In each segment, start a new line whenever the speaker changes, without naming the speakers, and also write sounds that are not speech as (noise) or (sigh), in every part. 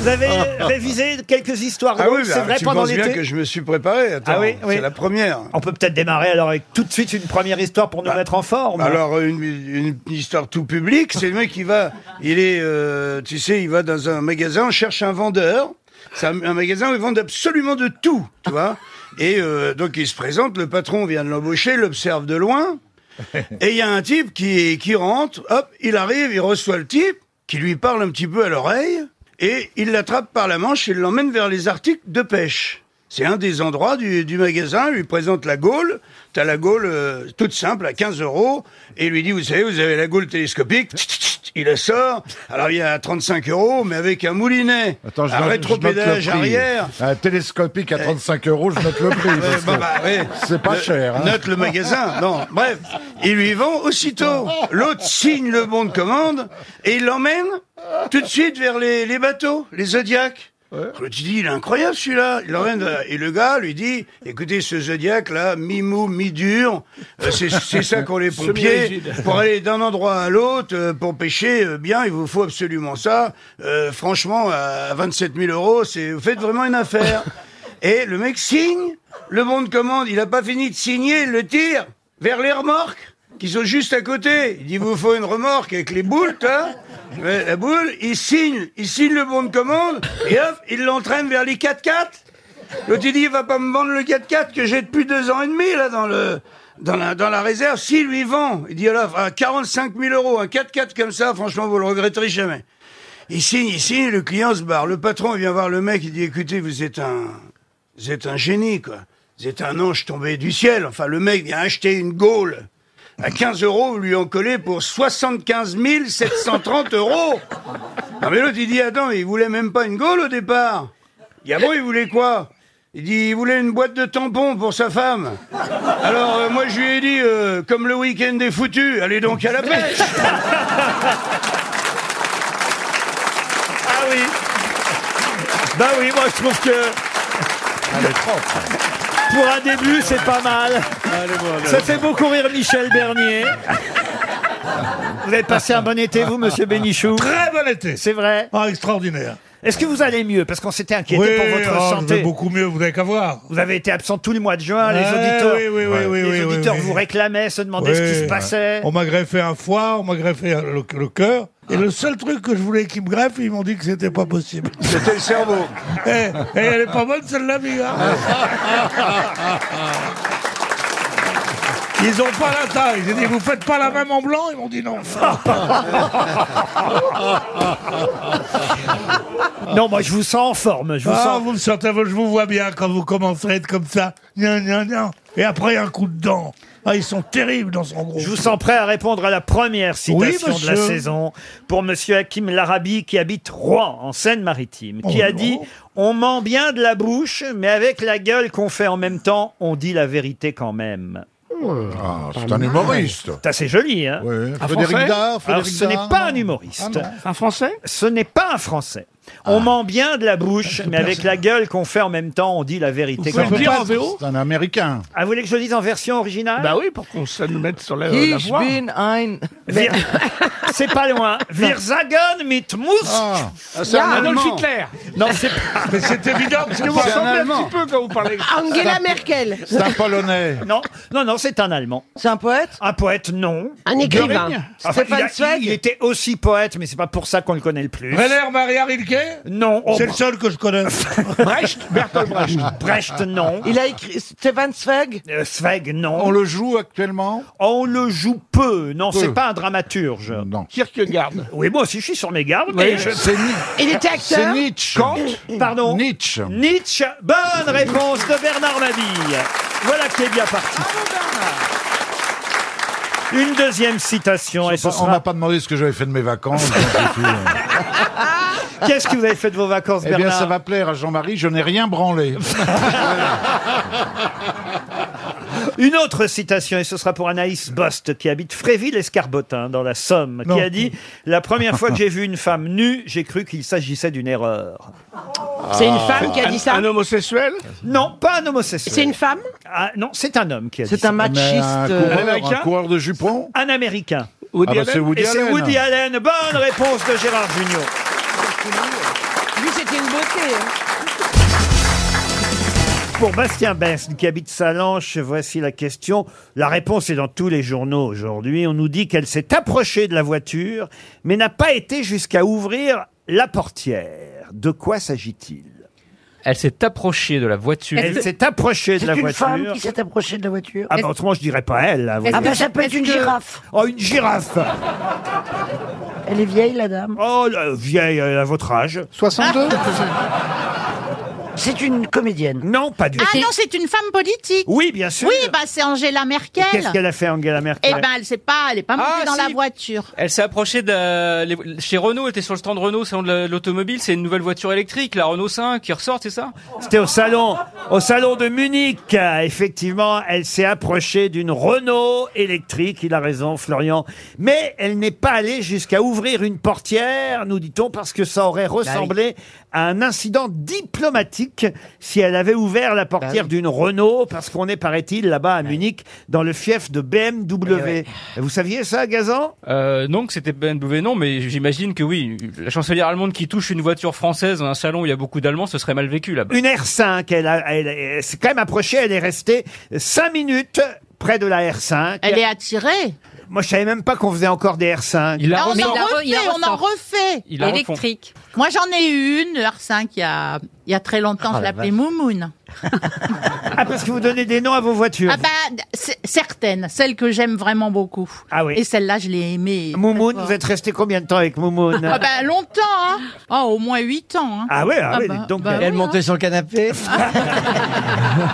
Vous
(laughs)
avez révisé quelques histoires
Ah
drôles,
oui,
c'est
bah,
vrai,
tu
pendant
penses bien
l'été
que je me suis préparé. Attends,
Ah oui, oui.
c'est la première.
On peut peut-être démarrer alors avec tout de suite une première histoire pour nous mettre en forme.
Bah, Alors une, une histoire tout public, c'est le mec qui va, il est, euh, tu sais, il va dans un magasin, on cherche un vendeur. C'est un, un magasin où ils vendent absolument de tout, tu vois. Et euh, donc il se présente, le patron vient de l'embaucher, l'observe de loin. Et il y a un type qui, qui rentre, hop, il arrive, il reçoit le type, qui lui parle un petit peu à l'oreille, et il l'attrape par la manche et l'emmène vers les articles de pêche. C'est un des endroits du, du magasin, il lui présente la gaule, t'as la gaule euh, toute simple à 15 euros, et il lui dit, vous savez, vous avez la gaule télescopique, Tch, tch, tch. il la sort, alors il y a 35 euros, mais avec un moulinet,
Attends, je
un
note- je note le
rétropédage
prix.
Ah, arrière,
Un télescopique à 35 euros, je note le prix. parce que
bah, bah, ouais.
C'est pas
Le-
cher. hein.
Note le magasin. Non, bref, il lui vend aussitôt. L'autre signe le bon de commande et il l'emmène tout de suite vers les, les bateaux, les Zodiacs. L'autre, il dit, il est incroyable celui-là. Il l'emmène vers- et le gars lui dit, écoutez, ce Zodiac là, mi-mou, mi-dur, euh, c'est c'est ça
(laughs)
qu'ont les pompiers. Pour aller d'un endroit à l'autre, euh, pour pêcher, euh, bien, il vous faut absolument ça. Euh, franchement, à 27 000 euros, c'est- vous faites vraiment une affaire. Et le mec signe, le bon de commande, il n'a pas fini de signer, il le tire vers les remorques qui sont juste à côté. Il dit, vous faut une remorque avec les boules, hein Ouais, La boule, il signe, il signe le bon de commande, et hop, il l'entraîne vers les 4x4. L'autre, il dit, il va pas me vendre le 4x4 que j'ai depuis deux ans et demi, là, dans le... Dans la, dans la réserve, s'il lui vend, il dit alors, à 45 000 euros, un 4x4 comme ça, franchement, vous le regretterez jamais. Il signe, il signe, le client se barre. Le patron vient voir le mec, il dit écoutez, vous êtes un, vous êtes un génie, quoi. Vous êtes un ange tombé du ciel. Enfin, le mec vient acheter une gaule. À 15 euros, vous lui en collez pour 75 730 euros. Non, mais l'autre, il dit attends, il voulait même pas une gaule au départ. Il dit ah bon, il voulait quoi Il dit il voulait une boîte de tampons pour sa femme. Alors, euh, moi, je lui ai dit euh, comme le week-end est foutu, allez donc à la pêche.
Ah oui Bah oui, moi je trouve que. Pour un début, c'est pas mal. Ça fait beaucoup rire Michel Bernier. Vous avez passé un bon été, vous, monsieur Bénichou
Très bon été.
C'est vrai.
Ah, extraordinaire.
Est-ce que vous allez mieux Parce qu'on s'était inquiété pour votre
ah, je vais
santé.
beaucoup mieux, vous n'avez qu'à voir.
Vous avez été absent tout le mois de juin. les
Ouais,
auditeurs,
oui, oui, oui, oui,
les
oui,
auditeurs
oui, oui.
vous réclamaient, se demandaient ce qui
Ouais.
se passait.
On m'a greffé un foie, on m'a greffé le, le cœur. Et le seul truc que je voulais qu'ils me greffent, ils m'ont dit que c'était pas possible.
C'était le cerveau.
Eh, (laughs) eh, elle est pas bonne celle-là, hein. Bigard.
(laughs)
Ils ont pas la taille. J'ai dit, vous faites pas la même en blanc Ils m'ont dit non.
Non, moi je vous sens en forme. (laughs) Je vous
Ah,
sens.
vous me sentez, je vous vois bien quand vous commencez à être comme ça. Gna, gna, gna. Et après, un coup de dent. Ah, ils sont terribles dans son groupe.
Je vous sens prêt à répondre à la première citation de la
monsieur.
saison pour Monsieur Hakim Larabi qui habite Rouen, en Seine-Maritime, qui
Oh,
a
non.
dit On ment bien de la bouche, mais avec la gueule qu'on fait en même temps, on dit la vérité quand même.
Ah, c'est un humoriste.
C'est assez joli, hein
Ouais.
Français
Frédéric Dard,
Alors,
Frédéric
ce n'est
Dard. Ah,
pas un humoriste.
Un français
Ce n'est pas un français. On ment bien de la bouche,
Ah,
mais avec la gueule qu'on fait en même temps, on dit la vérité
pouvez
quand
le
même.
dire en VO
C'est un américain.
Ah, vous voulez que je le dise en version originale
Bah oui, pour qu'on ça nous mette sur
Euh,
la, la
Ich
voie.
bin ein.
Wir-
Ben.
(laughs) C'est pas loin. Wir sagen mit Mousse.
Ah,
Ah, c'est
Ah,
un
Adolf
Allemand.
Hitler
Non, c'est pas-
(laughs) Mais c'est évident que c'est
Vous
pas-
ressemblez un
Allemand.
petit peu quand vous
(laughs)
parlez.
Angela Merkel,
c'est un polonais.
(laughs) Non, non, non, c'est un Allemand.
C'est un poète
Un poète, non.
un écrivain.
Enfin, il,
Stéphane
a-
Zweig
il était aussi poète, mais c'est pas pour ça qu'on le connaît le plus.
Reller Maria Rilke
Non. Oh,
C'est le seul que je
(laughs)
connais.
Brecht Bertolt
(laughs)
Brecht.
Brecht, non.
Il a écrit. Stefan Zweig
Euh, Zweig, non.
On le joue actuellement
On le joue peu. Non,
Peu.
c'est pas un dramaturge.
Non.
Kierkegaard.
Oui, moi aussi, je suis sur mes gardes. et je-
C'est Ni-
Il était acteur.
c'est Nietzsche.
Pardon.
Nietzsche.
Nietzsche. Bonne réponse de Bernard Mabille. Voilà qui est bien parti. Une deuxième citation. Et ce
On m'a
sera...
pas demandé ce que j'avais fait de mes vacances. donc
(laughs)
c'est tout. euh.
Qu'est-ce que vous avez fait de vos vacances,
eh bien,
Bernard
ça va plaire à Jean-Marie, je n'ai rien branlé.
Une autre citation, et ce sera pour Anaïs Bost, qui habite Fréville-Escarbotin, dans la Somme, qui a dit « La première fois que j'ai vu une femme nue, j'ai cru qu'il s'agissait d'une erreur. Ah,
C'est
Ah.
une femme qui a dit ça.
Un homosexuel »
Non, pas un homosexuel.
C'est une femme
Ah, non, c'est un homme qui a dit
C'est
ça.
un
Mais un
machiste. euh,
coureur,
Américain
un coureur de jupons
Un Américain.
Woody
Ah bah,
Allen
c'est Woody
et c'est
Allen.
Woody Allen. Bonne réponse de Gérard Junior.
Lui, c'était une beauté. hein.
Pour Bastien Bess, qui habite Salanches, voici la question. La réponse est dans tous les journaux aujourd'hui. On nous dit qu'elle s'est approchée de la voiture, mais n'a pas été jusqu'à ouvrir la portière. De quoi s'agit-il
Elle s'est approchée de la voiture.
Elle s'est approchée de la
une
voiture.
femme qui s'est approchée de la voiture.
Ah bah autrement, je dirais pas elle. là, vous
Ah
voyez.
bah ça peut être une girafe.
Oh, une girafe
Elle est vieille la dame.
Oh, la vieille euh, à votre âge.
62
Ah. C'est une comédienne.
Non, pas du tout.
Ah non, c'est une femme politique.
Oui, bien sûr.
Oui, bah c'est Angela
Et
Merkel.
Qu'est-ce qu'elle a fait, Angela
Eh
Merkel
ben, elle s'est pas, elle est pas montée
Ah,
dans
si.
la voiture.
Elle s'est approchée de la- les- chez Renault, elle était sur le stand Renault, salon de la- l'automobile, c'est une nouvelle voiture électrique, la Renault 5 qui ressort, c'est ça
C'était au salon, au salon de Munich. Euh, Effectivement, elle s'est approchée d'une Renault électrique. Il a raison, Florian. Mais elle n'est pas allée jusqu'à ouvrir une portière, nous dit-on, parce que ça aurait ressemblé à un incident diplomatique si elle avait ouvert la portière d'une Renault, parce qu'on est, paraît-il, là-bas à Munich, dans le fief de BMW. Vous saviez ça, Gazan
euh, Non, que c'était BMW, non, mais j'imagine que oui, la chancelière allemande qui touche une voiture française dans un salon où il y a beaucoup d'Allemands, ce serait mal vécu là-bas.
Une R5, elle, a- elle, elle s'est quand même approchée, elle est restée cinq minutes près de la R5.
Elle est attirée.
Moi, je savais même pas qu'on faisait encore des R5.
Il a
Ah, on, en
ressort.
re-
refait,
il la
on en refait.
Il la refond.
Électrique.
Moi, j'en ai eu une, R5, il y a, il y a très longtemps, je l'appelais Moumoun.
Ah, parce que vous donnez des noms à vos voitures.
Ah bah, c- certaines, celles que j'aime vraiment beaucoup.
Ah oui.
Et celle-là, je l'ai aimée.
Moumoun,
très fort.
vous êtes resté combien de temps avec Moumoun
(laughs) Ah bah, longtemps, hein. Oh, au moins 8 ans, hein.
Ah ouais, ah
Ah
ouais,
bah,
donc
bah
elle-
oui, hein.
sur le canapé.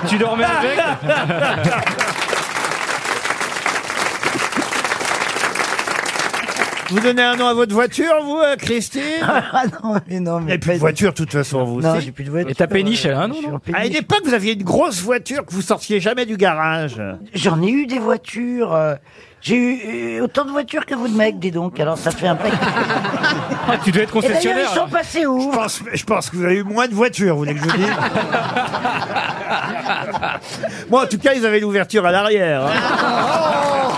Tu dormais avec
(laughs) vous donnez un nom à votre voiture, vous, euh, Christine
Ah non, mais non, mais.
Et puis voiture, de toute façon, vous
Non,
aussi.
j'ai plus de voiture.
Et ta péniche, elle a un nom,
Je suis
non
en
À une
péniche.
époque, vous aviez une grosse voiture que vous sortiez jamais du garage.
J'en ai eu des voitures. euh, J'ai eu euh, autant de voitures que vous de mecs, dis donc. Alors ça fait un paquet.
Ah, Tu devais être
Et d'ailleurs, Eh ben, ils
concessionnaire
sont
là.
passés
Je
où
pense, je pense que vous avez eu moins de voitures, vous voulez que je vous dise
(laughs)
Moi, en tout cas, ils avaient l'ouverture à l'arrière. hein.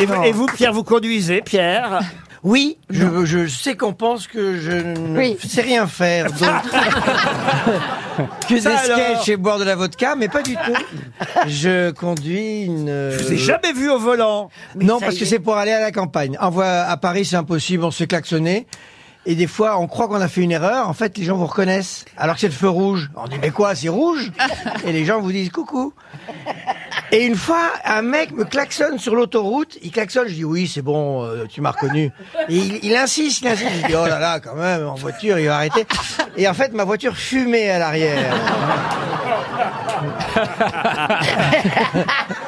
et, vous- et vous, Pierre, vous conduisez, Pierre
Oh Oui, je, je sais qu'on pense que je ne
Oui.
sais rien faire. (laughs) donc- que des
Ah. Ça alors
sketchs et boire de la vodka, mais pas du tout. Je conduis une. euh,
Je vous ai jamais vu au volant.
Non,
ça
parce
y
que
est.
c'est pour aller à la campagne. En voie- à Paris, c'est impossible, on se fait klaxonner. Et des fois, on croit qu'on a fait une erreur. En fait, les gens vous reconnaissent. Alors que c'est le feu rouge. On dit, mais quoi, c'est rouge Et les gens vous disent, coucou. Et une fois, un mec me klaxonne sur l'autoroute. Il klaxonne, je dis, oui, c'est bon, euh, tu m'as reconnu. Et il, il insiste, il insiste. Je dis, oh là là, quand même, en voiture, il va arrêter. Et en fait, ma voiture fumait à l'arrière.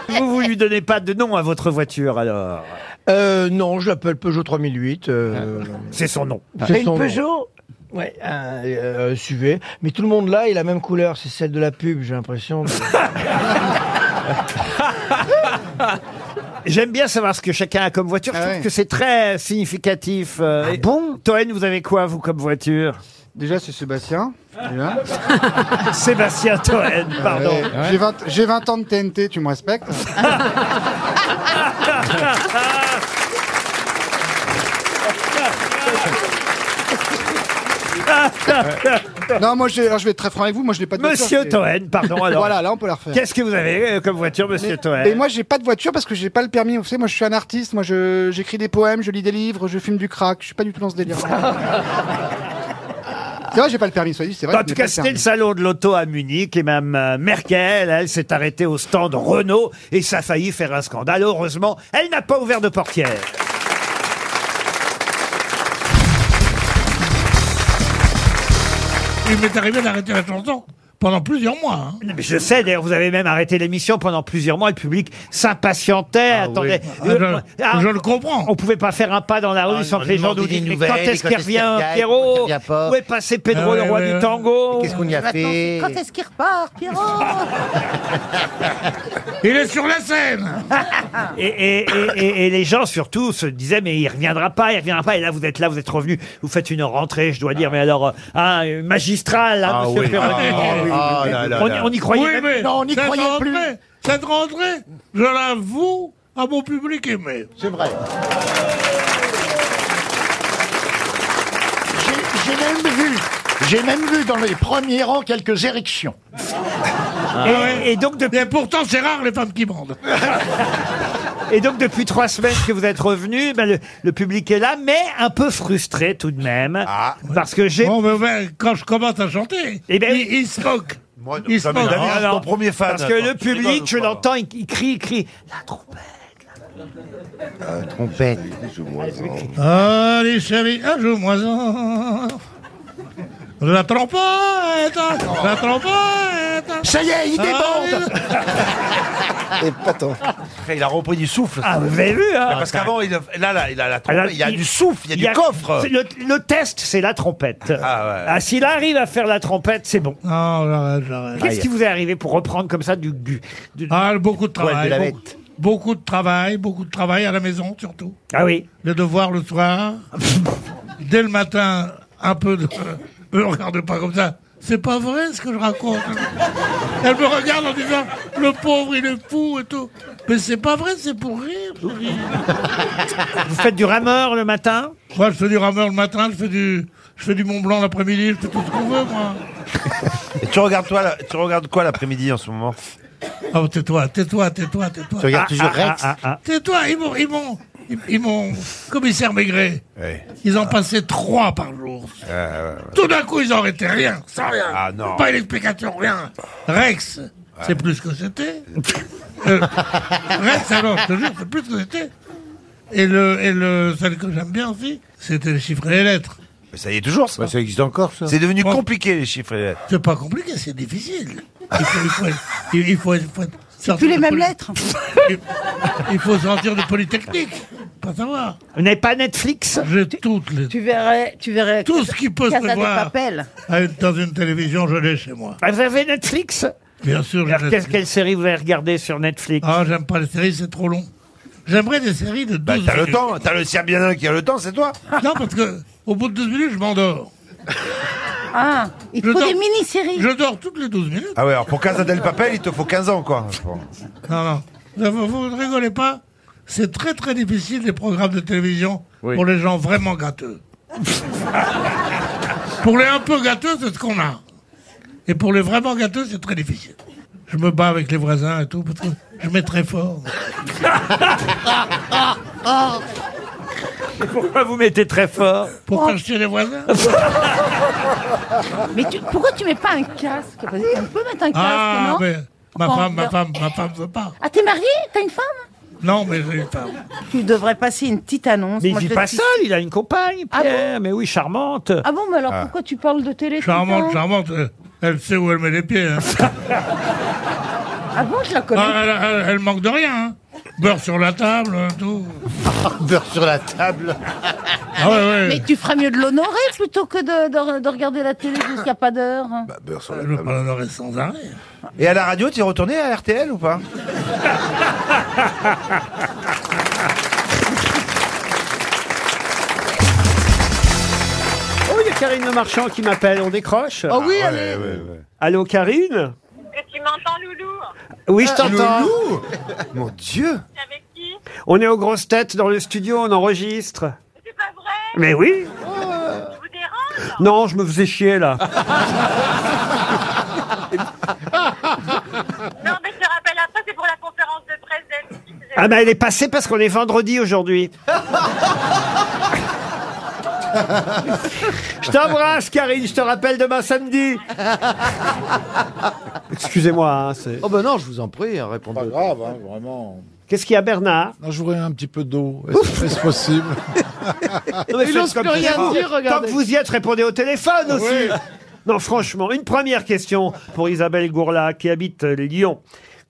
Vous, vous lui donnez pas de nom à votre voiture, alors
Euh, non, je l'appelle Peugeot 3008. euh,
C'est son nom.
c'est son
Une
nom.
Peugeot
Ouais, un euh, SUV. Mais tout le monde là est la même couleur, c'est celle de la pub,
(laughs)
j'ai l'impression.
J'aime bien savoir ce que chacun a comme
Ah
voiture. Je trouve que c'est très significatif. euh, et-
bon
Toen, vous avez quoi, vous, comme voiture
Déjà, c'est Sébastien. Déjà.
(laughs) Sébastien Toen, pardon.
Eh, J'ai 20, j'ai 20 ans de TNT, tu
(laughs)
me respectes Non, moi, j'ai- alors, je vais être très franc avec vous. Moi, je n'ai pas de voiture.
Monsieur
j'ai-
Toen,
(laughs)
pardon. Alors,
Voilà, là, on peut la refaire.
Qu'est-ce que vous avez euh, comme voiture, monsieur Toen
Et moi, j'ai pas de voiture parce que j'ai pas le permis. Vous savez, moi, je suis un artiste. Moi, je- j'écris des poèmes, je lis des livres, je filme du crack. Je suis pas du tout dans
(laughs)
ce délire. c'est vrai, j'ai pas le permis, soit dit. C'est vrai.
en
je
tout
n'ai
cas,
pas
c'était le
permis.
salon de l'auto à Munich et même Merkel, elle s'est arrêtée au stand Renault et ça a failli faire un scandale. Heureusement, elle n'a pas ouvert de portière.
Il m'est arrivé d'arrêter la chanson pendant plusieurs mois. hein.
Mais Je sais, d'ailleurs, vous avez même arrêté l'émission pendant plusieurs mois. Le public s'impatientait. Attendez. Euh,
je,
ah,
je le comprends.
on pouvait pas faire un pas dans la rue
Ah,
sans
on
que les
lui
gens nous
demandait des
disent mais
nouvelles,
quand est-ce
quand
qu'il
est-ce qu'il
revient,
revient,
Pierot
quand il revient pas
Où est passé Pedro,
Ah
le
ouais,
roi
ouais,
du
ouais.
tango
qu'on y a
Maintenant, c'est quand est-ce qu'il repart,
(laughs)
Pierrot
Il est sur la scène.
(laughs) Et, et- et- et- et les gens surtout se disaient mais il reviendra pas, il reviendra pas. Et là vous êtes là, vous êtes revenu, vous faites une rentrée, je dois dire. Mais alors, euh, hein, euh, magistrale, hein, Monsieur Perroni.
Ah là là
on,
là.
on y croyait.
Oui,
même-
mais
Non, on n'y
cette
croyait
rentrée,
plus.
Cette rentrée, je l'avoue à mon public aimé.
C'est vrai.
J'ai même vu, j'ai même vu dans les premiers rangs quelques érections.
Ah ouais. Et pourtant, c'est rare les femmes qui bandent.
(laughs) Et donc, depuis trois semaines que vous êtes revenu, ben, le, le public est là, mais un peu frustré tout de même.
Ah.
Parce que j'ai.
quand je commence à chanter,
Eh
il, il se moque. il se moque.
ben- Parce que le public, je l'entends, il, il crie, il crie. La trompette.
Euh,
trompette.
Ah, les chéris, un jour moins un. La trompette La trompette
Ça y est, il débande.
Et patent. Il a repris du souffle.
Ah, vous avez vu, hein
Parce qu'avant, il a, là, là, il a la
Alors,
trompette, il y a du souffle, il y a du coffre.
c'est Le, le test, c'est la trompette. Ah, s'il arrive à faire la trompette, c'est bon.
Non, Ah, j'arrête, j'arrête.
Qu'est-ce qui vous est arrivé pour reprendre comme ça du. du, du-
Ah, beaucoup de travail.
Poil de la
beaucoup, beaucoup de travail, beaucoup de travail à la maison surtout.
Ah oui.
Le devoir
(laughs)
le soir. Dès le matin, un peu de. Ne me regarde pas comme ça. C'est pas vrai ce que je raconte. Elle me regarde en disant le pauvre, il est fou et tout. Mais c'est pas vrai, c'est pour rire. pour rire.
(laughs) Vous faites du rameur le matin
Moi, je fais du rameur le matin, je fais du, je fais du Mont Blanc l'après-midi, je fais tout ce qu'on veut, moi.
Et tu regardes, toi, la- tu regardes quoi l'après-midi en ce moment
Oh, tais-toi, tais-toi, tais-toi, tais-toi. Ah,
Tu regardes toujours Rex
Tais-toi, ils m'ont, ils m'ont, ils- ils m'ont, commissaire Maigret, ils en passaient trois par jour.
Euh,
Tout d'un coup, ils n'en arrêtaient rien, sans rien.
Ah, non.
Pas une explication, rien. Rex, c'est plus que c'était. Euh, Rex, alors, je te jure, c'est plus que c'était. Et le, et le, celle que j'aime bien aussi, c'était les chiffres et les lettres.
Mais ça y est toujours, ça. ça existe encore, ça. C'est devenu compliqué, les chiffres et les lettres.
C'est pas compliqué, c'est difficile. Il faut, il faut être- il- il faut être- faut être-
Plus les mêmes
poly-
lettres.
Il, il faut sortir de Polytechnique. Pas savoir.
Vous n'avez pas Netflix
J'ai toutes les.
Tu verrais, tu verrais.
Tout ce qui peut
Casa
se
de
voir. (laughs)
Papel.
à être Ah, Dans une télévision, je l'ai chez moi.
Ah, vous avez Netflix
Bien sûr, j'ai
Alors, qu'est-ce-
Netflix.
Quelle série vous avez regardée sur Netflix
Ah, j'aime pas les séries, c'est trop long. J'aimerais des séries de 12
Bah, t'as le
minutes.
temps, t'as le Serbianin qui a le temps, c'est toi.
Non, parce que au bout de 12 minutes, je m'endors.
Ah, il
Je
faut
dors-
des mini-séries.
Je dors toutes les 12 minutes.
Ah ouais, alors pour Casa del Papel, il te faut 15 ans, quoi.
Non, non. Ne- Vous, vous ne rigolez pas. C'est très, très difficile, les programmes de télévision,
Oui.
pour les gens vraiment gâteux. pour les un peu gâteux, c'est ce qu'on a. Et pour les vraiment gâteux, c'est très difficile. Je me bats avec les voisins et tout, parce que je mets très fort.
Pourquoi vous mettez très fort
Oh.
Pour acheter les voisins
Mais tu- pourquoi tu mets pas un casque Parce que Tu peux mettre un casque,
Ah,
non
mais ma
Bon,
femme, ma
non.
femme, ma femme veut pas.
Ah, t'es marié T'as une femme
Non, mais j'ai une femme.
Tu devrais passer une petite annonce.
Mais il
Moi, je
vit
te
pas
dis-
seul, il a une compagne,
Ah
Pierre, mais oui, charmante.
Ah bon, mais alors
Ah.
pourquoi tu parles de télé tout le temps
Charmante, charmante. euh, Elle sait où elle met les pieds. hein.
Ah bon, je la connais.
Ah, elle, elle- elle manque de rien. hein. Beurre sur la table, euh, tout.
(laughs) Beurre sur la table.
Ah ouais, ouais.
Mais tu ferais mieux de l'honorer plutôt que de, de- de regarder la télé jusqu'à pas d'heure.
Bah,
Ah, Je veux pas l'honorer sans arrêt.
Et à la radio, t'es retourné à RTL ou pas
Oh, il y a Karine Le Marchand qui m'appelle, on décroche.
Ah oui, Ah, allez. ouais,
Allô, Karine
Et tu m'entends, Loulou
Oui,
Euh,
je t'entends.
(laughs)
Loulou
Mon Dieu
T'es avec qui
On est aux grosses têtes dans le studio, on enregistre.
C'est pas vrai
Mais
Je
oui
vous dérange
Non, je me faisais chier, là.
Non, mais je te rappelle après, c'est pour la conférence de presse d'Elvis.
Ah bah, elle est passée parce qu'on est vendredi
(laughs)
aujourd'hui. Je t'embrasse, Karine, je te rappelle demain samedi. (laughs) Excusez-moi, hein, c'est...
Oh ben non, je vous en prie, répondez.
Pas grave, hein, vraiment.
Qu'est-ce qu'il y a, Bernard
Non, je voudrais un petit peu d'eau. Est-ce que c'est possible
Non, mais
Il
faites
n'ose
comme
plus rien
vous.
dire,
Tant
regardez.
que vous y êtes, répondez au téléphone aussi. Non, franchement, une première question pour Isabelle Gourla, qui habite Lyon.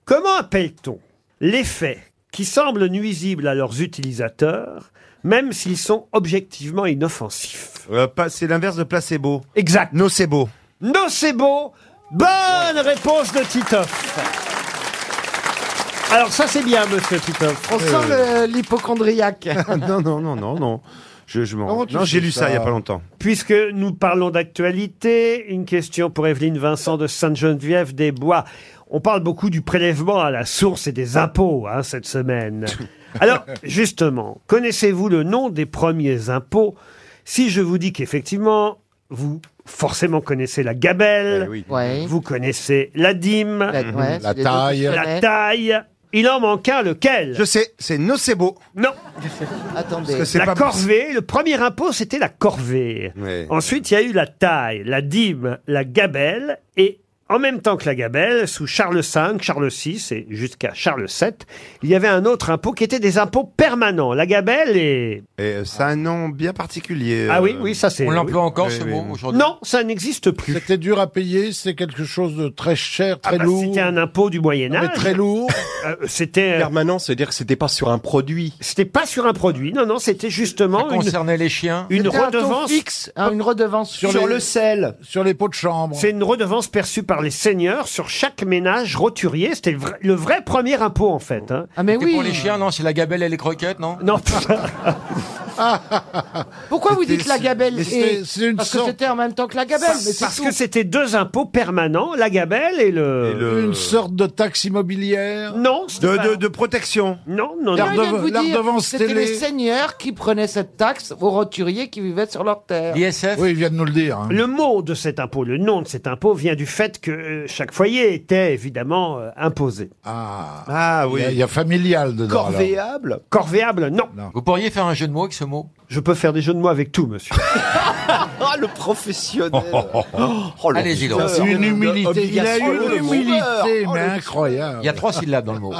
Comment appelle-t-on les faits qui semblent nuisibles à leurs utilisateurs, même s'ils sont objectivement inoffensifs
Euh, c'est l'inverse de placebo.
Exact.
Nocebo.
Nocebo. Bonne réponse de Titoff. Alors ça, c'est bien, monsieur Titoff.
On sent
Euh. (laughs)
l'hypochondriaque.
non, non, non, non, non. Je, je m'en-
Comment tu
Non, j'ai
sais
lu ça
ça
il y a pas longtemps.
Puisque nous parlons d'actualité, une question pour Evelyne Vincent de Sainte-Geneviève des Bois. On parle beaucoup du prélèvement à la source et des impôts hein,
(laughs)
cette semaine. Alors, justement, connaissez-vous le nom des premiers impôts Si je vous dis qu'effectivement, vous forcément connaissez la
Eh
gabelle, vous connaissez la dime,
ouais, La c'est les deux que taille. je
la
connais.
taille. Il en manque un, lequel Je sais, c'est Nocebo. Non.
Attendez.
La corvée, le premier impôt, c'était la corvée. Ensuite, il y a eu la taille, la dîme, la gabelle, et en même temps que la gabelle, sous Charles V, Charles VI et jusqu'à Charles VII, il y avait un autre impôt qui était des impôts permanents. La gabelle est...
C'est un nom bien particulier.
Ah
euh,
oui, oui, ça c'est...
On l'emploie
oui.
encore, ce Oui, mot, oui. aujourd'hui
Non, ça n'existe plus.
C'était dur à payer, c'est quelque chose de très cher,
Ah
très
bah,
lourd.
C'était un impôt du Moyen
Non,
Âge.
mais très lourd.
Euh, c'était permanent, c'est-à-dire que c'était pas sur un produit. C'était pas sur un produit. Non, non, c'était justement.
Ça concernait les chiens.
Une
C'était un taux
redevance
fixe, hein, une redevance sur le
sel, sur les pots de chambre. C'est une redevance perçue par les seigneurs sur chaque ménage roturier. C'était le, vrai- le vrai premier impôt en fait. hein.
C'était Pour les chiens, non, c'est la gabelle et les croquettes, non (laughs)
Non.
Pourquoi vous dites la gabelle
mais c'est-
et-
c'est une
parce que
sorte-
c'était en même temps que la gabelle, mais c'est
Parce
tout.
que c'était deux impôts permanents, la gabelle et le.
Une sorte de taxe immobilière.
Non.
De, de, de protection.
Non, non,
Moi, je viens de vous
La
dire,
redevance
C'était
télé.
les seigneurs qui prenaient cette taxe aux roturiers qui vivaient sur leur terre.
Oui, il vient de nous le dire. hein.
Le mot de cet impôt, le nom de cet impôt vient du fait que euh, chaque foyer était évidemment euh, imposé.
Ah,
oui.
Il y a- il y, a familial dedans. alors.
Corvéable, non.
Vous pourriez faire un jeu de mots avec ce mot
Je peux faire des jeux de mots avec tout, monsieur.
Ah, le
(laughs)
professionnel
Oh,
Allez-y, Laurent.
Une humilité. Il a
Obligation. Oh,
une
le
humilité,
mouveur. Oh,
mais
le-
incroyable.
(laughs) Il y a trois syllabes dans le mot.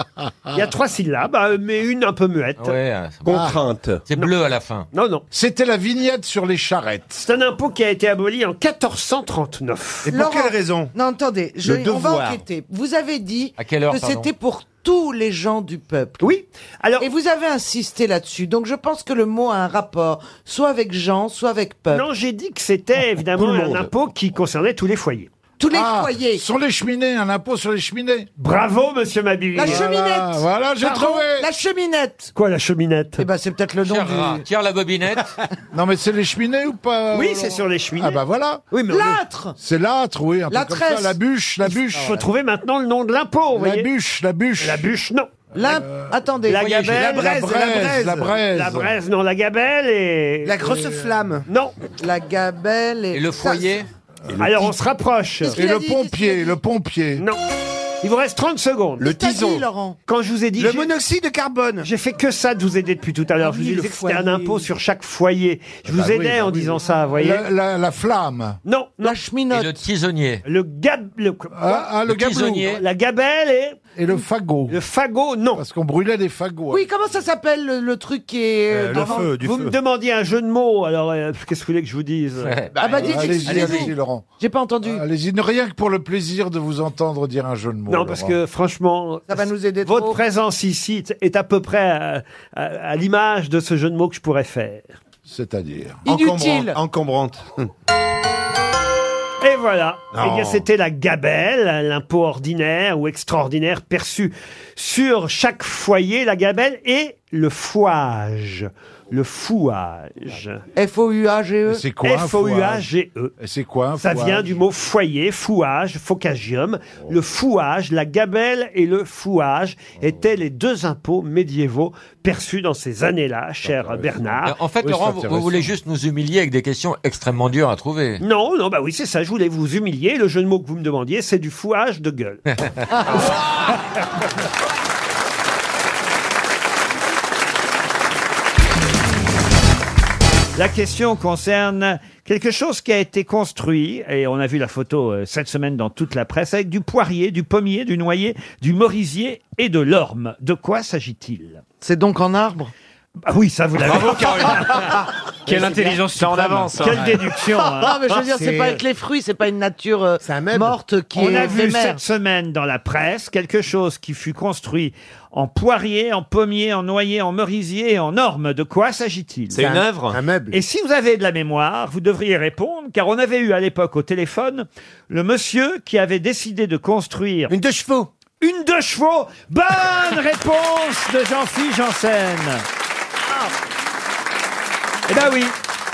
Il y a trois syllabes, euh, mais une un peu muette.
euh,
Ah.
Contrainte. Ah, C'est bleu à la fin.
Non, non.
C'était la vignette sur les charrettes.
C'est un impôt qui a été aboli en 1439.
Et pour quelle raison
Non, attendez, je-
Le
on va
devoir.
enquêter. Vous avez dit
À quelle heure,
que
pardon
c'était pour tous les gens du peuple.
Oui. Alors,
et vous avez insisté là-dessus. Donc je pense que le mot a un rapport, soit avec gens, soit avec peuple. Oh,
Non, j'ai dit que c'était évidemment un impôt qui concernait tous les foyers.
Tous les
Ah,
foyers.
Sur les cheminées, un impôt sur les cheminées.
Bravo, monsieur Mabille.
La cheminette.
Voilà, voilà, j'ai
Pardon,
trouvé.
La cheminette.
Quoi, la cheminette
Eh ben, c'est peut-être le nom
Tiens,
du.
rat, tiens Ah, la bobinette.
(laughs) Non, mais c'est les cheminées ou pas
Oui,
Laurent
c'est sur les cheminées.
Ah bah voilà.
Oui, mais on-
L'âtre.
C'est l'âtre, oui. Un
La
peu comme
tresse.
ça, la bûche, la
Il
bûche.
faut trouver maintenant le nom de l'impôt. vous
La
voyez.
bûche, la bûche.
La bûche, non.
L'im- Attendez.
Euh, La
Voyez, j'ai
gabelle,
braise, la braise, la braise.
La braise, non, la gabelle et.
La grosse
flamme. Non.
La gabelle et,
Et le foyer
Alors on se rapproche.
Qu'est-ce qu'il a dit
pompier, le pompier.
Non. Il vous reste 30 secondes. Le
Qu'est-ce que t'as dit, Laurent
Quand je vous ai dit. Le monoxyde de carbone. J'ai fait que ça de vous aider depuis tout à l'heure. je vous ai
le
dit que c'était un
foyer.
impôt sur chaque foyer. Je vous
bah oui,
aidais
bah
en
oui.
disant ça, vous voyez.
La, euh, la- la flamme.
Non, non.
La cheminote.
Le tisonnier.
Le gab. Le... quoi
Ah, ah, le,
Le
gablou.
tisonnier.
La gabelle et.
Et le fagot.
Le fagot, non.
Parce qu'on brûlait des fagots.
Oui, comment ça s'appelle le, le truc qui est euh, devant-
vous me demandiez un jeu de mots, alors euh, qu'est-ce que vous voulez que je vous dise Euh,
Ah bah, dis-
Allez-y,
dis-nous.
allez-y, Laurent.
J'ai pas entendu.
Ah,
Allez-y, ne- rien que pour le plaisir de vous entendre dire un jeu de mots.
Non, parce
Laurent.
que franchement,
Ça va nous aider
votre
trop.
présence ici t- est à peu près à, à- à l'image de ce jeu de mots que je pourrais faire.
C'est-à-dire.
Inutile.
Encombrante.
Et voilà.
Non.
Eh bien, c'était la gabelle, l'impôt ordinaire ou extraordinaire perçu sur chaque foyer, la gabelle et le fouage. Le fouage.
F-O-U-A-G-E.
C'est quoi un fouage
F-O-U-A-G-E.
Et C'est quoi un
E? Ça
fouage
vient du mot foyer, fouage, focagium. Le fouage, la gabelle et le fouage étaient les deux impôts médiévaux perçus dans ces années-là, cher Bernard.
Euh, En fait,
Oui,
Laurent,
c'est
vous,
intéressant.
vous voulez juste nous humilier avec des questions extrêmement dures à trouver.
Non, non, bah oui, c'est ça, je voulais vous humilier. Le jeu de mots que vous me demandiez, c'est du fouage de gueule. La question concerne quelque chose qui a été construit, et on a vu la photo euh, cette semaine dans toute la presse, avec du poirier, du pommier, du noyer, du merisier et de l'orme. De quoi s'agit-il
C'est donc en arbre
Ah oui, ça vous l'avez. (laughs)
Ah,
Quelle intelligence
Ça en
suprême.
avance. hein.
Quelle
(laughs)
déduction hein.
Ah, mais je veux dire, c'est pas avec les fruits, c'est pas une nature euh, morte qui
On
est
a vu
éphémère.
cette semaine dans la presse quelque chose qui fut construit en poirier, en pommier, en noyer, en merisier et en orme. De quoi s'agit-il
C'est une œuvre
Un meuble.
Et si vous avez de la mémoire, vous devriez répondre, car on avait eu à l'époque au téléphone le monsieur qui avait décidé de construire... Une deux chevaux Une deux chevaux Bonne réponse de Jean-Philippe Janssen Eh ben oui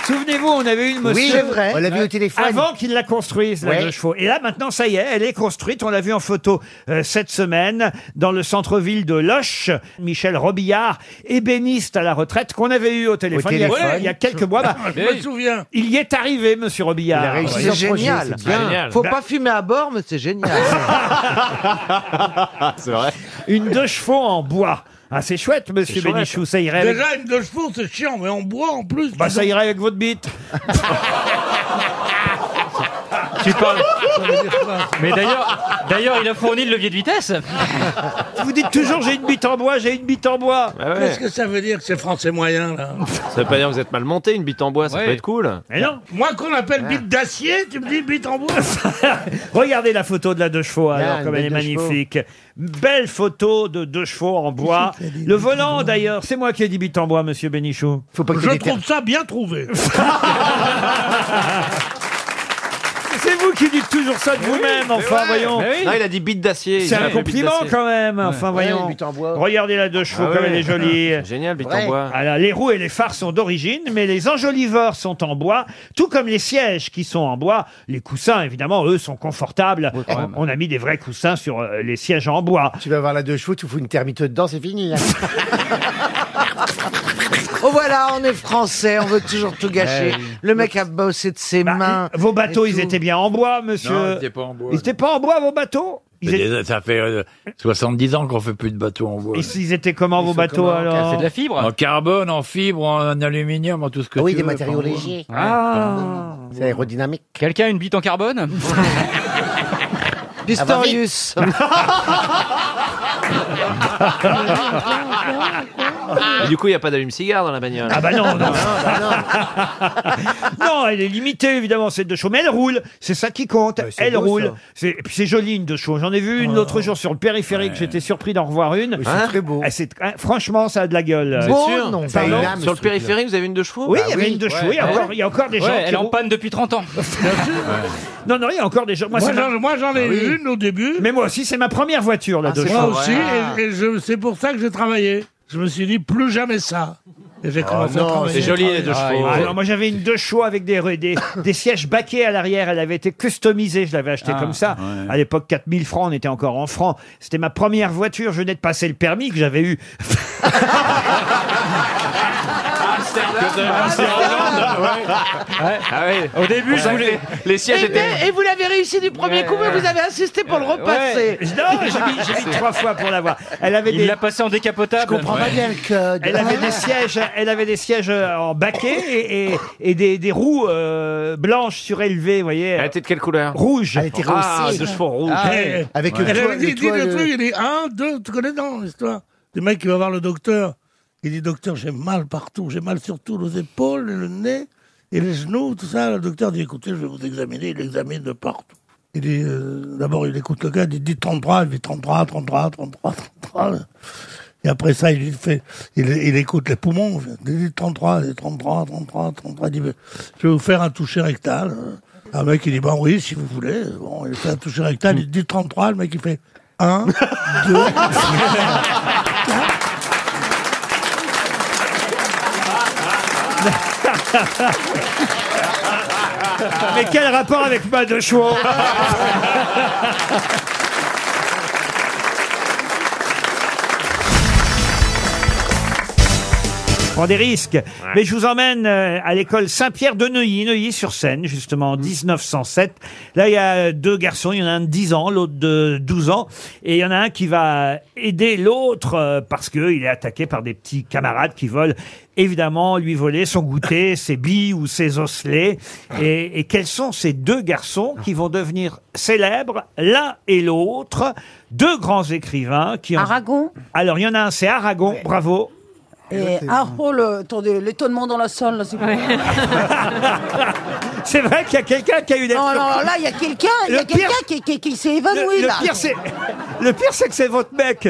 Souvenez-vous, on avait eu une
Oui,
monsieur.
c'est vrai. On l'a vu au téléphone.
Avant qu'il la construise, la
Ouais.
deux chevaux. Et là, maintenant, ça y est, elle est construite. On l'a vu en photo euh, cette semaine dans le centre-ville de Loche. Michel Robillard, ébéniste à la retraite, qu'on avait eu au téléphone, il y a-
téléphone.
Il, y a, quelques
(laughs)
mois. Bah,
Ah,
Je me souviens.
Il y est arrivé, monsieur Robillard.
C'est génial. Faut
Bah.
pas fumer à bord, mais c'est génial.
(laughs)
C'est vrai. Bah, Une deux chevaux en bois. Ah, c'est chouette, monsieur
C'est chouette.
Bénichou. Ça irait avec...
Déjà, une deux chevaux, c'est chiant, mais on boit en plus.
Bah, ça irait avec votre bite.
Tu parles. Mais d'ailleurs, d'ailleurs, il a fourni le levier de vitesse.
Vous dites toujours j'ai une bite en bois, j'ai une bite en bois.
Ah ouais.
Qu'est-ce que ça veut dire que c'est français moyen,
(laughs)
là
Ça veut pas dire que vous êtes mal monté, une bite en bois, ça
Ouais.
peut être cool.
Mais non
Moi qu'on
Ah.
appelle bite d'acier, tu me dis bite
(laughs)
en bois
Regardez la photo de la deux chevaux,
Là,
alors, comme elle
une
est
belle deux
magnifique. Belle photo de deux chevaux en bois. Le volant, d'ailleurs, c'est moi qui ai dit bite en bois, monsieur Bénichou. Faut pas
Je trouve ça bien
(laughs)
trouvé.
(laughs) C'est vous qui dites toujours ça de vous-même, enfin, voyons.
Ah,
Non, il a dit bite d'acier.
C'est un compliment quand même, enfin voyons. Regardez la deux chevaux,
Ah
comme
ouais.
elle est jolie.
C'est (laughs) génial, bite en Ouais. bois.
Alors, les roues et les phares sont d'origine, mais les enjoliveurs sont en bois, tout comme les sièges qui sont en bois. Les coussins, évidemment, eux, sont confortables. on, on a mis des vrais coussins sur euh, les sièges en bois.
Tu vas voir la deux chevaux, tu fous une termite dedans, c'est fini. hein.
(laughs)
(laughs)
Oh voilà, on est français, on veut toujours tout gâcher.
Eh oui.
Le mec a bossé de ses
Bah,
mains.
Vos bateaux,
et
ils
tout.
étaient bien en bois, monsieur.
Non, ils étaient pas en bois.
Ils étaient pas en bois, vos bateaux ils,
Mais
étaient-
déjà, ça fait euh, 70 ans qu'on fait plus de bateaux en bois.
ils- ils étaient comment, vos bateaux, alors
fibre En carbone, en fibre, en aluminium, en tout ce que
Ah oui,
tu
des
veux,
matériaux
en bois.
légers.
Ouais.
Ah
C'est aérodynamique.
Quelqu'un a une bite en carbone
Pistorius.
Et Du coup, il n'y a pas d'allume-cigare dans la bagnole.
Ah bah non, non. (laughs) non, elle est limitée, évidemment, cette deux chevaux. Mais elle roule. C'est ça qui compte.
Bah, c'est
elle
beau,
roule.
ça. Oh.
C'est- et puis c'est joli, une deux chevaux. J'en ai vu une l'autre jour sur le périphérique. J'étais surpris d'en revoir une.
c'est très beau.
Ah, c'est- ah, franchement, ça a de la gueule.
Bon, C'est sûr. non,
Pardon
bah, il a, mais Sur le ce truc-là. périphérique, vous avez une deux chevaux
Oui,
Bah
il y avait
oui.
une deux
Ouais.
chevaux. Il y a
Ouais.
encore- il y a encore des
Ouais,
gens
elle
qui
est en
roulent.
Panne depuis 30 ans.
Non, non, il y a encore des gens.
Moi,
c'est
j'en-
ma-
moi, j'en ai
Ah oui.
eu une au début.
Mais moi aussi, c'est ma première voiture, la
Ah,
deux
Moi
chevaux.
aussi, et, et je- c'est pour ça que j'ai travaillé. Je me suis dit, plus jamais ça. Et j'ai commencé à travailler.
Ah, non, moi j'avais une deux chevaux avec des, des, des sièges baquets à l'arrière. Elle avait été customisée, je l'avais achetée
Ah,
comme ça.
ouais.
À l'époque, 4000 francs, on était encore en francs. C'était ma première voiture. Je venais de passer le permis que j'avais eu.
Ah
Au début, je voulais. Les sièges
Et, mais-
étaient.
et vous l'avez réussi du premier
Ouais,
coup, mais
ouais.
vous avez insisté pour le
Euh,
repasser.
Non, j'ai mis, j'ai mis trois fois pour l'avoir. Elle avait
Il
des.
l'a passé en décapotable.
code.
Elle avait des sièges, elle avait des sièges euh, en baquet et, et- et des, des roues euh, blanches surélevées, vous voyez. Elle
était de quelle couleur
Rouge.
Elle était Ah, rosée. deux chevaux rouges. Ah, ouais. Avec
Elle
le toit-
avait dit,
le
dit
toit,
le
le-
truc, il dit, un, deux, tu connais dans l'histoire. Le mec qui va voir le docteur, il dit, docteur, j'ai mal partout, j'ai mal surtout aux épaules, le nez et les genoux, tout ça. Le docteur dit, écoutez, je vais vous examiner, il examine de partout. Il dit, euh, d'abord, il écoute le gars, il dit 33, il dit 33, 33, 33, 33. Et après ça, il lui fait, il, il écoute les poumons. Il dit 33, il dit 33, 33, 33. Il dit, mais je vais vous faire un toucher rectal. Un mec, il dit, ben oui, si vous voulez. Bon, il fait un toucher rectal, il dit 33, le mec, il fait 1, 2.
(laughs) (laughs) Mais quel (laughs) rapport avec ma
(laughs)
de chevaux prend des risques. Mais je vous emmène euh, à l'école Saint-Pierre de Neuilly, Neuilly-sur-Seine, justement, en 1907. Là, il y a deux garçons, il y en a un de 10 ans, l'autre de 12 ans, et il y en a un qui va aider l'autre euh, parce qu'il est attaqué par des petits camarades qui veulent évidemment lui voler son goûter, ses billes ou ses osselets. Et, et quels sont ces deux garçons qui vont devenir célèbres, l'un et l'autre, deux grands écrivains qui...
Aragon
Alors, il y en a un, c'est Aragon, bravo.
Et-
ah, oh, le, attendez, l'étonnement dans la salle, là, c'est pas
C'est vrai qu'il y a quelqu'un qui a eu des...
Non, non, là, il y a quelqu'un, il y a
Le pire-
quelqu'un qui, qui, qui s'est
Le-
évanoui,
le
là.
pire, c'est- (laughs) Le pire, c'est que c'est votre mec.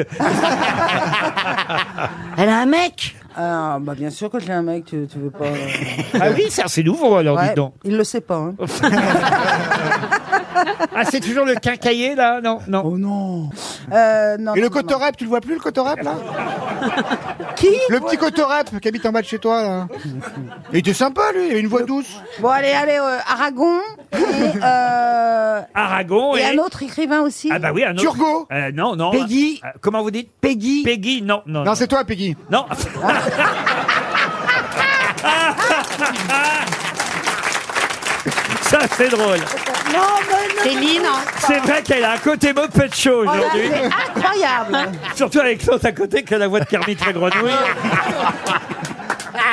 Elle a un mec Ah, bah bien sûr que j'ai un mec, tu, tu veux pas... euh.
Ah oui, ça, c'est nouveau, alors, (laughs)
Ouais,
dis donc.
Il le sait pas, hein.
Ah, c'est toujours le quincailler, là Non, non.
Oh non.
non,
Euh,
Et le
Euh, non, non.
cotorep, tu le vois plus, le cotorep, là
(laughs) Qui
Le petit cotorep qui habite en bas de chez toi, là. Il était sympa, lui, il avait une voix douce.
Bon, allez, allez, euh, Aragon. Et, euh,
Aragon et...
et un autre écrivain aussi.
Ah bah oui, un autre.
Turgot
Euh, Non, non.
Peggy
Euh, comment vous dites
Peggy
Peggy, non, non.
Non, c'est toi, Peggy.
Non. (laughs) Ça, c'est drôle.
Non, mais non.
Céline C'est vrai qu'elle a un côté de chaud
Oh là,
aujourd'hui.
c'est incroyable.
Surtout avec l'autre à côté qui a la voix de Kermit la grenouille.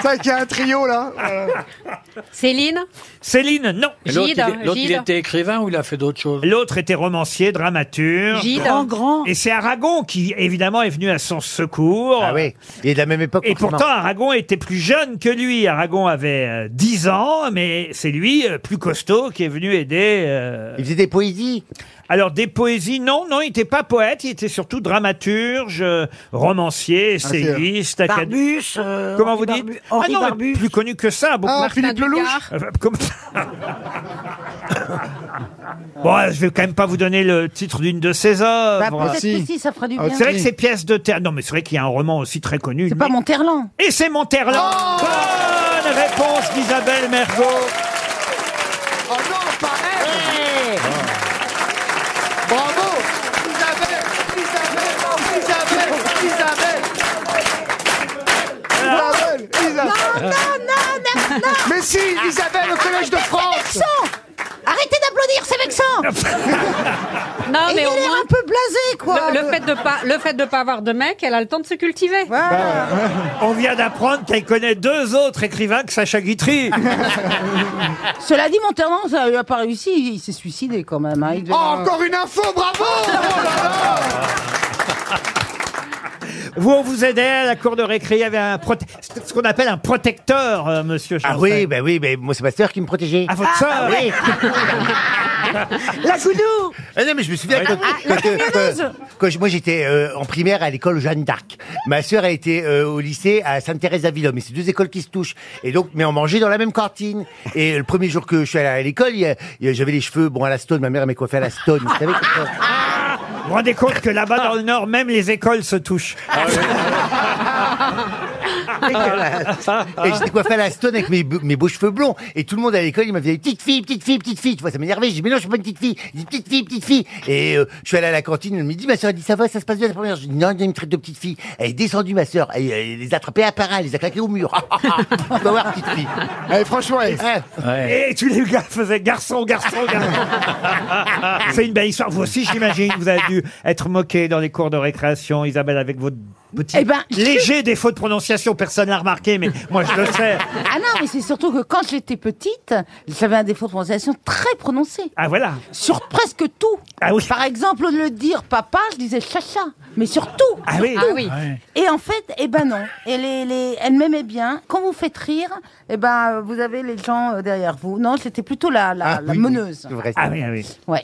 Ça, qui a un trio, là.
Céline
Céline, non.
Et l'autre,
hein,
Gide, il est- l'autre, il Gide. était
écrivain ou il a fait d'autres choses L'autre était romancier, dramaturge.
Gide. Grand,
Et c'est Aragon qui, évidemment, est venu à son secours. Ah oui, il est de la même époque. Et
forcément.
pourtant, Aragon était plus jeune que lui. Aragon avait euh, 10 ans, mais c'est lui, euh, plus costaud, qui est venu aider... Il faisait des poésies alors des poésies, non, non, il n'était pas poète, il était surtout dramaturge, euh, romancier, essayiste, acad-
Barbus, euh,
Comment
Henri
vous dites
Barbu-
Ah
Henri
non, mais
Barbu.
plus connu que ça. beaucoup-
Ah, Martin Philippe Lelouch Dugard.
Euh, comme- Bon, euh, je vais quand même pas vous donner le titre d'une de ses œuvres.
Bah, peut-être que si, ça fera du
Ah,
bien.
C'est vrai que ces pièces de théâtre. Non, mais c'est vrai qu'il y a un roman aussi très connu. C'est pas
Monterland.
Et c'est Monterland. Bonne réponse d'Isabelle Mergo.
Oh non, pas elle Bravo Isabelle Isabelle Isabelle Isabelle
Isabelle, Isabelle.
Non,
non, non, non.
Mais si, Isabelle, au Collège de France.
Arrêtez d'applaudir, c'est vexant.
Non, mais
il
au
a l'air
moins-
un peu blasé, quoi.
le, le fait de pas, le fait de pas avoir de mec, elle a le temps de se cultiver.
Bah,
On vient d'apprendre qu'elle connaît deux autres écrivains que Sacha Guitry.
Cela dit, Monterland, ça lui a pas réussi. Il, il s'est suicidé quand même. hein. Il devait-
Oh, encore une info, bravo Oh là là
Vous, on vous aidait à la cour de récré. Il y avait un prote- c'est ce qu'on appelle un protecteur, euh, monsieur
Ah
Janssen.
oui, ben oui, ben moi c'est ma sœur qui me protégeait.
Ah, votre sœur
oui.
La goudou
Ah non, mais je me souviens quand,
la
quand, euh,
camionneuse
quand- quand je- moi j'étais euh, en primaire à l'école Jeanne d'Arc. Ma sœur a été euh, au lycée à Sainte-Thérèse-Avila, mais c'est deux écoles qui se touchent. Et donc, mais on mangeait dans la même cantine. Et le premier jour que je suis allé à l'école, il y a- il y a- j'avais les cheveux bon à la stone. Ma mère elle m'a coiffé à la stone. Vous savez comme ça.
Ah, Vous vous rendez compte que là-bas dans le Nord, même les écoles se touchent.
Ah
(laughs)
Et j'étais coiffé à la stone avec mes, be- mes beaux cheveux blonds. Et tout le monde à l'école, il m'avait dit petite fille, petite fille, petite fille. Tu vois, ça m'énervait. J'ai dit, mais non, je suis pas une petite fille. Il dit, petite fille, petite fille. Et euh, je suis allé à la cantine le midi. Ma soeur a dit, ça va, ça se passe bien la première. Je dis, non, il me traite de petite fille. Elle est descendue, ma soeur. Elle, elle les a attrapés à part, elle les a claqués au mur. (laughs) tu vas voir, petite fille.
Allez, franchement, elle-
Et tous les gars faisaient garçon, garçon, garçon. Ah, C'est une belle histoire. Vous aussi, j'imagine, vous avez dû être moqué dans les cours de récréation, Isabelle, avec votre petit
Eh ben-
léger défaut de prononciation. Personne l'a remarqué, mais moi, je le sais.
Ah non, mais c'est surtout que quand j'étais petite, j'avais un défaut de prononciation très prononcé.
Ah voilà.
Sur presque tout.
Ah
Par exemple, au lieu de dire papa, je disais chacha. Mais sur tout.
Ah
sur
oui.
tout.
Ah oui. Ah oui.
Et en fait, eh ben non. Et les, les- elle m'aimait bien. Quand vous faites rire, eh ben euh, vous avez les gens euh, derrière vous. Non, j'étais plutôt la, la, la meneuse.
Ah oui, ah oui.
Ouais.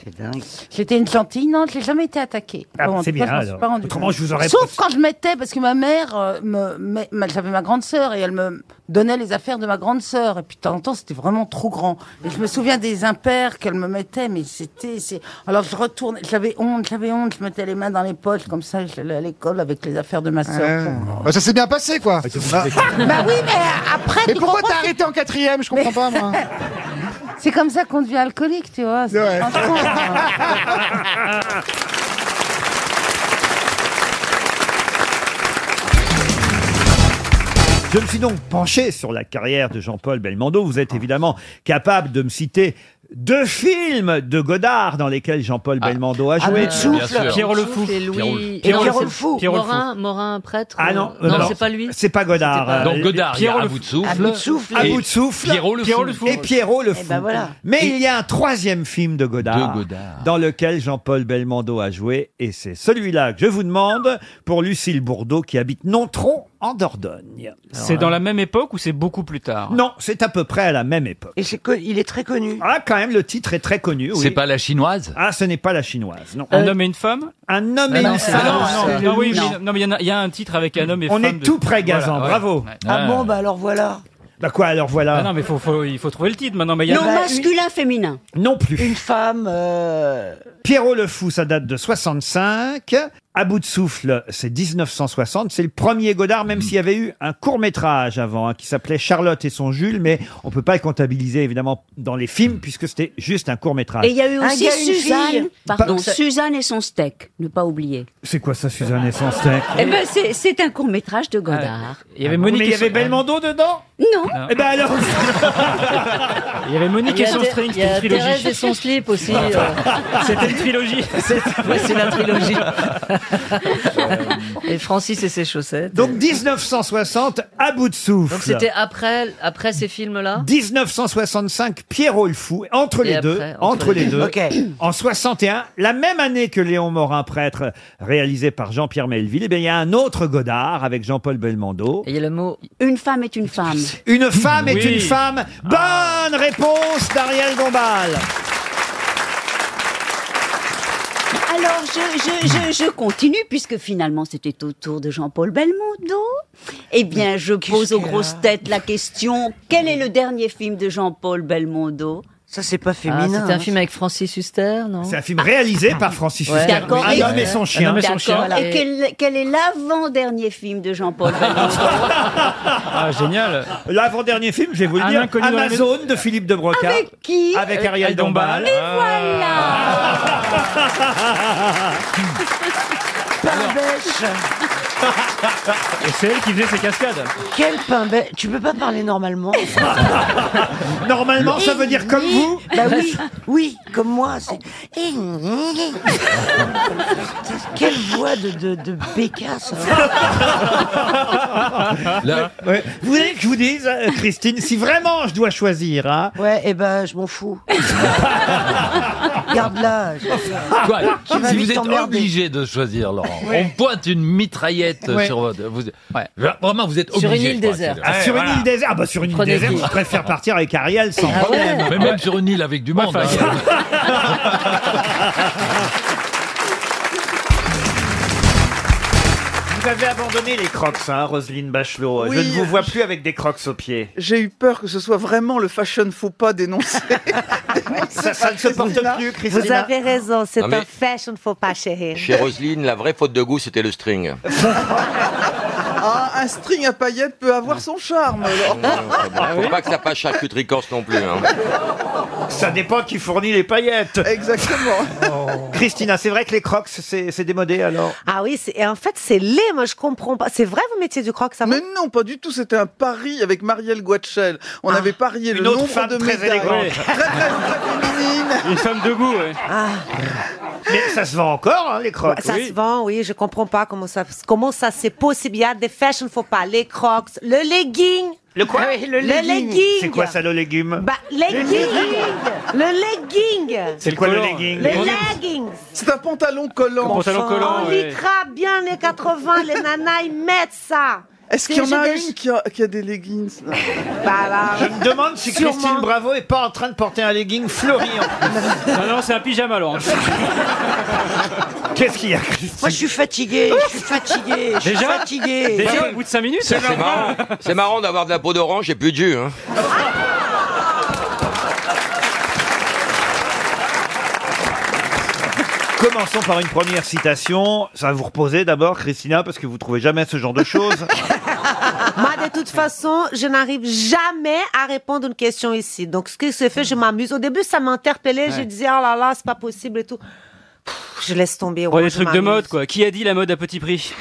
J'étais une gentille. Non, je n'ai jamais été attaquée.
Ah,
Vraiment,
c'est
tu vois,
bien,
je m'en suis
alors.
pas rendue
Autrement,
compte.
je vous aurais-
Sauf quand je mettais, parce que ma mère, euh, me, me- ma- j'avais ma grande sœur et elle me donnait les affaires de ma grande sœur. Et puis de temps en temps, c'était vraiment trop grand. Et je me souviens des impairs qu'elle me mettait, mais c'était, c'est. Alors je retournais, j'avais honte, j'avais honte. Je mettais les mains dans les poches comme ça. J'allais à l'école avec les affaires de ma sœur.
Ouais. Bah, ça s'est bien passé, quoi.
Ah,
Ah.
Bah oui, mais après.
Mais
tu
pourquoi t'as
comprends, c'est-
arrêté en quatrième Je comprends pas, moi.
(laughs) C'est comme ça qu'on devient alcoolique, tu vois.
(laughs)
c'est-
Ouais.
franchement,
(laughs)
hein.
Je me suis donc penché sur la carrière de Jean-Paul Belmondo. Vous êtes évidemment capable de me citer deux films de Godard dans lesquels Jean-Paul Belmondo a
Ah,
joué.
Coup de souffle. Bien sûr.
Pierre le Fou.
Et Louis-
Pierrot-
et
Pierrot
Pierrot
le
le Fou.
Pierrot le Fou.
Morin- Morin, prêtre,
Ah
euh,
non,
non, c'est pas lui.
C'est pas Godard.
C'était pas-
Euh,
Donc Godard, il y a
Pierrot
À
le-
bout de souffle.
À bout de souffle.
Et
À bout de souffle.
Pierrot le Fou.
Et Pierrot le
Eh
Fou.
ben voilà.
Mais
Et-
il y a un troisième film de Godard,
De Godard.
dans lequel Jean-Paul Belmondo a joué, et c'est celui-là que je vous demande pour Lucille Bourdeau qui habite Nontron en Dordogne.
C'est dans la même époque ou c'est beaucoup plus
Ah.
tard
Non, c'est à peu près à la même époque. Et il est très connu. Ah, quand même, le titre est très connu.
C'est
pas la chinoise Ah, ce n'est pas la chinoise. Non.
Un homme et une femme
Un
Ah
homme et
Non,
une
c'est-
femme.
non, non,
C'est
non,
le
oui,
Louis.
mais- non, mais il y en a- il y, a un titre avec un homme et
On
femme
est
de-
tout près, Gazan.
Voilà, ouais.
Bravo.
Ouais.
Ah bon, bah alors voilà.
Bah quoi alors
Ah
voilà
non, mais faut, faut- il faut trouver le titre maintenant.
Euh,
Mais il y a-
Non, masculin, féminin.
Non plus.
Une femme. euh,
Pierrot le Fou, ça date de 65. À bout de souffle, c'est 1960. C'est le premier Godard, même s'il y avait eu un court métrage avant, hein, qui s'appelait Charlotte et son Jules, mais on peut pas le comptabiliser évidemment dans les films puisque c'était juste un court métrage.
Et il y a eu
Un
aussi
gars, une
Suzanne.
fille.
Pardon,
Pas- ça-
Suzanne et son steak, ne pas oublier.
C'est quoi ça, Suzanne et son steak
Eh ben, c'est- c'est un court métrage de Godard.
Il y avait Monique.
Ah Mais il y avait Belmondo dedans
Non.
Non.
Eh ben alors
Il y avait Monique
Il y
et
a
son
Thé-
string,
il y a
c'était une
Thérèse
trilogie.
et son slip aussi. euh.
(laughs) C'était une trilogie.
C'est la trilogie. et Francis et ses chaussettes.
Donc 1960, à bout de souffle.
Donc c'était après, après ces films-là
1965, Pierrot le Fou, entre
Et
les
après,
deux,
entre
entre les
les
deux,
deux. Ok.
en 61, la même année que Léon Morin, prêtre, réalisé par Jean-Pierre Melville, eh bien, il y a un autre Godard avec Jean-Paul Belmondo.
Et il y a le mot
Une femme est une femme.
Une femme est
Oui. Ah.
une femme. Bonne réponse d'Ariel Dombal.
Alors, je, je, je, je continue, puisque finalement, c'était au tour de Jean-Paul Belmondo. Eh bien, je pose aux grosses têtes la question, quel est le dernier film de Jean-Paul Belmondo Ça, c'est pas hein.
Ah, C'était un film avec Francis Huster, non
C'est un film réalisé par Francis
Ouais.
Huster.
D'accord.
Un
Et-
homme et son chien.
D'accord. Et quel, quel est l'avant-dernier film de
(laughs)
Jean-Paul Belmondo
Ah, génial. L'avant-dernier film, je vais vous le
Un
dire,
inconnu dans la
Amazon de Philippe de Broca.
Avec qui
Avec
Euh,
Ariel
Ariel
Dombal.
Dombal. Et
(laughs)
Et c'est elle qui faisait ses cascades.
Quel pain bête Tu peux pas parler (laughs) normalement
Normalement, ça veut dire comme vous
Bah oui, oui, comme moi. c'est- Eh, (laughs) Quelle voix de, de, de bécasse hein.
Ah. Ouais. Vous voulez que je vous dise, euh, Christine, si vraiment je dois choisir, hein,
Ouais, eh ben, je m'en (laughs) fous. Garde-la.
Ah,
je-
Quoi
Tu vas
Si
vite
vous êtes
t'emmerder.
obligé de choisir, Laurent,
Ouais.
on pointe une mitraillette
Ouais.
sur votre. vous- Vraiment, vous êtes
Sur une
obligé.
île
quoi.
déserte.
C'est-
Ah, sur une île déserte. Ah, bah, sur une île Prenez déserte, qui. je préfère partir avec Ariel sans Ah problème. ouais.
Mais même sur une île avec du monde.
(laughs)
hein.
Vous avez abandonné les crocs, hein, Roselyne Bachelot. Je
Oui.
ne vous vois plus avec des crocs aux pieds.
J'ai eu peur que ce soit vraiment le fashion faux pas dénoncé.
(laughs) Ça, ça ne se porte plus, Christina.
Vous avez raison, c'est
Non, mais-
un fashion faux pas, chérie.
Chez Roselyne, la vraie faute de goût, c'était le string.
Ah, un string à paillettes peut avoir son charme. alors.
(laughs)
Faut pas que ça passe charcuterie corse non plus. hein.
Ça dépend qui fournit les paillettes. Exactement. Christina, c'est vrai que les crocs, c'est c'est démodé alors
Ah oui, c'est- et en fait, c'est laid, moi je comprends pas. C'est vrai, vous mettiez du croc, ça
Mais non, pas du tout. C'était un pari avec Marielle Guachel. On avait parié
Ah, Une
le
autre
nombre
femme
de
très
médailles.
élégante.
Très, très, très féminine.
(laughs) Une femme debout, oui. Mais ça se vend encore, hein, les crocs.
Ah. Ça se vend, oui, je comprends pas comment ça, comment ça c'est possible. Il y a des fashion faux pas, les crocs, le legging.
Le quoi
Ah le, legging.
C'est quoi ça, le légume
Bah, legging. le legging.
C'est quoi le legging
Les leggings.
C'est un pantalon collant.
Un pantalon collant,
On litera bien les 80, les nanas, ils mettent ça.
Est-ce
C'est
qu'il y en a
juste-
une qui a, qui a des leggings là
Bah, bah,
Je me demande si
Sûrement.
Christine Bravo est pas en train de porter un legging fleuri. non, non, c'est un pyjama, alors. Qu'est-ce qu'il y a, Christine
Moi, je suis fatigué, je suis fatigué,
Oh.
je suis
Déjà
fatigué.
Déjà,
au
au bout
de 5 minutes
C'est marrant, c'est marrant d'avoir de la peau d'orange et plus de jus. hein.
Commençons par une première citation. Ça va vous reposer d'abord, Christina, parce que vous trouvez jamais ce genre de choses.
Moi, de toute façon, je n'arrive jamais à répondre à une question ici. Donc, ce qui se fait, je m'amuse. Au début, ça m'interpellait. Je
Ouais.
disais, oh là là, c'est pas possible et tout. Pff, je laisse tomber. au
Bon,
moins,
les
je
trucs de
m'amuse.
mode, quoi. Qui a dit la mode à petit prix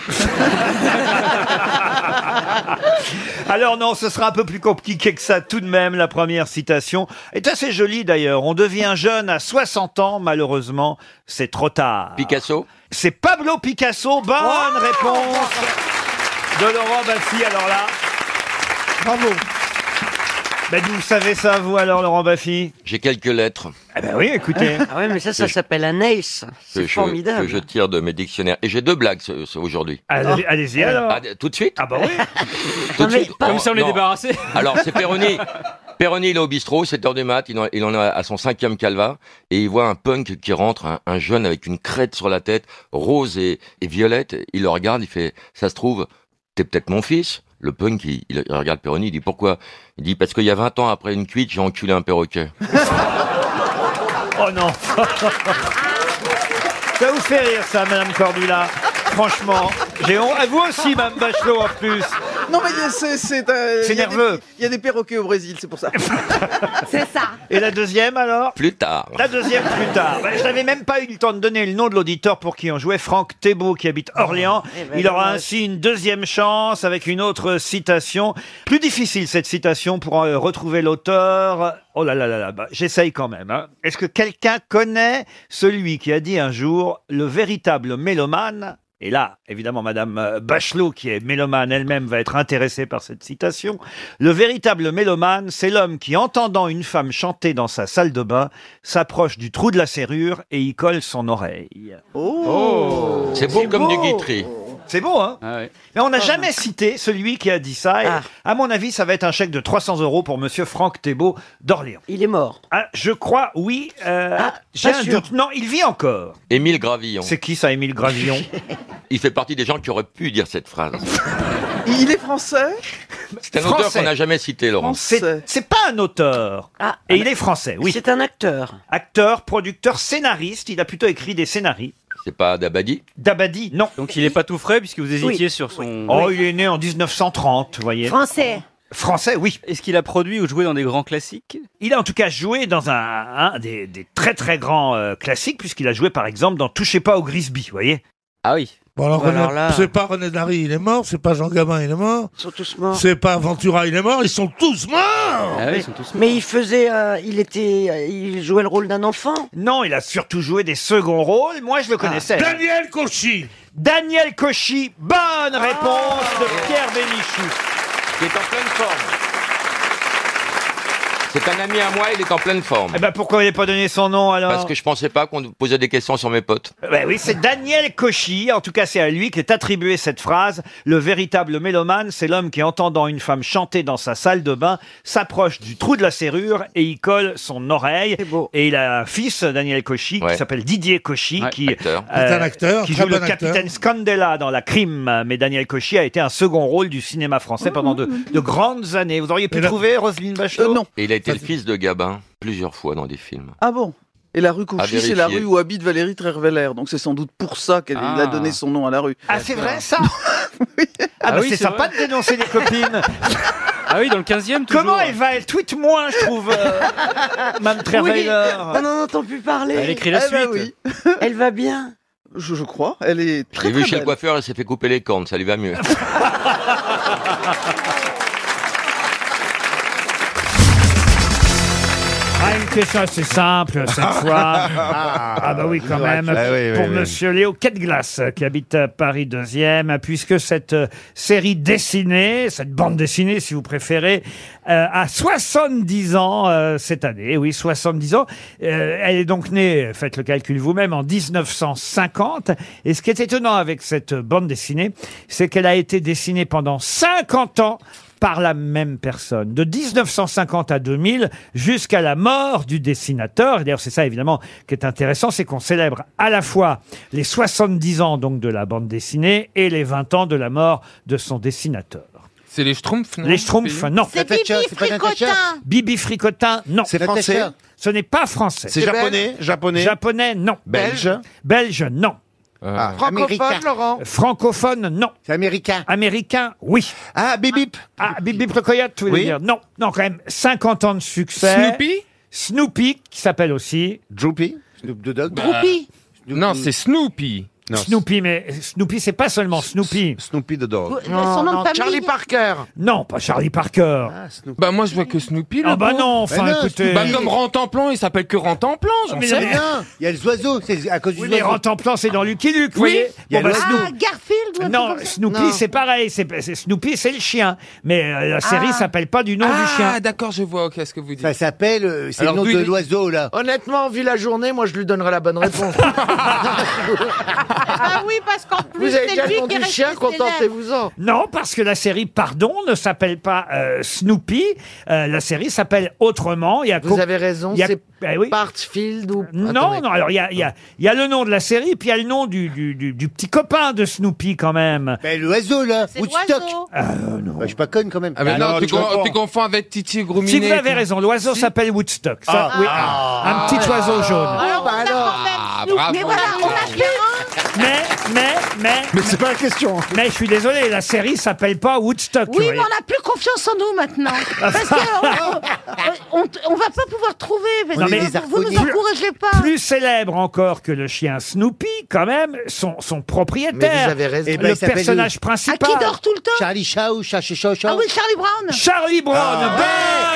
Alors non, ce sera un peu plus compliqué que ça tout de même. La première citation est assez jolie d'ailleurs. On devient jeune à 60 ans, malheureusement, c'est trop tard. Picasso C'est Pablo Picasso. Bonne réponse de Laurent Baffy. Alors là, bravo. Ben, vous savez ça, vous, alors, Laurent Baffy
J'ai quelques lettres.
Eh ben oui, écoutez.
Ah ouais, mais ça, ça s'appelle un ace.
que
C'est
je, que
formidable.
je tire de mes dictionnaires. Et j'ai deux blagues ce- ce- aujourd'hui.
Allez- allez-y, alors.
Ah, d- tout de suite
Ah bah oui.
(laughs) tout de
mais
suite.
pas- Comme ça, on est
non.
débarrassé.
(laughs) Alors, c'est Perroni. Perroni, il est au bistrot, 7h du mat, il en, il en a à son cinquième calva, et il voit un punk qui rentre, un, un jeune avec une crête sur la tête, rose et, et violette. Il le regarde, il fait « Ça se trouve, t'es peut-être mon fils ?» Le punk, il, il regarde Perroni, il dit pourquoi Il dit parce qu'il y a 20 ans, après une cuite, j'ai enculé un perroquet.
Oh non (laughs) Ça vous fait rire ça, Madame Cordula Franchement, j'ai honte. À vous aussi, Madame Bachelot, en plus
Non, mais il y a- c'est. C'est euh,
C'est
il y a des-
nerveux.
Il y a des perroquets au Brésil, c'est pour
(laughs)
ça.
C'est ça Et la deuxième, alors
Plus tard.
La deuxième plus tard. Bah, je n'avais même pas eu le temps de donner le nom de l'auditeur pour qui on jouait, Franck Thébault, qui habite Orléans.
Eh ben,
Il aura
dommage.
ainsi une deuxième chance avec une autre citation. Plus difficile cette citation pour euh, retrouver l'auteur. Oh là là là là, bah, j'essaye quand même. hein. Est-ce que quelqu'un connaît celui qui a dit un jour le véritable mélomane et là, évidemment, Madame euh, Bachelot, qui est mélomane elle-même, va être intéressée par cette citation. Le véritable mélomane, c'est l'homme qui, entendant une femme chanter dans sa salle de bain, s'approche du trou de la serrure et y colle son oreille.
Oh. C'est beau comme du Guitry. Ah
C'est beau, hein Mais on n'a jamais cité celui qui a dit ça. Et À mon avis, ça va être un chèque de 300 euros pour Monsieur Franck Thébault d'Orléans. Il est mort. je crois, oui. euh, J'ai
pas
un
sûr.
doute. Non, il vit encore.
Émile Gravillon.
C'est qui ça, Émile Gravillon
Il fait partie des gens qui auraient pu dire
(laughs)
cette phrase.
Il est français
C'est un auteur
Français.
qu'on n'a jamais cité, Laurent.
C'est c'est pas un auteur. et il est français, oui. Ah. C'est un acteur. Acteur, producteur, scénariste. Il a plutôt écrit des scénarii.
C'est pas Dabadi
Dabadi, non.
Donc il est pas tout frais puisque vous hésitiez
Oui.
sur son.
Oh, il est né en 1930, vous voyez.
Français.
Français, oui.
Est-ce qu'il a produit ou joué dans des grands classiques
Il a en tout cas joué dans un, un des, des très très grands euh, classiques, puisqu'il a joué par exemple dans Touchez pas au Grisby, vous voyez
Ah oui.
Bon, alors,
Bon, alors
René-
là-
c'est pas René Dary, il est mort, c'est pas Jean Gabin, il est mort. Ils
sont tous morts.
C'est pas Ventura, il est mort, ils sont tous morts
ah
Ah
Mais il faisait, euh, il était, euh, il jouait le rôle d'un enfant.
Non, il a surtout joué des seconds rôles. Moi,
Ah.
je le connaissais.
Daniel Cauchy
Daniel Cauchy, bonne
Ah.
réponse de Pierre Bénichou.
Il est en pleine forme. C'est un ami à moi, il est en pleine forme.
Eh ben pourquoi il n'a pas donné son nom alors
Parce que je pensais pas qu'on posait des questions sur mes potes.
Ben oui, c'est Daniel Cauchy. En tout cas, c'est à lui qu'est attribuée cette phrase. Le véritable mélomane, c'est l'homme qui, entendant une femme chanter dans sa salle de bain, s'approche du trou de la serrure et y colle son oreille. Et il a un fils, Daniel Cauchy, qui s'appelle Didier Cauchy, qui, euh,
C'est un acteur,
qui
très
joue le
bon acteur.
capitaine Scandella dans La Crime. Mais Daniel Cauchy a été un second rôle du cinéma français pendant de, de grandes années. Vous auriez pu trouver Roselyne Bachelot Non.
Et il a été le fils de Gabin plusieurs fois dans des films.
Ah bon Et la rue
À
Cauchy, c'est la
vérifier.
rue où habite Valérie Trerveller. Donc c'est sans doute pour ça qu'elle il
Ah.
a donné son nom à la rue.
Ah, c'est vrai ça Ah, bah,
oui,
c'est
c'est
sympa
vrai.
de dénoncer les copines.
Ah oui, dans le 15e, toujours.
Comment elle va Elle tweet moins, je trouve, euh, Mme Treveiller.
Ah,
On n'en entend plus parler.
Elle écrit la
Eh ben
suite.
oui.
Elle va bien.
Je, je crois. Elle est
J'ai
très
vu
très
chez le
belle.
coiffeur, elle s'est fait couper les cornes, ça
(laughs)
lui va mieux.
Ah, une question assez simple
(laughs)
cette fois.
Ah,
Ah bah oui quand
ouais,
même.
ah oui, oui,
pour
oui.
Monsieur Léo Quetglas euh, qui habite à Paris 2e, puisque cette euh, série dessinée, cette bande dessinée si vous préférez, euh, a 70 ans euh, cette année. Oui, 70 ans. Euh, elle est donc née, faites le calcul vous-même, en 1950. Et ce qui est étonnant avec cette bande dessinée, c'est qu'elle a été dessinée pendant 50 ans par la même personne. De 1950 à 2000 jusqu'à la mort du dessinateur. Et D'ailleurs, c'est ça évidemment qui est intéressant, c'est qu'on célèbre à la fois les 70 ans donc de la bande dessinée et les 20 ans de la mort de son dessinateur.
C'est les Schtroumpfs,
Les Schtroumpfs, non.
C'est Bibi Thatcher, c'est pas Nathan Fricotin. Thatcher
Bibi Fricotin, non. C'est
français. Thatcher.
Ce n'est pas français.
C'est C'est japonais,
belge. Japonais, non.
Belge.
Belge, non.
Francophone, Américain. Laurent
Ah, Euh, Francophone, non. C'est américain. Américain, oui. Ah, Bibip. Ah, Bibip le coyote, tu voulais
Oui.
dire. Non, non, quand même, 50 ans de succès.
Snoopy
Snoopy, qui s'appelle aussi.
Droopy Snoop the Dog
Droopy.
Non, c'est Snoopy.
Snoopy, mais Snoopy, c'est pas seulement Snoopy.
Snoopy the Dog.
Non,
nom de
non,
famille.
Charlie Parker. Non, pas Charlie Parker.
Bah moi je vois que Snoopy
Ah bah non, enfin, écoutez.
Bah comme Rantanplan, il s'appelle que Rantanplan, j'en
Mais
sais
non, mais non,
Il y a les oiseaux, c'est à cause
Oui, mais Rantanplan, c'est dans Lucky Luke, vous voyez.
il y a Ah,
Bon, bah,
l'oiseau.
Snoop-
Garfield
Non, Snoopy,
Non.
c'est pareil. C'est, c'est- Snoopy, c'est le chien. Mais euh, la série
Ah.
s'appelle pas du nom du chien.
Ah d'accord, je vois, ok, ce que vous dites.
Ça s'appelle, euh, c'est le
Alors,
nom
d'où
de
il-
l'oiseau là.
(laughs)
Honnêtement, vu la journée, moi je lui donnerai la bonne réponse.
Ah oui, parce qu'en
plus, Vous avez c'est déjà lui qui vendu est resté chien, contentez-vous-en. Non, parce que la série Pardon ne s'appelle pas euh, Snoopy. Euh, la série s'appelle autrement. Il y a Vous avez raison,
c'est
Partfield ou... Non, non, alors il y a, il y a- il y a le nom de la série, puis il y a le nom du, du- du- du petit copain de Snoopy quand même. Euh,
Mais l'oiseau là, Woodstock. Bah,
non.
je suis pas conne quand même.
Ah, mais non, tu, con-
Oh,
tu confonds avec Titi Grouminet.
Si vous avez raison, l'oiseau s'appelle Woodstock. Ça,
Ah.
oui,
Ah.
un petit oiseau jaune.
Ah, bah
Alors, on
Ah, bravo.
Mais voilà, on hein. a
Mais, mais, mais. Mais c'est pas la question. Mais je suis désolé, la série s'appelle pas Woodstock. vous
Oui, mais
voyez.
on n'a plus confiance en nous maintenant. Parce euh, qu'on ne va pas pouvoir trouver. parce
Non,
que
mais-
vous ne nous encouragez pas.
Plus célèbre encore que le chien Snoopy, quand même, son, son propriétaire.
Eh ben,
le
il s'appelle
personnage
où
principal.
tout le temps
Charlie Chao, Chaché Chao, Chao.
Ah oui, Charlie Brown.
Charlie Brown,
Ah.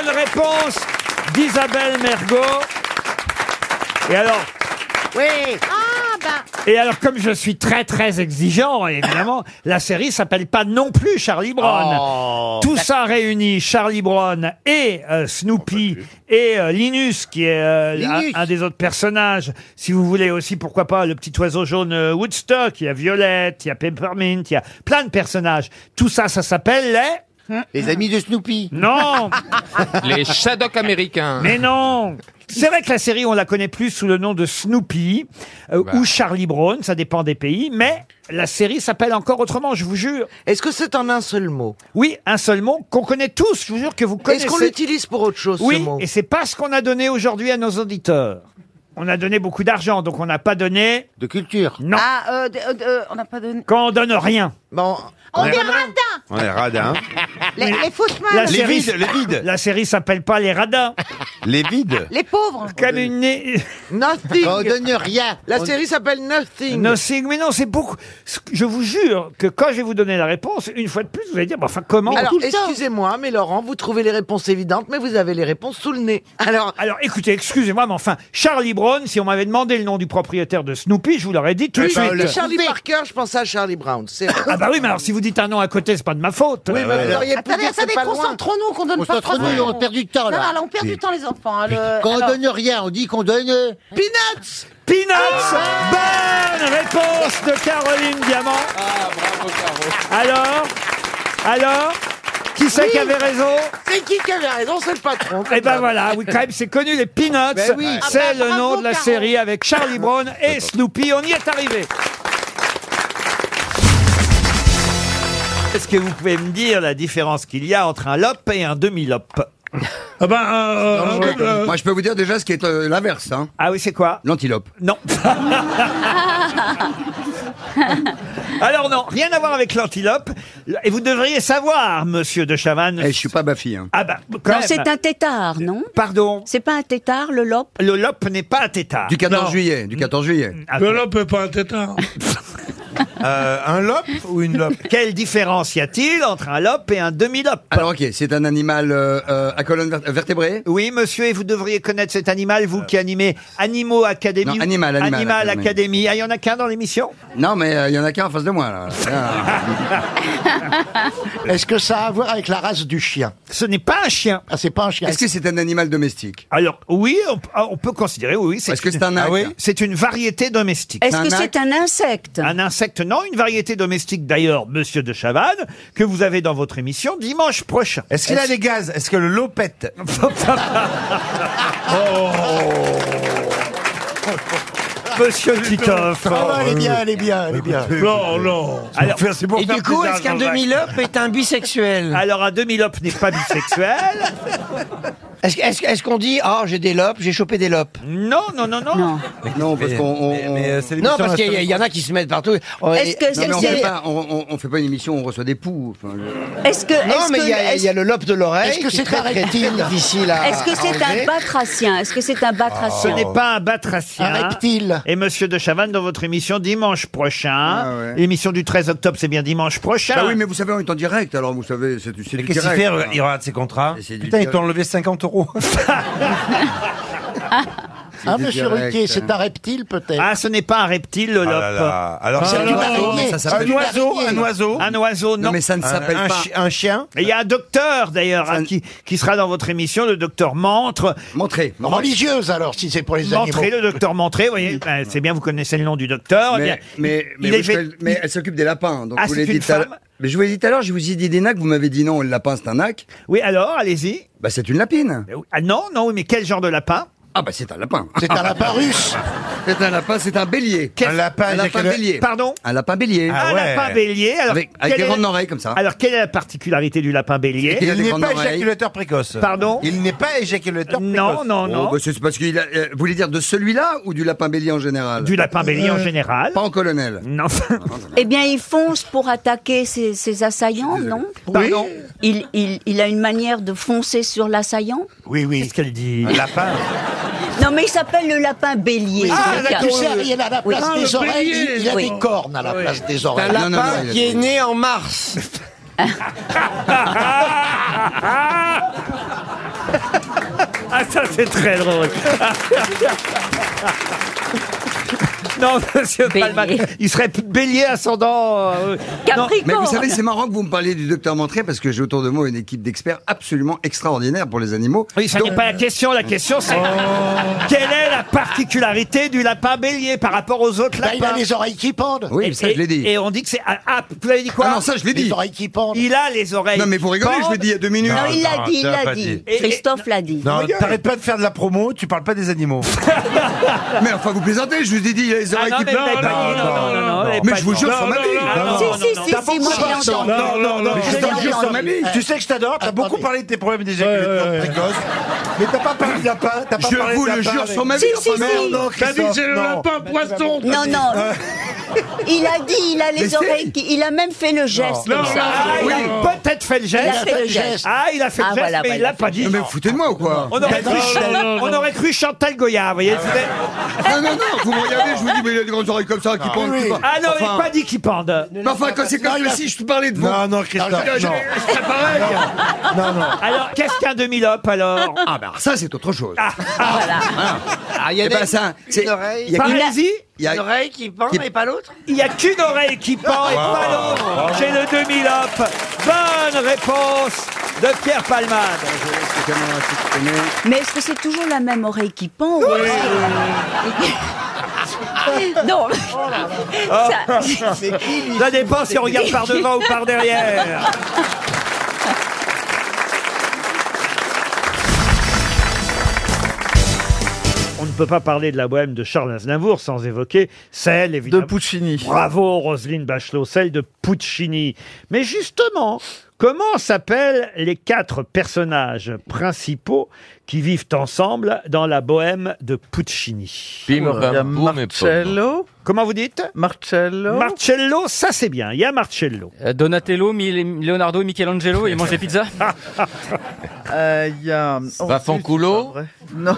bonne réponse d'Isabelle Mergot. Et alors,
Oui.
Ah, bah.
et alors, comme je suis très très exigeant, évidemment, la série s'appelle pas non plus Charlie Brown.
Oh.
Tout ça réunit Charlie Brown et euh, Snoopy et euh, Linus, qui est euh,
Oh, bah, Linus.
Un, un des autres personnages. Si vous voulez aussi, pourquoi pas, le petit oiseau jaune euh, Woodstock, il y a Violette, il y a Peppermint, il y a plein de personnages. Tout ça, ça s'appelle les...
Les amis de Snoopy. (laughs)
Non
(laughs)
Les Shadocks américains.
mais non c'est vrai que la série, on la connaît plus sous le nom de Snoopy euh,
Bah.
ou Charlie Brown, ça dépend des pays, mais la série s'appelle encore autrement, je vous jure.
Est-ce que c'est en un seul mot
Oui, un seul mot qu'on connaît tous, je vous jure que vous connaissez.
Est-ce qu'on l'utilise pour autre chose,
Oui,
ce mot
et c'est pas ce qu'on a donné aujourd'hui à nos auditeurs. On a donné beaucoup d'argent, donc on n'a pas donné... De culture. Non.
Ah, euh, de- euh, de- on n'a pas donné.
Quand on donne rien. Bon,
On est radin.
on est radin.
Les, les fauchemans.
La série, La série s'appelle pas Les Radins. Les vides.
Les pauvres.
Comme une
Nothing.
Quand on donne rien.
La
On-
série s'appelle Nothing.
Nothing, mais non, c'est beaucoup. Je vous jure que quand je vais vous donner la réponse, une fois de plus, vous allez dire, bah, enfin, comment
Alors, excusez-moi, mais Laurent, vous trouvez les réponses évidentes, mais vous avez les réponses sous le nez.
Alors, alors, écoutez, excusez-moi, mais enfin, Charlie Brown, si on m'avait demandé le nom du propriétaire de Snoopy, je vous l'aurais dit Eh ben, tout de
Oui,
suite.
mais Eh ben, Charlie Parker, je pensais à Charlie Brown. C'est
Ah bah oui, mais alors si vous dites un nom à côté, c'est pas de ma faute. Euh,
Oui, mais vous auriez pu
Attendez,
dire, c'est
attendez,
pas loin.
concentrons-nous, qu'on donne pas trop de
Concentrons-nous,
noms.
on perd du temps, là.
Non, non, on perd du
Oui.
temps, les enfants. hein, le-
Quand on
alors-
donne rien, on dit qu'on donne. euh,
Peanuts Ah
Peanuts Bonne réponse de Caroline Diamant. Alors Alors Qui c'est
Oui.
qui avait raison
C'est qui qui avait raison C'est le patron.
Eh ben voilà, oui, quand même, c'est connu, les Peanuts.
Ben oui. Ah
C'est
bah,
le
bravo,
nom de la
Caro.
série avec Charlie Brown et Snoopy. On y est arrivé. Est-ce que vous pouvez me dire la différence qu'il y a entre un lop et un demi-lop
Ah ben, euh, euh, euh,
Moi, je peux vous dire déjà ce qui est euh, l'inverse.
hein.
Ah oui, c'est quoi
L'antilope.
Non. Alors non, rien à voir avec l'antilope. Et vous devriez savoir, monsieur de Chavannes.
Et je suis pas ma fille.
Ah bah, quand
Non,
même.
c'est un tétard, non
Pardon
C'est pas un tétard, le lope
Le lop n'est pas un tétard.
Du 14 juillet. Du 14 juillet.
le lope est pas un tétard.
Euh,
un lop ou une lope Quelle différence y a-t-il entre un lop et un demi-lop
Alors, ok, c'est un animal euh, euh, à colonne vert- vertébrée.
Oui, monsieur, et vous devriez connaître cet animal, vous qui animez Animaux Académie.
Non, animal, animal, Academy.
Académie. Ah, il y en a qu'un dans l'émission
Non, mais euh, il y en a qu'un en face de moi. là.
(laughs) Est-ce que ça a à voir avec la race du chien Ce n'est pas un chien.
Ah, c'est pas un chien. Est-ce que c'est un animal domestique
Alors, oui, on, ah, on peut considérer, oui.
Est-ce que c'est un acte
C'est une variété domestique.
Est-ce que c'est un insecte
Un insecte, non, une variété domestique d'ailleurs, monsieur de Chavannes, que vous avez dans votre émission dimanche prochain. Est-ce
qu'il a des
gaz Est-ce que le (laughs) lopette Oh. Monsieur Titoff.
Ah non, elle est bien, elle est bien, elle est bien.
Non, non.
Et du coup, est-ce qu'un demi-lope
est un bisexuel Alors, un demi-lope n'est pas bisexuel.
Est-ce est-ce- est-ce qu'on dit Ah, j'ai des lopes, j'ai chopé des lopes
Non, non, non, non. Non,
Non, parce qu'on. on-
euh,
on-
Non, parce qu'il y, a- il y en a qui se mettent partout. Oh, et-
Non, mais on fait pas- on- on- on fait pas une émission, où on reçoit des poux. enfin, je-
Est-ce que
Non,
est-ce
mais il y, a-
que-
il y a le lobe de l'oreille.
Est-ce que
qui
c'est
très,
un
très difficile à.
Est-ce que c'est un batracien Est-ce que c'est un
Ce
batracien
n'est pas un batracien.
Un
reptile. Et monsieur de Chavannes, dans votre émission dimanche prochain, l'émission du 13 octobre, c'est bien dimanche prochain.
Ah Bah oui, mais vous savez, on est en direct, alors vous savez, c'est du c'est du direct.
euh,
Ah.
regarde ses contrats
Putain, il t'a
enlevé 50 euros.
Ah, monsieur Ruquier, c'est un
reptile peut-être
Ah, ce n'est pas un reptile, le
Ah
lope.
là là. Alors, c'est une araignée.
mais ça
Un
s'appelle-
oiseau, un oiseau.
Un oiseau, non.
Non, mais ça ne Un- s'appelle un pas. chi- un
chien. Et il y a un docteur, d'ailleurs, hein, qui, qui sera dans votre émission, le docteur Montre. Montré.
Religieuse alors, si c'est pour les animaux.
Montré, le docteur Montré, vous voyez, ben, c'est bien, vous connaissez le nom du docteur. Eh bien,
Mais, mais,
il
mais
est
vous,
fait-
elle- mais elle s'occupe des lapins. Donc
Ah,
vous
c'est
l'avez
une
dit tout à
femme
l'heure. Mais je vous l'ai dit tout à l'heure, je vous ai dit des nacs, vous m'avez dit non, le lapin c'est un nac.
Oui, alors, allez-y.
Bah c'est une lapine.
Ah non, non, mais quel genre de lapin
Ah bah c'est un lapin.
C'est un lapin
(laughs)
russe.
C'est un lapin, c'est un bélier.
Qu'est-ce- Un lapin,
un lapin
quel-
bélier.
Pardon
Un lapin bélier.
un lapin bélier. Alors,
avec avec
quelle
des
est la-
grandes oreilles comme ça.
Alors, quelle est la particularité du lapin bélier
Il Il a des n'est grandes pas oreilles. éjaculateur
précoce. Pardon
Il n'est pas éjaculateur
Non, non, non.
Oh, bah, c'est parce qu'il a- euh, vous voulez dire de celui-là ou du lapin bélier en général
Du lapin bélier
Euh,
en général.
Pas en colonel. Ah,
Non.
(laughs) Eh bien, il fonce pour attaquer ses, ses assaillants, non
Pardon
il, il- il a une manière de foncer sur l'assaillant
Oui, oui.
Qu'est-ce qu'elle dit
Un lapin.
Non, mais il s'appelle le lapin bélier.
Ah,
C'est
d'accord.
le
Tu sais,
cas.
Ariel, à la
Oui.
place
Ah,
des
le
oreilles,
bélier.
il, il a
Oui.
des cornes à la place des oreilles.
lapin qui est né en mars.
Ah, ça, c'est très drôle.
Ah, bah.
Non, (laughs) monsieur Palman, il serait bélier ascendant. euh,
Non, Mais vous savez, c'est marrant que vous me parliez du docteur Montré parce que j'ai autour de moi une équipe d'experts absolument extraordinaire pour les animaux.
Oui, ça
Donc- Oh.
n'est pas la question. La question, c'est
Oh.
quelle est la particularité du lapin bélier par rapport aux autres
Bah,
lapins
il a les oreilles qui pendent.
Oui,
Et-
ça, je
et-
l'ai dit.
Et on dit que c'est. Ah, ah, vous avez dit quoi
Ah non, ça, je l'ai
Les
dit.
oreilles qui pendent.
Il a les oreilles.
Non, mais vous
qui
rigolez, je l'ai
pendent.
dit il y a deux minutes.
Non, il
Non,
l'a dit, il
t'as
l'a
pas
dit.
dit.
Christophe l'a dit.
Non, t'arrêtes pas de faire de la promo, tu parles pas des animaux.
(laughs) mais enfin, vous plaisantez, je vous ai dit, il y a les oreilles
Ah non,
qui
mais
pendent.
elle a pas dit, non, non, non, non, elle a
Mais
pas
je vous
dit.
jure
Non,
sur ma
non,
vie.
non, non, non, non, non, non.
T'as beaucoup parlé-
je l'ai entendu.
Non, non, non,
Mais je
je t'en
l'ai
jure sur ma
entendu.
vie. Tu sais que je t'adore,
Ah,
t'as beaucoup parlé de tes problèmes d'éjaculation précoce. Mais t'as pas parlé de lapin, t'as pas
Je
parlé de
vous le
lapin,
jure
mais-
sur ma vie,
Si, si,
enfin,
si.
merde, non,
T'as dit
Christophe,
j'ai le
non.
lapin poisson.
Non, non. Il a dit, il a les
Mais
oreilles qui. Il a même fait le geste.
Non,
comme
non,
ça.
Ah, il
Oui.
a peut-être fait le geste.
Il a fait le geste.
Ah, il a fait
Ah,
le geste,
voilà,
mais
bah,
il
il a
l'a pas dit.
Non, mais vous foutez de moi ou quoi
On aurait, cru, on aurait cru Chantal Goya, vous voyez. c'était-
Ah Non, non, non, vous me regardez, je vous dis, mais il a des grandes oreilles comme ça qui pendent.
oui.
qui pendent.
Ah non, il
Enfin,
n'a pas dit qu'il pende.
mais enfin, quand c'est comme si je parlais de vous.
Non, non, Christophe, non.
C'est pareil.
Non, non.
Alors, qu'est-ce qu'un demi-lope alors ah.
Ah, bah, ça, c'est autre chose.
Voilà.
Ah, il y a pas ça. c'est-
une oreille.
il y a-
Parlez-y.
il y a-
Une oreille qui pend
Qui-
et pas l'autre
Il n'y a qu'une oreille qui pend et pas l'autre. J'ai le demi-lope. Bonne réponse de Pierre Palmade.
Mais est-ce que c'est toujours la même oreille qui pend ou est-ce que-
(laughs)
Non. Ça-
Ça dépend si on regarde par devant ou par derrière. On ne peut pas parler de la bohème de Charles Aznavour sans évoquer celle, évidemment. De Puccini. Bravo, Roselyne Bachelot, celle de Puccini. Mais justement, comment s'appellent les quatre personnages principaux qui vivent ensemble dans la bohème de Puccini
Pim, pam, boum et pom.
Comment vous dites
Marcello.
Marcello, ça c'est bien, il y a Marcello.
Euh, Donatello, Mi- Leonardo, Michelangelo, ils mangent
(laughs)
des pizzas
Euh, Il y
um,
a.
oh,
Vafanculo
Non.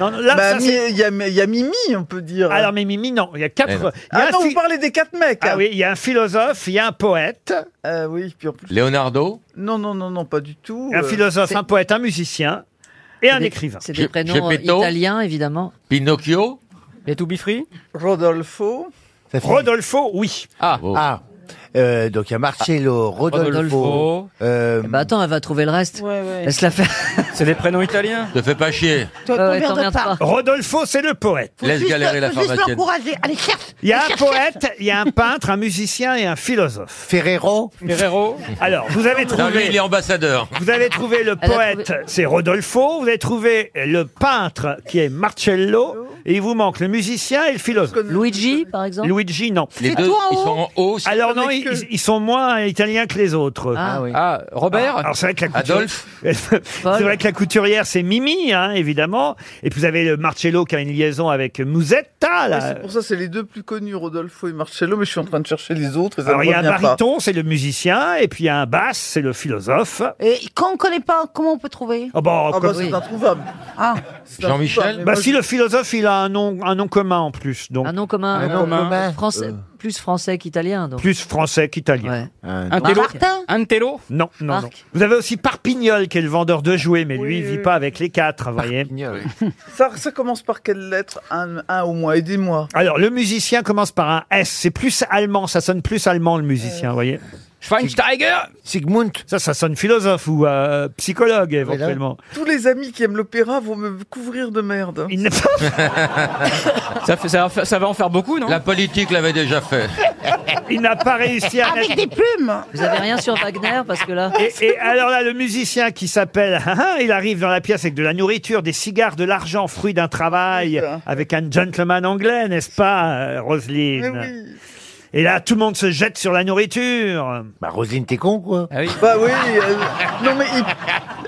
Non, non, là,
Bah,
ça,
Mi-
c'est-
Il y, a- il y a Mimi, on peut dire.
Alors, mais Mimi, non, il y a quatre.
Eh non.
il y a
ah
un
non,
phi-
vous parlez des quatre mecs.
Ah oui, il y a un philosophe, il y a un poète,
Euh, oui, puis en plus.
Leonardo
Non, non, non, non, pas du tout.
un
Euh,
philosophe, un poète, un musicien et un
des-
écrivain.
C'est
Ge-
des prénoms euh,
Geppetto.
italiens, évidemment.
Pinocchio
Les To Be Free
Rodolfo.
Rodolfo, oui.
Ah,
Oh.
Ah, euh, donc il y a Marcello, Rodolfo.
Rodolfo.
euh,
Bah attends, elle va trouver le reste.
Ouais, ouais.
Laisse la faire.
C'est des prénoms italiens
Te fais pas chier.
Toi,
Ouais,
t'emmerdes
t'emmerdes pas.
pas.
Rodolfo, c'est le poète.
Laisse
Juste-
galérer la
faut juste
pharmacienne.
l'encourager. Allez, cherche.
Il y a un poète, il y a un peintre, un musicien et un philosophe.
Ferrero.
Ferrero
Alors, vous avez
Non, lui,
trouvé.
il est ambassadeur.
Vous avez trouvé le
Elle a
poète,
trouvé-
c'est Rodolfo. Vous avez trouvé le peintre, qui est Marcello. Et il vous manque le musicien et le philosophe.
Luigi, par exemple.
Luigi, non.
Les deux, ils sont en hausse.
Alors non, ils, ils sont moins italiens que les autres.
Ah oui.
Ah, Robert
Alors c'est vrai que la
Adolphe.
couturière- (laughs) c'est vrai que la couturière c'est Mimi, hein, évidemment. Et puis vous avez le Marcello qui a une liaison avec Musetta.
Ouais,
Ah là.
c'est pour ça, c'est les deux plus connus, Rodolfo et Marcello, mais je suis en train de chercher les autres. Et ça
Alors
me
il y a un
revient pas.
baryton, c'est le musicien, et puis il y a un basse, c'est le philosophe.
Et quand on connaît pas, comment on peut trouver
Oh, bon,
Ah bah,
comme-
c'est introuvable.
Ah,
C'est
Jean-Michel
introuvable, mais
bah,
moi,
si le philosophe il a un nom, un nom commun en plus, donc.
Ah
Un nom commun,
Un nom
euh,
commun.
français.
plus français qu'italien. donc.
Plus français qu'italien.
Un télo Martin
Un télo Non, non, non.
Marc
Vous avez aussi Parpignol qui est le vendeur de jouets, mais lui, il vit pas avec les quatre, vous voyez.
Ça, ça commence par quelle lettre un, un au moins, aidez-moi.
(laughs) Alors, le musicien commence par un S. C'est plus allemand, ça sonne plus allemand, le musicien, vous voyez.
Schweinsteiger
Sigmund. Ça, ça sonne philosophe ou euh, psychologue, éventuellement.
Tous les amis qui aiment l'opéra vont me couvrir de merde.
(laughs) ça, va en faire beaucoup, non La politique l'avait déjà fait.
Il n'a pas réussi à...
Avec
mettre-
des plumes
Vous avez rien sur Wagner parce que là.
Et, et alors là, le musicien qui s'appelle, hein, il arrive dans la pièce avec de la nourriture, des cigares, de l'argent, fruit d'un travail, avec un gentleman anglais, n'est-ce pas, euh, Roselyne
Mais oui.
Et là, tout le monde se jette sur la nourriture. Bah, Roselyne, t'es con, quoi.
Bah oui, euh, non mais il-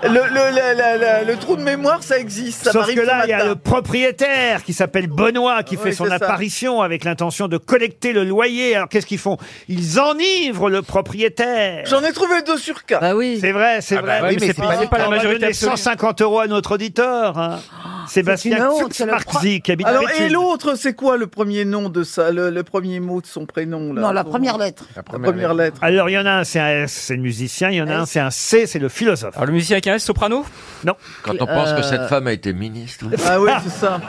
le, le- la- la- la- le trou de mémoire, ça existe. Ça
Sauf
m'arrive
que là,
ce
il y a
matin.
le propriétaire qui s'appelle Benoît qui
Oui,
fait son
c'est ça.
apparition avec l'intention de collecter le loyer. Alors qu'est-ce qu'ils font Ils enivrent le propriétaire.
J'en ai trouvé deux sur quatre.
Bah oui. C'est vrai, c'est
Ah
vrai.
bah oui, mais c'est pas- c'est pas la
on va
majorité
donner
absolue.
150 euros à notre auditeur, hein.
Ah,
Sébastien Fuchsmarzi, qui habite à
Alors, et
Béthune.
l'autre, c'est quoi le premier nom de ça, le, le premier mot de son prénom là
Non, la première lettre.
La première, lettre.
Alors, il y en a un, c'est un S, c'est le musicien. Il y en a un, c'est un C, c'est le philosophe. Alors,
le musicien avec un S, soprano
Non.
Quand on pense que cette femme a été ministre,
Ah oui, c'est ça.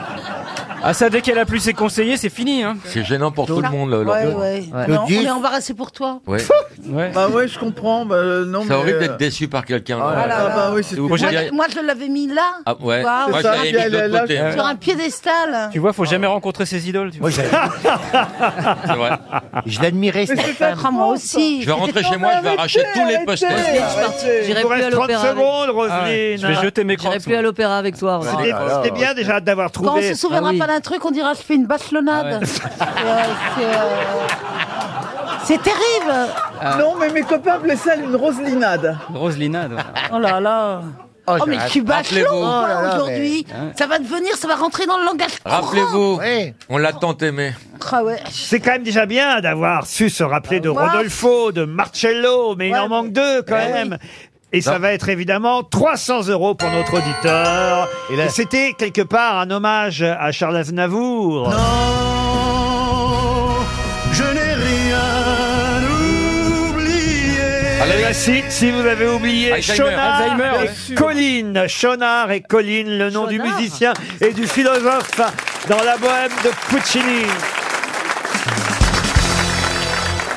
Ah ça, dès qu'elle a plus ses conseillers, c'est fini. Hein.
c'est gênant pour tout le monde. le-
Ouais,
le-
ouais.
Ouais.
Non, on
Claudius.
est embarrassé pour toi.
Ouais.
(laughs) Bah ouais, je comprends. Bah, euh, non,
C'est
mais,
horrible
euh,
d'être déçu par quelqu'un.
Ah là là. Ah bah oui, c'est-
Vous
Moi,
pouvez
je-
dire-
moi, je l'avais mis là.
Ah ouais.
Wow.
Moi, je
Ça,
l'avais
puis
mis de
elle-
l'autre
elle-
côté. hein.
Sur un piédestal.
Tu vois, faut jamais rencontrer ses idoles. Tu vois.
(laughs) C'est vrai.
Je l'admirais, cette femme.
Ah, moi aussi.
Je vais rentrer chez moi, je vais arracher tous les posters.
J'irai
Il vous
plus à
reste 30
l'opéra. avec-
secondes, Roselyne.
Ah ouais, je vais jeter mes crocs,
J'irai plus à l'opéra avec toi. Roselyne.
C'était c'était bien déjà d'avoir trouvé.
Quand on se souviendra
Ah oui. Ah
pas d'un truc, on dira je fais une bachelonade. (laughs) C'est, euh, c'est, euh, C'est terrible.
Non, mais mes copains appelaient ça une roselinade.
Roselinade.
Oh là là. Oh,
je-
mais je suis bachelon
rappelez-vous.
moi,
Oh là
Ah,
là,
aujourd'hui.
hein.
mais-
Ça va devenir, ça va rentrer dans le langage. courant. Oh,
Rappelez-vous, on l'a tant aimé.
Ah ouais.
C'est quand même déjà bien d'avoir su se rappeler de
moi-
Rodolfo, de Marcello, mais il en manque deux quand
Ouais,
même. Et ça va être évidemment 300 euros pour notre auditeur. Et, c'était quelque part un hommage à Charles Aznavour.
Je n'ai rien oublié.
Alors là, si, si vous avez oublié
Alzheimer.
Chonard
Alzheimer,
et
bien sûr.
Colline, Chonard et Colline, le nom du musicien et du philosophe dans la bohème de Puccini.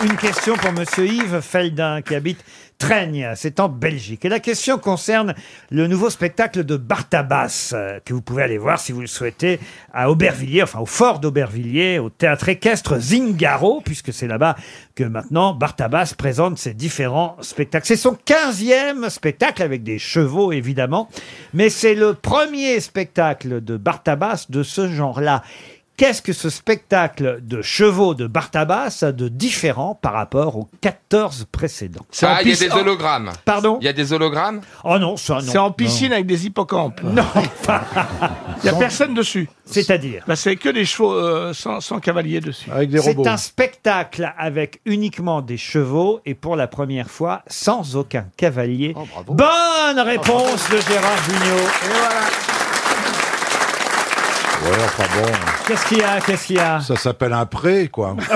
Une question pour Monsieur Yves Feldin qui habite Trègne, c'est en Belgique. Et la question concerne le nouveau spectacle de Bartabas euh, que vous pouvez aller voir si vous le souhaitez à Aubervilliers, enfin au fort d'Aubervilliers, au théâtre équestre Zingaro, puisque c'est là-bas que maintenant Bartabas présente ses différents spectacles. C'est son 15e spectacle avec des chevaux évidemment, mais c'est le premier spectacle de Bartabas de ce genre-là. Qu'est-ce que ce spectacle de chevaux de Bartabas a de différent par rapport aux 14 précédents
Ah, il y a des hologrammes.
Pardon
Il y a des hologrammes
Oh non, ça non.
C'est en piscine avec des hippocampes.
Non.
(laughs) Il n'y a personne dessus.
C'est-à-dire
bah, C'est que des chevaux euh, sans, sans cavalier dessus. Avec
C'est un spectacle avec uniquement des chevaux et pour la première fois sans aucun cavalier. Bonne réponse de Gérard Jugnot.
Ouais, enfin bon.
Qu'est-ce qu'il y a Qu'est-ce qu'il y a
Ça s'appelle un pré, quoi.
(laughs)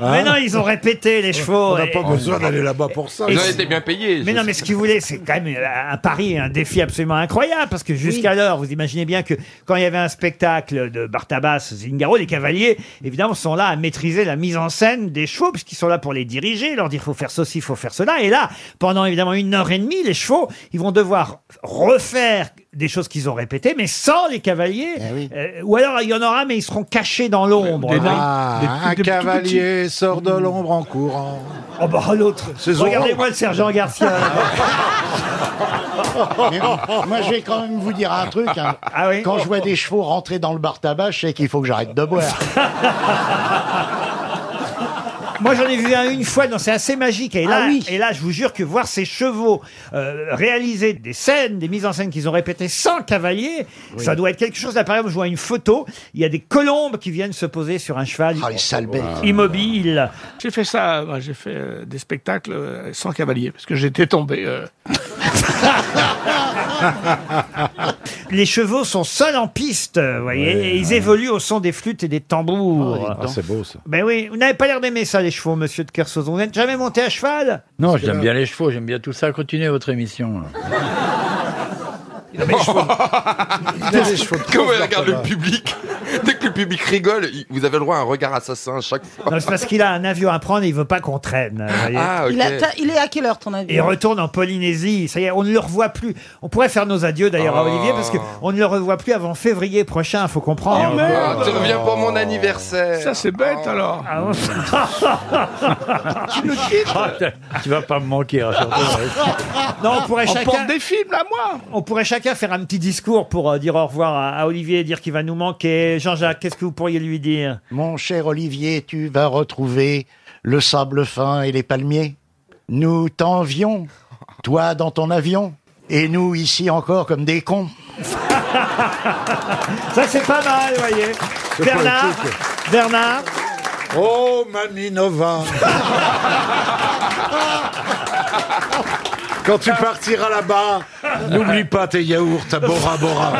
Mais non, ils ont répété les chevaux.
On n'a pas
Et-
besoin d'aller là-bas pour ça.
Et-
Ils ont été bien payés.
Mais non, mais ce qu'ils voulaient, c'est quand même euh, un pari, un défi absolument incroyable, parce que jusqu'alors, vous imaginez bien que quand il y avait un spectacle de Bartabas, Zingaro, les cavaliers, évidemment, sont là à maîtriser la mise en scène des chevaux, puisqu'ils sont là pour les diriger, leur dire faut faire ceci, faut faire cela. Et là, pendant évidemment une heure et demie, les chevaux, ils vont devoir refaire des choses qu'ils ont répétées, mais sans les cavaliers.
Eh
Euh, ou alors, il y en aura, mais ils seront cachés dans l'ombre.
Des-
Ah,
des- un cavalier sort de l'ombre en courant.
Oh bah l'autre.
Zorro.
Regardez-moi le sergent Garcia.
(laughs) Mais moi, je vais quand même vous dire un truc. hein.
Ah oui
quand je vois des chevaux rentrer dans le bar tabac, je sais qu'il faut que j'arrête de boire.
Moi, j'en ai vu un une fois, non, c'est assez magique.
Ah
Et là, et là, je vous jure que voir ces chevaux euh, réaliser des scènes, des mises en scène qu'ils ont répétées sans cavalier, ça doit être quelque chose. Là, par exemple, je vois une photo, il y a des colombes qui viennent se poser sur un cheval
Ah,
immobile.
J'ai fait ça, moi, j'ai fait euh, des spectacles euh, sans cavalier, parce que j'étais tombé. euh.
les chevaux sont seuls en piste, euh, vous voyez,
Ouais,
et ils
ouais.
évoluent au son des flûtes et des tambours.
Ah, c'est beau ça.
Ben oui, vous n'avez pas l'air d'aimer ça, les chevaux, monsieur de Kersauzon. Vous n'êtes jamais monté à cheval
Non,
Parce que
j'aime
là-
bien les chevaux, j'aime bien tout ça. Continuez votre émission.
(laughs)
là.
(laughs) Comment elle regarde le public Dès que le public rigole, il- vous avez le droit à un regard assassin à chaque fois.
Non, c'est parce qu'il a un avion à prendre et il veut pas qu'on traîne. vous voyez.
Ah,
Il, a- t'as- il est à quelle heure ton avis
Et retourne en Polynésie. Ça y est, on ne le revoit plus. On pourrait faire nos adieux d'ailleurs à
Oh.
Olivier parce que on ne le revoit plus avant février prochain. Faut comprendre. Ah,
Oh, merde. Tu reviens pour mon anniversaire. Oh.
Ça c'est bête alors.
tu nous (laughs) tu vas pas me manquer. hein, surtout.
non, on pourrait
On
chacun.
porte
des films là, moi. On pourrait chacun faire un petit discours pour euh, dire au revoir à, à Olivier et dire qu'il va nous manquer. Jean-Jacques, qu'est-ce que vous pourriez lui dire
Mon cher Olivier, tu vas retrouver le sable fin et les palmiers. Nous t'envions, toi dans ton avion, et nous ici encore comme des cons.
(laughs) Ça, c'est pas mal, voyez.
C'est
Bernard,
poétique.
Bernard.
Oh, Mamie
(laughs)
Nova
Ah.
Quand tu partiras là-bas, n'oublie pas tes yaourts à Bora Bora.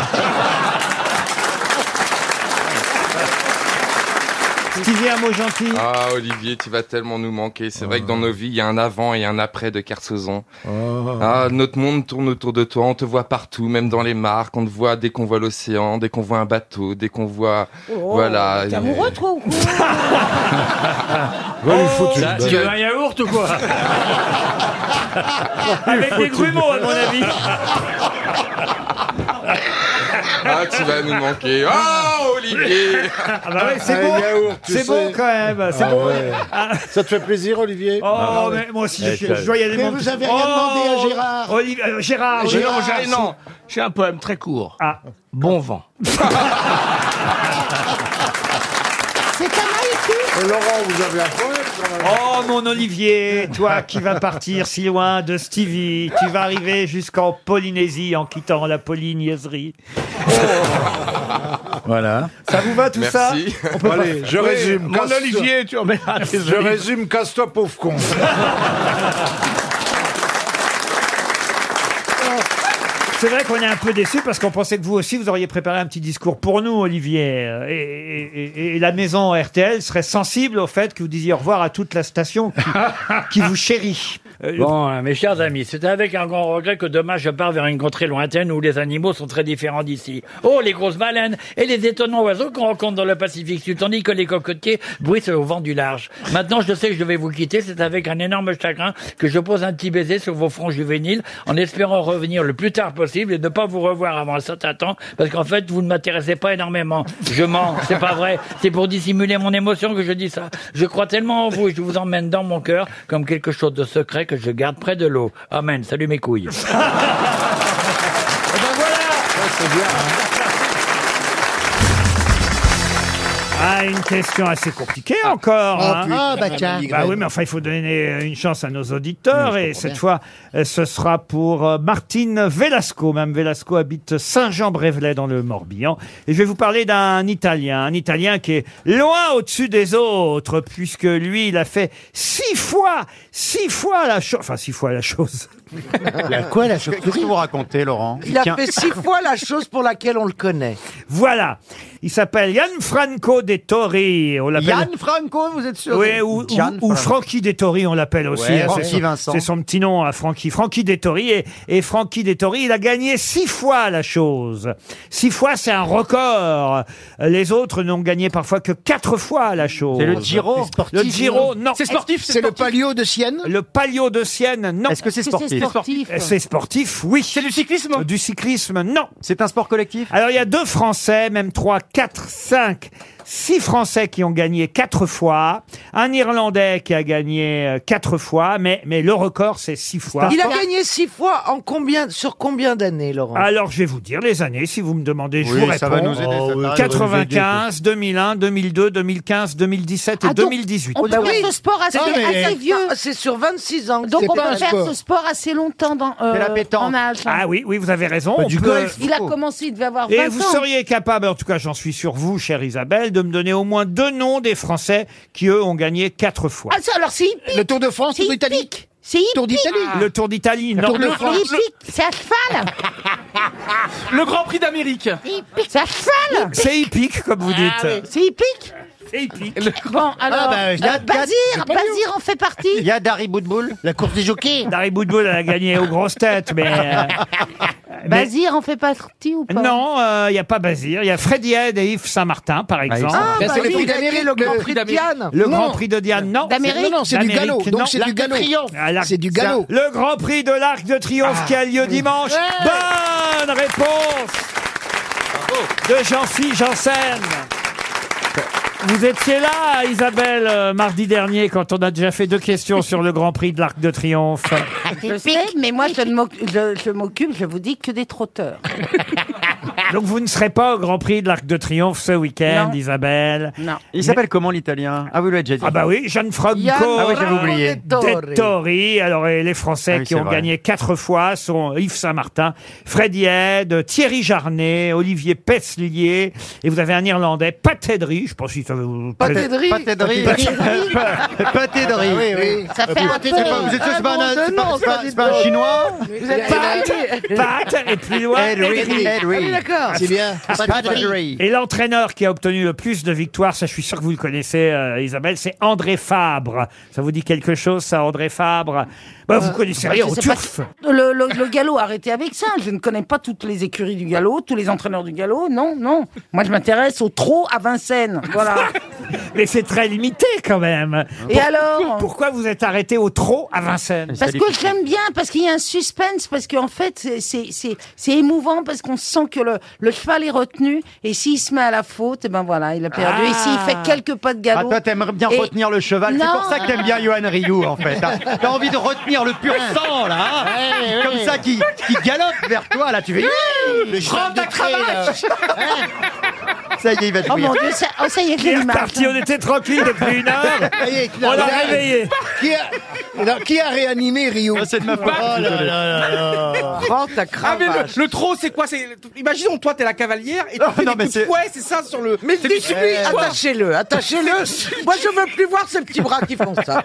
Stevie, un mot gentil.
Ah, Olivier, tu vas tellement nous manquer. C'est vrai que dans nos vies, il y a un avant et un après de Carsozon.
Oh.
Ah, notre monde tourne autour de toi. On te voit partout, même dans les marques. On te voit dès qu'on voit l'océan, dès qu'on voit un bateau, dès qu'on voit.
Oh,
Oh, voilà.
T'es amoureux, toi, ou quoi
Va lui
foutre une
Ça,
bonne.
Tu veux un yaourt ou (laughs) quoi (laughs)
Avec des grumeaux, à mon avis.
Ah, tu vas nous manquer. Oh, Olivier
Ah bah ouais, c'est bon. C'est bon quand même. C'est bon.
Ah
Ah.
Ça te fait plaisir, Olivier
Oh, mais moi aussi,
Eh,
je,
ça-
je dois y aller.
Mais
mon
vous
petit-
avez rien demandé à
Oh,
Gérard.
Olivier- euh, Gérard,
J'ai-
Gérard,
j'ai- non, j'ai un poème très court.
Ah.
Bon vent.
C'est
Laurent, vous avez un problème
Oh mon Olivier, toi qui vas partir si loin de Stevie, tu vas arriver jusqu'en Polynésie en quittant la Polynésie.
Voilà.
Ça vous va tout
Merci.
ça
Allez, je résume. Mon Olivier, tu remettras tes
Je
olives.
résume, casse-toi, pauvre
(laughs) Eh
con.
ben C'est vrai qu'on est un peu déçu parce qu'on pensait que vous aussi vous auriez préparé un petit discours pour nous, Olivier. Euh, Et, et- et- et la maison RTL serait sensible au fait que vous disiez au revoir à toute la station qui, qui vous chérit. Euh,
Bon, euh, mes chers amis, c'est avec un grand regret que demain je pars vers une contrée lointaine où les animaux sont très différents d'ici. Oh, les grosses baleines et les étonnants oiseaux qu'on rencontre dans le Pacifique Sud, tandis que les cocotiers bruissent au vent du large. Maintenant, je sais que je vais vous quitter, c'est avec un énorme chagrin que je pose un petit baiser sur vos fronts juvéniles en espérant revenir le plus tard possible et ne pas vous revoir avant un certain temps parce qu'en fait, vous ne m'intéressez pas énormément. Je mens, c'est pas vrai. C'est pour dissimuler mon émotion que je dis ça. Je crois tellement en vous et je vous emmène dans mon cœur comme quelque chose de secret que je garde près de l'eau. Amen. Salut mes couilles.
hein.
Ah, une question assez compliquée encore.
Ah,
hein.
plus. Ah, bah tiens.
Bah oui, mais enfin, il faut donner une chance à nos auditeurs. et cette fois, euh, ce sera pour euh, Martine Velasco. Mme Velasco habite Saint-Jean-Brévelay dans le Morbihan. Et je vais vous parler d'un Italien. Un Italien qui est loin au-dessus des autres, puisque lui, il a fait six fois, six fois la chose. Enfin, six fois la chose. (laughs)
La quoi, la
chose
Qu'est-ce que vous racontez, Laurent
Il a fait six fois la chose pour laquelle on le connaît.
Voilà. Il s'appelle Gianfranco De Torri. On l'appelle.
Yann Franco, vous êtes sûr
Oui, ou,
Yann
ou, ou
Franco.
Francky Dettori, on l'appelle aussi.
Ouais,
hein,
Francky
c'est son-
Vincent.
C'est son petit nom hein, à Francky. Francky Dettori. Et, et Francky Dettori, il a gagné six fois la chose. Six fois, c'est un record. Les autres n'ont gagné parfois que quatre fois la chose.
C'est le Giro C'est sportif,
Le Giro, non.
C'est sportif, c'est C'est le sportif.
Palio de Sienne Le Palio de Sienne, non. Est-ce que
c'est Est-ce que c'est sportif sportif
Euh, C'est sportif, oui. Euh, C'est du cyclisme Du cyclisme, non. C'est un sport collectif Alors, il y a deux Français, même trois, quatre, cinq, six Français qui ont gagné quatre fois. Un Irlandais qui a gagné euh, quatre fois, mais, mais le record, c'est six fois.
Il a gagné six fois en combien, sur combien d'années, Laurent
Alors, je vais vous dire les années, si vous me demandez, Ah,
Oh,
je
Oui,
vous réponds.
ça va nous aider, ça va nous
95, (laughs) 2001, 2002, 2015, 2017 et 2018.
Ah, On peut faire ce sport assez,
Non, mais-
assez vieux. Ah, C'est sur 26 ans. Donc
C'est
on
pas
peut
un
faire
sport.
ce sport assez longtemps dans, euh,
C'est la pétanque.
en âge.
Ah oui, oui, vous avez raison.
Bah,
on
du
peut-
golf. Il a commencé, il devait avoir 20
Et vous
ans.
seriez capable, en tout cas j'en suis sûr, vous, chère Isabelle, de me donner au moins deux noms des Français qui, eux, ont gagné quatre fois.
Ah ça, alors c'est hippique.
Le Tour de France,
c'est britannique.
C'est Tour d'Italie. Le Tour d'Italie, non.
C'est
(laughs)
à cheval
Le Grand Prix d'Amérique.
C'est à cheval
C'est hippique, comme
Ah
vous dites.
C'est hippique
C'est hippique.
Bon,
Ah, bah,
euh,
je l'ai-
Bazir,
j'ai pas lu.
Bazir en fait partie.
Il y a Dari Boudboul, la course des jockeys. Dari Boudboul, elle a gagné aux grosses têtes, mais. euh, mais-
(laughs) Bazir en fait partie ou pas
Non, euh, il n'y a pas Bazir. Il y a Freddy Head et Yves Saint-Martin, par exemple.
Ah, bah oui, il a écrit le Grand Prix d'Amérique.
Le
Non.
Grand Prix de Diane, non.
D'Amérique. Non, non, c'est du
D'Amérique,
galop.
non.
Donc c'est
L'Arc
du
de
galop.
Triomphe. Ah, l'Arc-
C'est du galop. Ah,
Le Grand Prix de l'Arc de Triomphe qui a lieu dimanche.
Ouais.
Bonne réponse de Jean-Philippe Janssen. Vous étiez là, Isabelle, euh, mardi dernier, quand on a déjà fait deux questions sur le Grand Prix de l'Arc de Triomphe.
(laughs) Je sais, mais moi, je ne m'oc- je- je m'occupe, je vous dis, que des trotteurs.
Donc vous ne serez pas au Grand Prix de l'Arc de Triomphe ce week-end,
Non.
Isabelle.
Non.
Il s'appelle comment l'Italien Ah, vous l'avez déjà dit. Ah bah oui, Gianfranco.
Ian Ah oui, j'avais oublié.
Del Torri. Alors et les Français
Ah oui,
qui
c'est
ont
vrai.
gagné quatre fois sont Yves Saint-Martin, Freddy Head, Thierry Jarnet, Olivier Peslier et vous avez un Irlandais, Patedry. Je pense que ça vous
Patedry. Patedry.
(laughs)
(laughs) Patedry.
Ah oui, oui. Ça fait un
Euh, C'est
peu-
pas- vous êtes sûr que c'est pas un-
un
c'est
nom de
pas-
nom,
c'est pas-
ça,
c'est pas
dites
un
donc.
chinois
Vous êtes Pat,
Pat, et plus loin.
Henry,
Henry.
Henry. Ah oui, d'accord. C'est bien. Henry.
Et l'entraîneur qui a obtenu le plus de victoires, ça je suis sûr que vous le connaissez, euh, Isabelle, c'est André Fabre. Ça vous dit quelque chose, ça, André Fabre bah, Vous connaissez rien
Euh, Je
au
sais pas
turf.
si- Le, le- le galop, arrêtez avec ça. Je ne connais pas toutes les écuries du galop, tous les entraîneurs du galop. Non, non. Moi, je m'intéresse au trot à Vincennes.
(laughs)
Voilà.
Mais c'est très limité quand même.
Et alors
Pourquoi vous êtes arrêté au trot à Vincennes
Parce que je l'aime bien, parce qu'il y a un suspense, parce qu'en fait, c'est- c'est- c'est c'est émouvant, parce qu'on sent que le, le cheval est retenu, et s'il se met à la faute, et ben voilà, il a perdu.
Ah.
Et s'il fait quelques pas de galop...
Ah, toi, t'aimerais bien
et-
retenir le cheval. C'est
Non.
pour ça que t'aimes bien Johan Rioux, en fait. hein. T'as envie de retenir le pur sang, là. hein.
Ouais, ouais,
Comme
ouais.
ça, qui, qui galope vers toi, là. Tu fais.
Prends ta cravache
Ça y est, euh, hein, il va te
Oh mon
mourir.
Dieu, ça- oh, ça y est, je
Il
l'image.
parti, on était tranquille depuis
(laughs)
une heure.
Ça y est,
on l'a réveillé.
Qui a, alors, qui a réanimé Rio C'est de ma
part.
Oh là là là
Euh.
là.
Prends ta
Ah, mais le-
cravache.
le trot, c'est quoi C'est- Imaginons, toi, t'es la cavalière
Oh,
et tu fais des coups de fouet, c'est ça sur le. Mais
Attachez-le, attachez-le. Moi, je veux plus voir ces petits bras qui font
(laughs)
ça.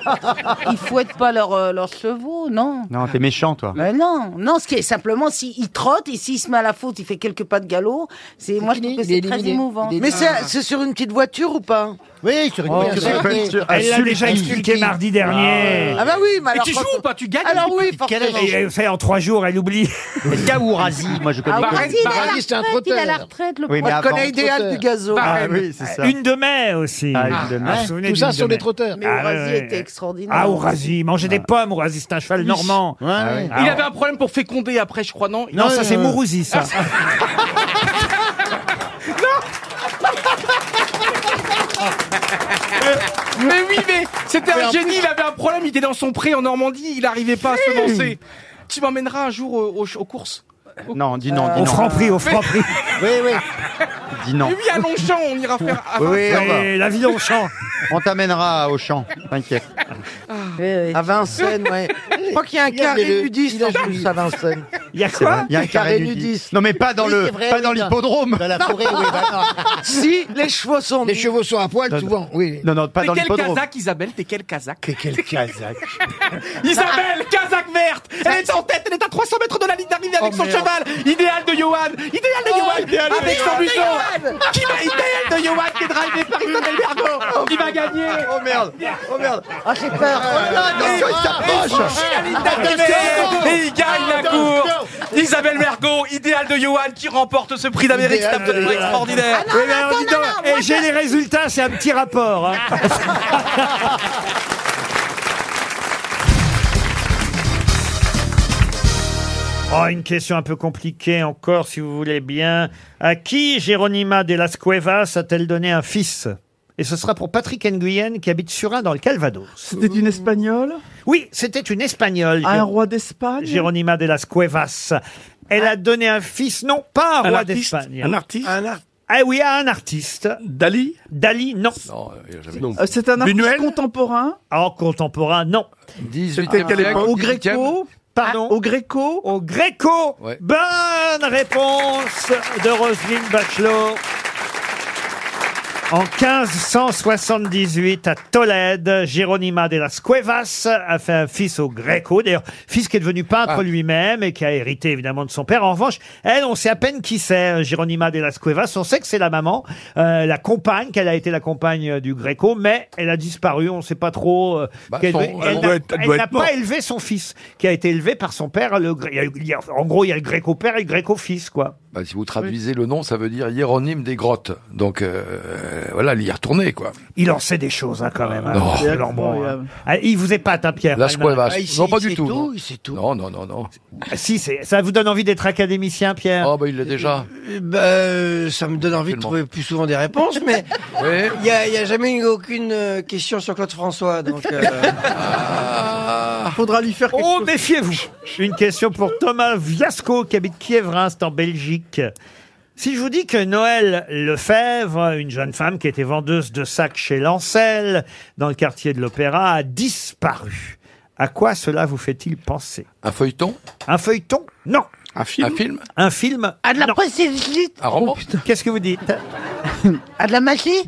Ils fouettent pas leurs euh, leurs chevaux, non
Non, t'es méchant, toi.
Mais non, non, ce qui est simplement s'il trotte et s'il se met à la faute, il fait quelques pas de galop. C'est moi je trouve que c'est très émouvant.
Mais c'est c'est sur une petite voiture ou pas Oui, sur
une Oh, voiture. sur- sur- Elle l'a déjà expliqué mardi dernier.
Ah bah oui, mais alors
tu
quand
joues
on-
ou pas Tu gagnes
Alors oui,
Et,
forcément.
et fait en trois jours, elle oublie. (laughs) Yaourazi, moi je
Bah,
connais Ah, pas. Barasi, il a la Barasi, c'est un retraite, il a la trotteur. retraite, le Oui, pauvre. mais Je connais avant, Idéal trotteur. du Gazo.
Ah,
Barène.
oui, c'est ça. Une de mai aussi.
Ah, une de mai.
vous vous souvenez
Tout ça
d'une
sur
de mai.
des trotteurs. Mais
Ah,
Ourasi
ouais, ouais.
était extraordinaire.
Ah, Ourasi, il mangeait des pommes. Ourasi, c'est un cheval normand. Ah, ouais.
Il avait un problème pour féconder après, je crois, non
Non, ça c'est Mourouzi,
Ah,
ça.
Mais oui, mais c'était
Mais
un
en
génie, il avait un problème, il était dans son pré en Normandie, il n'arrivait pas à se lancer. Tu m'emmèneras un jour euh, aux, aux courses
Non, dis non, dis non.
Au Franprix, au
Mais- (laughs)
Franprix.
Oui, oui. Dis non.
Mais oui, à Longchamp, on ira faire... à-
Oui, oui,
Oui,
on va.
la vie au champ.
On t'amènera au champ, t'inquiète.
À Vincennes, ouais. Je crois qu'il y a un carré
mais le-
nudiste en plus à Vincennes.
Il y a
C'est vrai, (laughs) Il y a un carré
nudiste.
nudiste. Non, mais pas dans
Oui,
le,
c'est vrai,
pas
oui,
dans
non.
l'hippodrome.
Dans la forêt, oui, bah
(laughs)
non. Si, les chevaux sont
Les chevaux sont à poil, souvent, oui.
Non, non, pas
T'es
dans
quel
l'hippodrome.
Kazakh, Isabelle T'es quel Kazakh T'es
quel Kazakh
(laughs) Isabelle, Kazakh verte Elle est en tête, elle est à 300 mètres de la ligne d'arrivée avec son cheval Idéal de Johan Idéal de
Oh,
Johan
idéal de
Avec
Johan.
son
Idéal
buisson Qui va Idéal de Johan qui est drivé par Isabelle Bergo Qui va gagner Oh merde Oh merde
Ah, j'ai peur
Oh là, attention,
Ah,
il s'approche Et il gagne la course Isabelle Bergo, idéal de Johan qui remporte ce prix d'Amérique, c'est absolument extraordinaire
Oui, mais alors, dis donc, eh, et j'ai les résultats, c'est un petit rapport. hein. (laughs)
(laughs)
(laughs)
Oh, une question un peu compliquée encore, si vous voulez bien. À qui Géronima de las Cuevas a-t-elle donné un fils Et ce sera pour Patrick Nguyen qui habite Surin dans le Calvados. C'était une Espagnole Oui, c'était une Espagnole.
Un
roi d'Espagne Géronima de las Cuevas. Elle a donné un fils, non pas un,
Un
roi
artiste
d'Espagne.
Un artiste
Un artiste. Ah oui, à un artiste. Dali Dali, non.
Euh, C'est un artiste contemporain
En contemporain, non.
C'était quelle époque Au Gréco
Pardon
Au Gréco
Au Gréco Bonne réponse de Roselyne Bachelot. En 1578, à Tolède, Jeronima de las Cuevas a fait un fils au Greco. D'ailleurs, fils qui est devenu peintre
Ah.
lui-même et qui a hérité évidemment de son père. En revanche, elle, on sait à peine qui c'est, Jeronima de las Cuevas. On sait que c'est la maman, euh, la compagne, qu'elle a été la compagne euh, du Greco, mais elle a disparu. On ne sait pas trop. euh,
Bah,
qu'elle-
son-
elle
elle
n'a-
doit être- elle doit
elle n'a
être morte.
pas élevé son fils, qui a été élevé par son père. Le, Gré- il y a eu- il y a- en gros, il y a le Greco père et le Greco fils, quoi.
Bah, si vous traduisez le nom, ça veut dire Hieronyme des grottes. Donc euh, voilà, l'y retourner quoi.
Il en sait des choses hein, quand même. hein.
Non.
C'est Laurent Blanc, hein. Ah, il vous épate, hein, Pierre.
Las Cuevas.
Ah, il sait-
non, pas
il
du
sait
tout.
tout,
il sait tout. Non, non, non, non.
Ah, Si, c'est- ça vous donne envie d'être académicien, Pierre
Oh, bah il l'est déjà.
Euh, bah, ça me donne envie de trouver plus souvent des réponses, mais il n'y a, il y a jamais eu aucune euh, question sur Claude François. Donc, euh,
Ah.
Ah.
Faudra lui faire Oh, méfiez-vous Une question pour Thomas Viasco, qui habite Kievrin, c'est en Belgique. Si je vous dis que Noël Lefebvre, une jeune femme qui était vendeuse de sacs chez Lancel, dans le quartier de l'Opéra, a disparu, à quoi cela vous fait-il penser
Un feuilleton
Un feuilleton Non.
Un film Un film
Un film Ah,
À de la
Non.
presse écrite
Un roman
Oh, Qu'est-ce que vous dites
Ah,
À de la
(laughs)
magie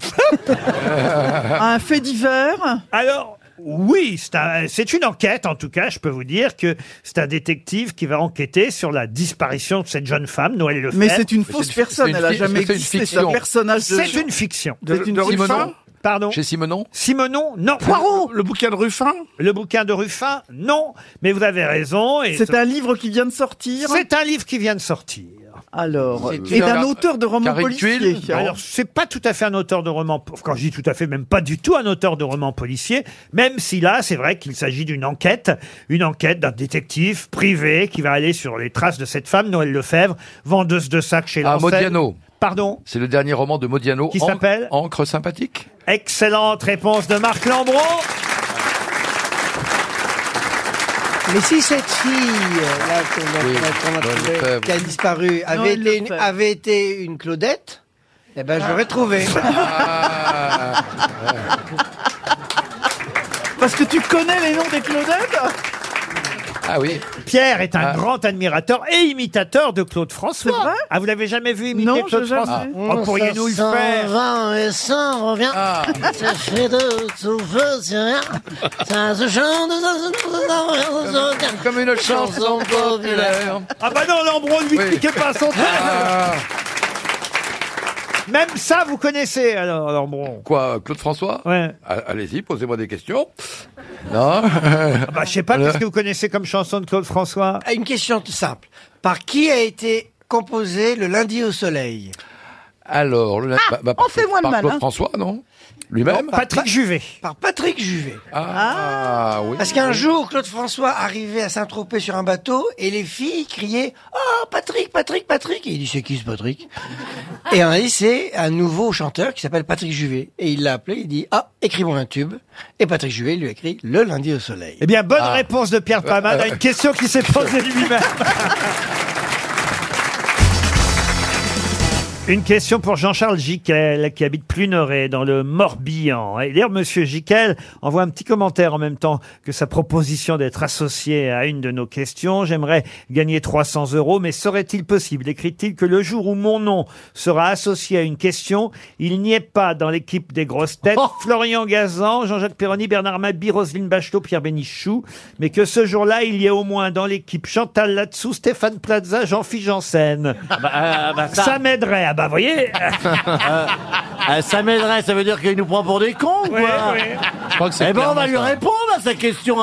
Un fait divers Alors. Oui, c'est un- c'est une enquête en tout cas, je peux vous dire que c'est un détective qui va enquêter sur la disparition de cette jeune femme, Noël Lefebvre.
Mais c'est une fausse personne, elle a jamais existé, c'est un personnage de-
C'est une fiction.
De- C'est une de fiction. Ruffin
Pardon
Chez Simonon
Simonon, non. Poirot Le bouquin de Ruffin Le bouquin de Ruffin, non. Mais vous avez raison. et-
C'est un livre qui vient de sortir
C'est un livre qui vient de sortir.
Alors, et d'un auteur de roman policier.
Alors, c'est pas tout à fait un auteur de roman. Quand je dis tout à fait, même pas du tout un auteur de roman policier. Même si là, c'est vrai qu'il s'agit d'une enquête, une enquête d'un détective privé qui va aller sur les traces de cette femme, Noël Lefebvre, vendeuse de sacs chez
Ah,
Lancel.
Modiano.
Pardon
C'est le dernier roman de Modiano.
Qui
An-
s'appelle
Encre sympathique
Excellente réponse de Marc Lambron.
Mais si cette fille euh, là, qu'on a-
Oui,
qu'on a
Noël
trouvée,
Lefebvre.
qui a disparu avait, Noël été une, Lefebvre. avait été une Claudette, eh ben, j'aurais trouvé.
Ah.
Parce que tu connais les noms des Claudettes
Ah oui. Ah.
Pierre est un grand admirateur et imitateur de Claude François. ah, vous l'avez jamais vu imiter
Non,
Claude
je l'ai
François
jamais vu.
Oh, pourriez-nous le faire
120 et 100 revient. Ça fait de tout feu, c'est rien. Ça se chante, ça se chante.
Comme une
chanson populaire.
Ah bah non, Lambron, ne lui piquez pas son
Ah.
Même ça, vous connaissez alors, Lambron.
Quoi, Claude François Ah,
Ouais.
Allez-y, posez-moi des questions. Non
bah, Je sais pas, qu'est-ce que vous connaissez comme chanson de Claude François
Ah, Une question toute simple. Par qui a été composé le lundi au soleil
Alors, le-
Ah,
bah, bah, par-
fait moins le
par
malin.
Claude François, non Lui-même
Non, par- Patrick
Juvet.
Par Patrick Juvet.
Ah, oui.
Parce qu'un jour, Claude François arrivait à Saint-Tropez sur un bateau et les filles criaient « Oh, Patrick, Patrick, Patrick !» Et il dit « C'est qui ce Patrick ?» Et on a dit « C'est un nouveau chanteur qui s'appelle Patrick Juvet. » Et il l'a appelé, il dit « Ah, écris-moi un tube. » Et Patrick Juvet lui a écrit « Le lundi au soleil ».
Eh bien, bonne
Ah.
réponse de Pierre Palmade
Euh,
à une question qui s'est posée
(laughs)
lui-même. Une question pour Jean-Charles Giquel, qui habite Pluneré, dans le Morbihan. Et d'ailleurs, Monsieur Giquel envoie un petit commentaire en même temps que sa proposition d'être associé à une de nos questions. J'aimerais gagner 300 euros, mais serait-il possible, écrit-il, que le jour où mon nom sera associé à une question, il n'y ait pas dans l'équipe des grosses têtes Florian Gazan, Jean-Jacques Perroni, Bernard Mabi, Roselyne Bachelot, Pierre Bénichou, mais que ce jour-là, il y ait au moins dans l'équipe Chantal Latsou, Stéphane Plaza, Jean-Philippe Janssen.
Ah bah, euh,
ça m'aiderait. Ah bah,
(laughs)
vous voyez.
Euh, ça m'aiderait, ça veut dire qu'il nous prend pour des cons, quoi. Eh ben, on va lui répondre à sa question.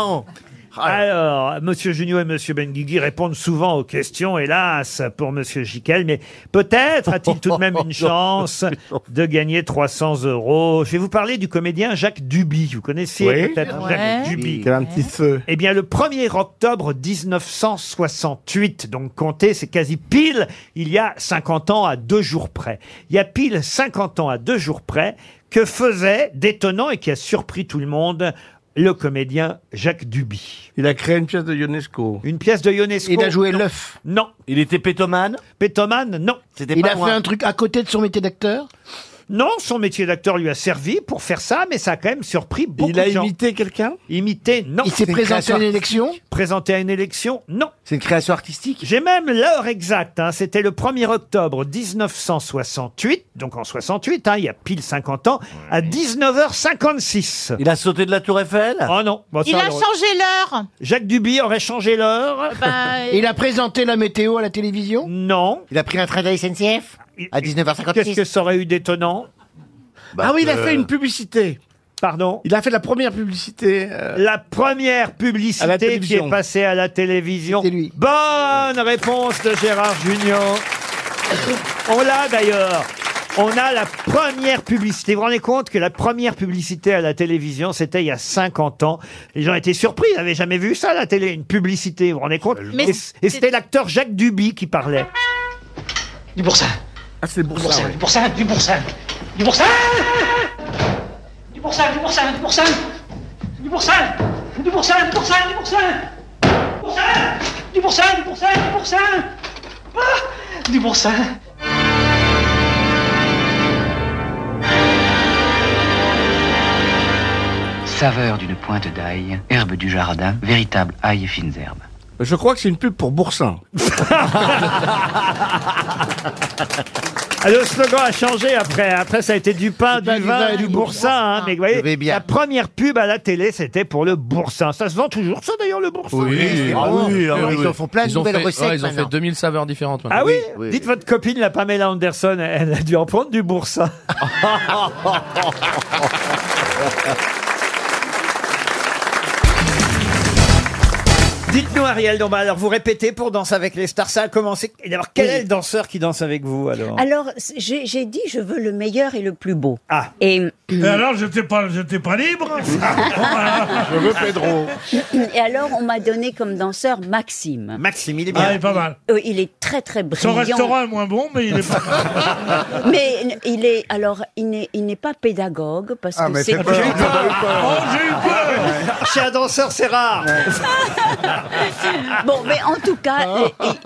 Ah. Alors, Monsieur Junio et Monsieur Benguigui répondent souvent aux questions, hélas, pour Monsieur Giquel, mais peut-être a-t-il tout de même
(laughs)
une chance de gagner 300 euros. Je vais vous parler du comédien Jacques Duby. Vous connaissez
Oui.
peut-être
Ouais.
Jacques Duby. un petit feu. Eh bien, le 1er octobre 1968, donc comptez, c'est quasi pile, il y a 50 ans à deux jours près. Il y a pile 50 ans à deux jours près que faisait, d'étonnant et qui a surpris tout le monde, le comédien Jacques Duby.
Il a créé une pièce de Ionesco.
Une pièce de Ionesco.
Il a joué
Non.
l'œuf.
Non.
Il était pétomane
Pétomane, non.
C'était Il pas a moi. fait un
truc à côté de son métier d'acteur Non, son métier d'acteur lui a servi pour faire ça, mais ça a quand même surpris beaucoup
Il a
de gens.
imité quelqu'un
Imité, non.
Il s'est C'est une présenté à création une élection
Présenté à une élection, non. C'est une création artistique J'ai même l'heure exacte. hein. C'était le 1er octobre 1968, donc en 68, hein, il y a pile 50 ans, à 19h56. Il a sauté de la tour Eiffel Oh non. Bon, ça,
Il a
alors,
changé l'heure.
Jacques Duby aurait changé l'heure.
ben, Il a
présenté la météo à la télévision Non. Il a pris un train de la SNCF à 19h56. Qu'est-ce que ça aurait eu d'étonnant Bah,
Ah oui, il a
euh,
fait une publicité.
Pardon
Il a fait la première publicité. euh,
La première
À la
publicité qui
télévision.
est passée à la télévision. Bonne réponse de Gérard Junior. On l'a d'ailleurs. On a la première publicité. Vous vous rendez compte que la première publicité à la télévision, c'était il y a 50 ans. Les gens étaient surpris, ils n'avaient jamais vu ça à la télé, une publicité. Vous vous rendez compte
Mais
Et c- Et c'était l'acteur Jacques Duby qui parlait.
Du boursin.
Ah, c'est
Du boursin, du boursin, du boursin. Du boursin. Du boursin, du boursin, du boursin. Du boursin. Du boursin, du boursin, du boursin. Du boursin, du boursin, du boursin. Ah, Du boursin.
(laughs)
Saveur d'une pointe d'ail, herbe du jardin, véritable ail et fines herbes.
Je crois que c'est une pub pour Boursin.
Ah, le slogan a changé après. Après, ça a été du pain, du vin, et du boursin. hein. Mais vous voyez, la première pub à la télé, c'était pour le boursin. Ça se vend toujours, ça d'ailleurs, le boursin
Oui, ah oui, ah oui, oui. Ils ont fait- ouais, ils ont fait
maintenant.
2000 saveurs différentes maintenant.
Ah oui, Dites votre copine, la Pamela Anderson, elle a dû en prendre du boursin. (laughs) Dites-nous, Ariel Dombal, alors vous répétez pour Danse avec les stars, ça a commencé. Et d'abord, quel
Oui.
est le danseur qui danse avec vous alors
Alors, c- j'ai j'ai dit, je veux le meilleur et le plus beau.
Ah.
Et,
Et alors, j'étais pas, j'étais pas libre Ah, Je veux Pedro.
et alors, on m'a donné comme danseur Maxime.
Maxime, il
est
bien. Ah, il est pas mal.
il est très, très brillant.
Son restaurant est moins bon, mais il est pas
(laughs)
Mais n- il est, alors, il n'est il n'est pas pédagogue parce
Ah,
que
mais
c'est.
fais peur, J'ai eu peur. Oh, j'ai eu peur.
Chez un danseur, c'est rare.
bon, mais en tout cas,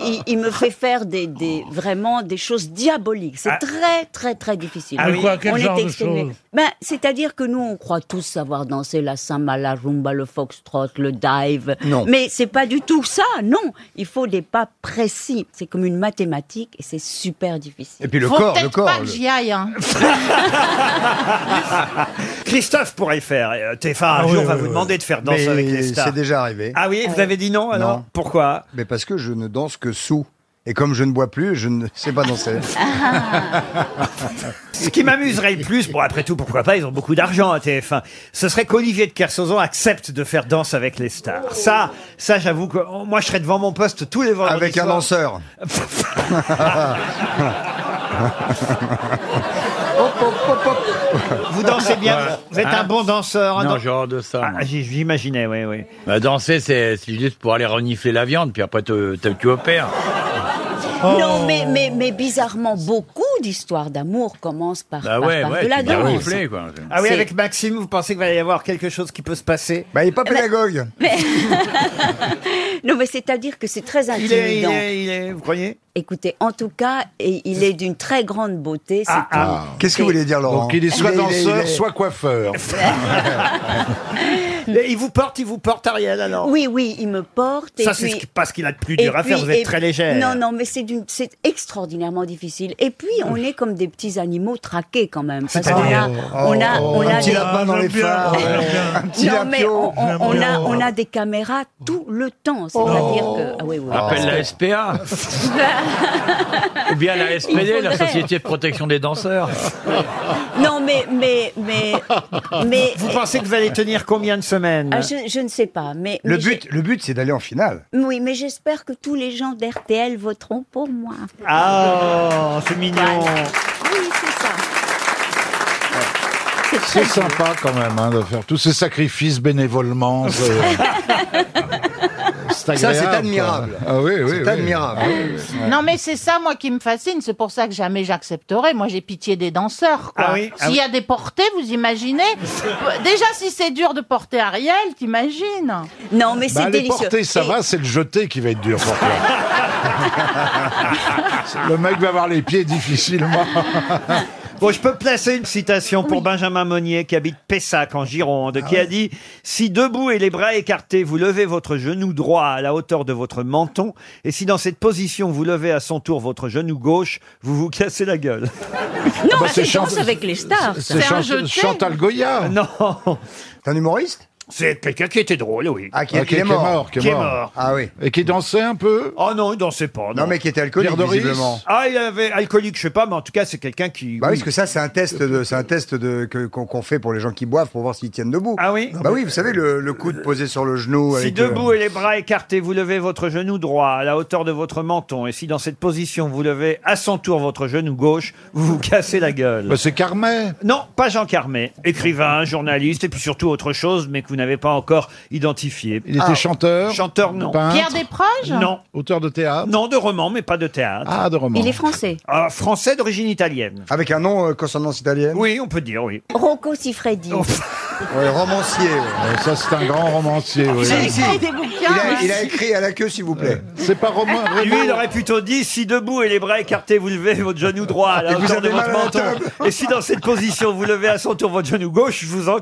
il, il- il me fait faire des, des- vraiment des choses diaboliques. C'est très, très, très difficile.
Ah oui. Quoi, quel
on
genre de
est exténué.
choses
Ben, c'est-à-dire que nous, on croit tous savoir danser la samba, la rumba, le foxtrot, le dive. Non. Mais c'est pas du tout ça, non. Il faut des pas précis. C'est comme une mathématique et c'est super difficile.
Et puis le
Faut
corps, le
peut-être
corps,
pas
le-
que j'y-
J'y aille, hein.
Christophe pourrait le faire. Euh,
Ah
TF1, un jour, va vous demander de faire danse
Mais
avec les stars.
C'est déjà arrivé.
Ah oui, vous avez dit non alors
Non.
Pourquoi
Mais parce que je ne danse que sous. Et comme je ne bois plus, je ne sais pas danser.
Ce qui m'amuserait le plus, bon après tout, pourquoi pas, ils ont beaucoup d'argent hein, à TF1, ce serait qu'Olivier de Kersauzon accepte de faire danse avec les stars. Ça, ça j'avoue que oh, moi je serais devant mon poste tous les vendredis
Avec un
soirs.
danseur.
(laughs) Vous dansez bien,
Ouais.
vous êtes un
Hein
bon danseur. un
Non,
dan-
je hors de ça. moi.
Ah, j'y- J'imaginais, oui, oui.
Bah, danser, c'est c'est juste pour aller renifler la viande, puis après, te- te- tu opères. Oh.
Non, mais, mais, mais bizarrement, beaucoup d'histoires d'amour commencent par,
Bah
par-
ouais,
par
ouais,
de la
tu vas
danse.
renifler, quoi.
Ah oui,
C'est-
avec Maxime, vous pensez qu'il va y avoir quelque chose qui peut se passer Eh ben,
Bah, il n'est pas pédagogue.
Mais- non, mais c'est-à-dire que c'est très
Il est- il
intimidant.
est- il est, vous croyez
Écoutez, en tout cas, et- il est d'une très grande
Ah,
beauté. c'est tout.
Qu'est-ce que vous voulez dire, Laurent
Donc, il est soit danseur, soit (laughs)
coiffeur.
Et il vous porte, il vous porte Ariel alors
Oui, oui, il me porte.
Ça,
et
c'est
puis-
ce qui- pas ce qu'il a de plus dur
et
à faire,
puis-
vous êtes
et-
très légère.
Non, non, mais c'est d'une- c'est extraordinairement difficile. Et puis, on est comme des petits animaux traqués quand même. Parce qu'on a,
C'est-à-dire
on a,
Oh,
on
un
a
petit
des-
lapin dans les phares, un petit
Non, mais
lapio. Oh.
on, on- on a,
J'aime
on
bien.
a des caméras tout le temps. C'est-à-dire que. Ah oui, oui.
Appelle la SPA. Ou bien la SPD, la
faudrait.
Société de Protection des Danseurs.
Non, mais. mais, mais,
(laughs)
(laughs) mais
Vous pensez que vous allez tenir combien de semaines
Ah, je, je ne sais pas, mais.
Le
mais
but, le but, c'est d'aller en finale.
j'ai- Oui, mais j'espère que tous les gens d'RTL voteront pour moi. Ah
Ah, c'est mignon.
Oui, c'est ça.
Bah,
C'est sympa quand même hein, de faire tous ces sacrifices bénévolement. C'est euh,
Ça, c'est
agréable, quoi.
admirable.
Ah oui, oui,
C'est
oui.
admirable.
Ah oui, oui.
Non, mais c'est ça, moi, qui me fascine. C'est pour ça que jamais j'accepterai. Moi, j'ai pitié des danseurs, quoi.
Ah oui, ah
S'il y a
oui.
des portées, vous imaginez Déjà, si c'est dur de porter Ariel, t'imagines
Non, mais
Bah, les porter, ça va, c'est le jeter qui va être dur pour toi. le mec va avoir les pieds difficilement.
(laughs) Bon, je peux placer une citation pour Benjamin Monnier qui habite Pessac en Gironde,
Ah
qui a dit Si debout et les bras écartés, vous levez votre genou droit à la hauteur de votre menton, et si dans cette position vous levez à son tour votre genou gauche, vous vous cassez la gueule.
Ah
Non,
Bah,
Ah, c'est
c'est
Danse
Chan-
avec les stars. ça.
Goya (laughs) Non.
C'est un humoriste
C'est quelqu'un qui était drôle, oui.
(laughs) Ah, qui, qui est mort.
Qui est mort.
Ah oui.
Et qui dansait un peu Oh non, il dansait pas.
Non, mais qui était alcoolique,
Pierre Doris
visiblement.
Ah, il avait alcoolique, je sais pas, mais en tout cas, c'est quelqu'un qui.
Bah oui,
oui.
parce que ça, c'est un test, de, c'est un test de, que, qu'on, qu'on fait pour les gens qui boivent pour voir s'ils tiennent debout. Ah
oui
Bah oui, vous savez, le, le coup de poser sur le genou.
Si
avec, euh,
debout et les bras écartés, vous levez votre genou droit à la hauteur de votre menton, et si dans cette position vous levez à son tour votre genou gauche, vous vous cassez la gueule.
Bah,
Bah,
c'est Carmet Non, pas Jean Carmet. Écrivain, journaliste, et puis surtout autre chose, mais que vous n'avez pas encore identifié.
Il était Ah.
chanteur Chanteur, non.
Pierre Desproges
Non. Auteur de théâtre Non, de roman, mais pas de théâtre. Ah, de roman.
Il est français.
français d'origine italienne.
Avec un nom euh, consonance italienne
Oui, on peut dire, oui.
Rocco Siffredi.
Oh. Ouais, romancier.
Ça, c'est un grand romancier. oui.
Si, si.
écrit des bouquins,
Il a,
hein.
il a écrit à la queue, s'il vous plaît.
C'est pas Romain.
Lui, il aurait plutôt dit si debout et les bras écartés, vous levez votre genou droit à la
(laughs) Et vous
hauteur de
avez
votre
mal à la
menton. Et si dans cette position, vous levez à son tour votre genou gauche, je vous en.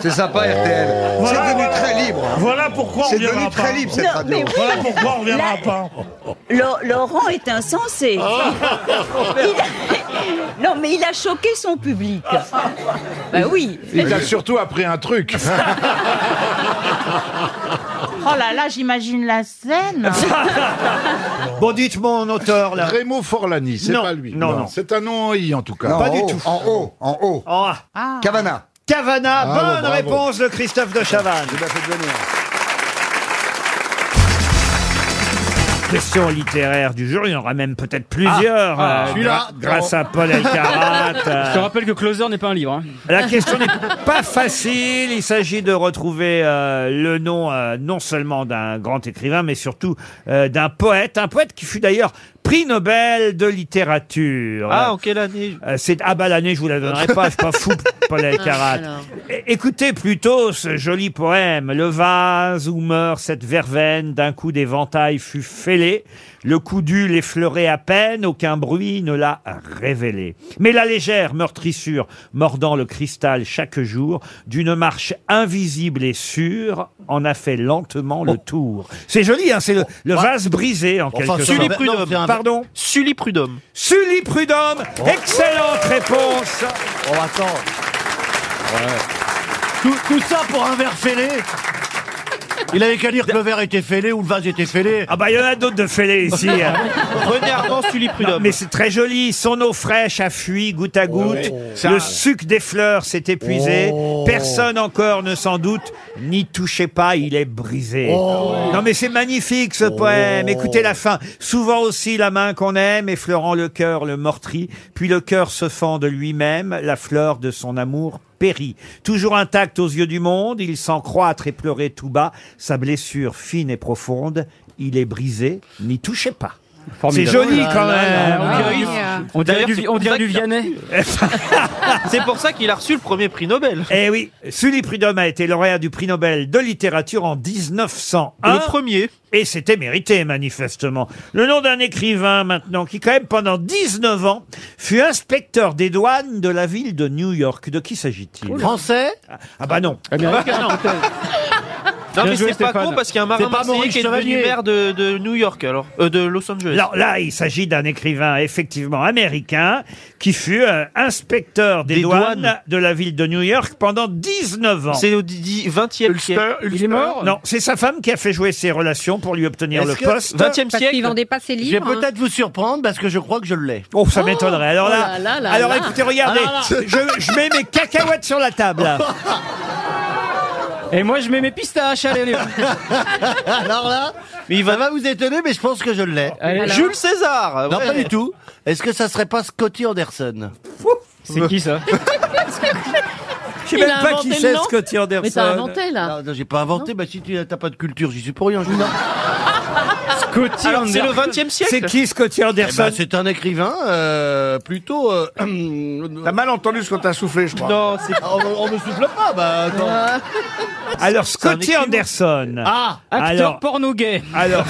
C'est sympa, RTL.
Oh.
Voilà.
C'est devenu très libre.
Voilà pourquoi on
C'est
viendra
devenu
pas.
très libre, cette
Non,
radio.
mais oui.
Voilà pourquoi on reviendra
La-
pas. Ah.
Lo- Laurent est insensé. Il a- Non, mais il a choqué son public.
Ah.
Ben oui.
Il a surtout appris un truc.
Oh là là, j'imagine la scène.
(laughs)
Ah,
bon, dites mon auteur là.
Raymond Forlani, c'est
Non,
pas lui.
non, non.
C'est un nom en I en tout cas.
Non, en haut, En haut, en haut.
Ah.
Cavana.
Cavana,
Ah,
bonne
bon, bravo.
réponse de Christophe de Chavannes. Question littéraire du jour, il y en aura même peut-être plusieurs.
Ah,
euh,
celui-là.
gra- grâce à
(laughs)
Paul Elkarat. euh,
Je te rappelle que Closer n'est pas un livre. hein.
La question n'est pas facile. Il s'agit de retrouver euh, le nom euh, non seulement d'un grand écrivain, mais surtout euh, d'un poète. Un poète qui fut d'ailleurs prix Nobel de littérature.
Ah, en quelle année
Euh, c'est ah bah l'année je vous la donnerai pas, je suis pas
(laughs)
fou Paul Elkarat. É- Écoutez plutôt ce joli poème. Le vase où meurt cette verveine d'un coup d'éventail fut fêlé. Le coup du l'effleurait à peine, aucun bruit ne l'a révélé. Mais la légère meurtrissure mordant le cristal chaque jour d'une marche invisible et sûre en a fait lentement le tour. C'est joli, hein, c'est le, le vase brisé en
Enfin,
quelque
c'est un
sorte.
ver- non, c'est un ver-
Pardon.
Sully Prudhomme.
Sully Prudhomme, excellente réponse.
On attend. Tout, tout ça pour un verre fêlé
Il avait qu'à dire que le verre était fêlé ou le vase était fêlé.
Ah bah il y en a d'autres
(laughs)
de fêlés ici. hein.
René Armand, Sully Prudhomme.
Non, mais c'est très joli. Son eau fraîche a fui goutte à goutte.
Ça-
Le suc des fleurs s'est épuisé. Personne encore ne s'en doute. N'y touchez pas, il est brisé. Non mais c'est magnifique ce poème. Écoutez la fin. Souvent aussi la main qu'on aime, effleurant le cœur, le mortrit. Puis le cœur se fend de lui-même, la fleur de son amour périt. Toujours intact aux yeux du monde, il s'en croître et pleurer tout bas. Sa blessure fine et profonde, il est brisé. N'y touchez pas. C'est
Formidable.
joli
Oh là
quand
là
même.
là là.
Ah, oui.
On dirait du, on dirait du Vianney.
(laughs)
C'est pour ça qu'il a reçu le premier prix Nobel.
Eh oui, Sully Prudhomme a été lauréat du prix Nobel de littérature en 1901.
Le premier.
Et c'était mérité, manifestement. Le nom d'un écrivain, maintenant, qui, quand même, pendant 19 ans, fut inspecteur des douanes de la ville de New York. De qui s'agit-il
Français
Ah bah non. (laughs)
Non,
Bien
mais
joué,
c'est pas
Stéphane.
con parce qu'il y a un marin
C'est pas
marseillais
Maurice
qui est devenu
Chevalier.
maire de, de New York, alors. Euh, de Los Angeles.
Alors là, il s'agit d'un écrivain effectivement américain qui fut euh, inspecteur des,
Des
douanes,
douanes.
de la ville de New York pendant 19 ans.
C'est au di- di- 20e siècle.
Il est mort Non, c'est sa femme qui a fait jouer ses relations pour lui obtenir le poste.
pas ses
Je vais peut-être vous surprendre parce que je crois que je l'ai.
Oh, ça m'étonnerait. Alors là,
Oh là là là
alors
là.
écoutez, regardez,
Ah là là.
Je, je mets mes cacahuètes sur la
(laughs)
table. là.
Et moi, je mets mes pistaches. Allez, allez.
(laughs) Alors là, il va, va vous étonner, mais je pense que je l'ai.
Alors
Jules César Non,
ouais.
pas du tout. Est-ce que ça serait pas Scotty Anderson
C'est qui ça
Je sais même pas qui c'est Scotty Anderson.
Ah, euh,
(laughs)
Non, non, j'ai pas inventé. Bah, si tu n'as pas de culture, j'y suis pour rien. je-
Coty
Alors, c'est
Ander-
le 20e siècle.
C'est qui ce Coty Anderson
Eh ben,
C'est un écrivain
euh,
plutôt.
(clears throat) T'as mal entendu ce qu'on t'a soufflé, je crois. Non, c'est... On, me souffle pas, bah attends.
Alors Scotty Anderson.
Ah, acteur
porno gay.
(laughs)
Alors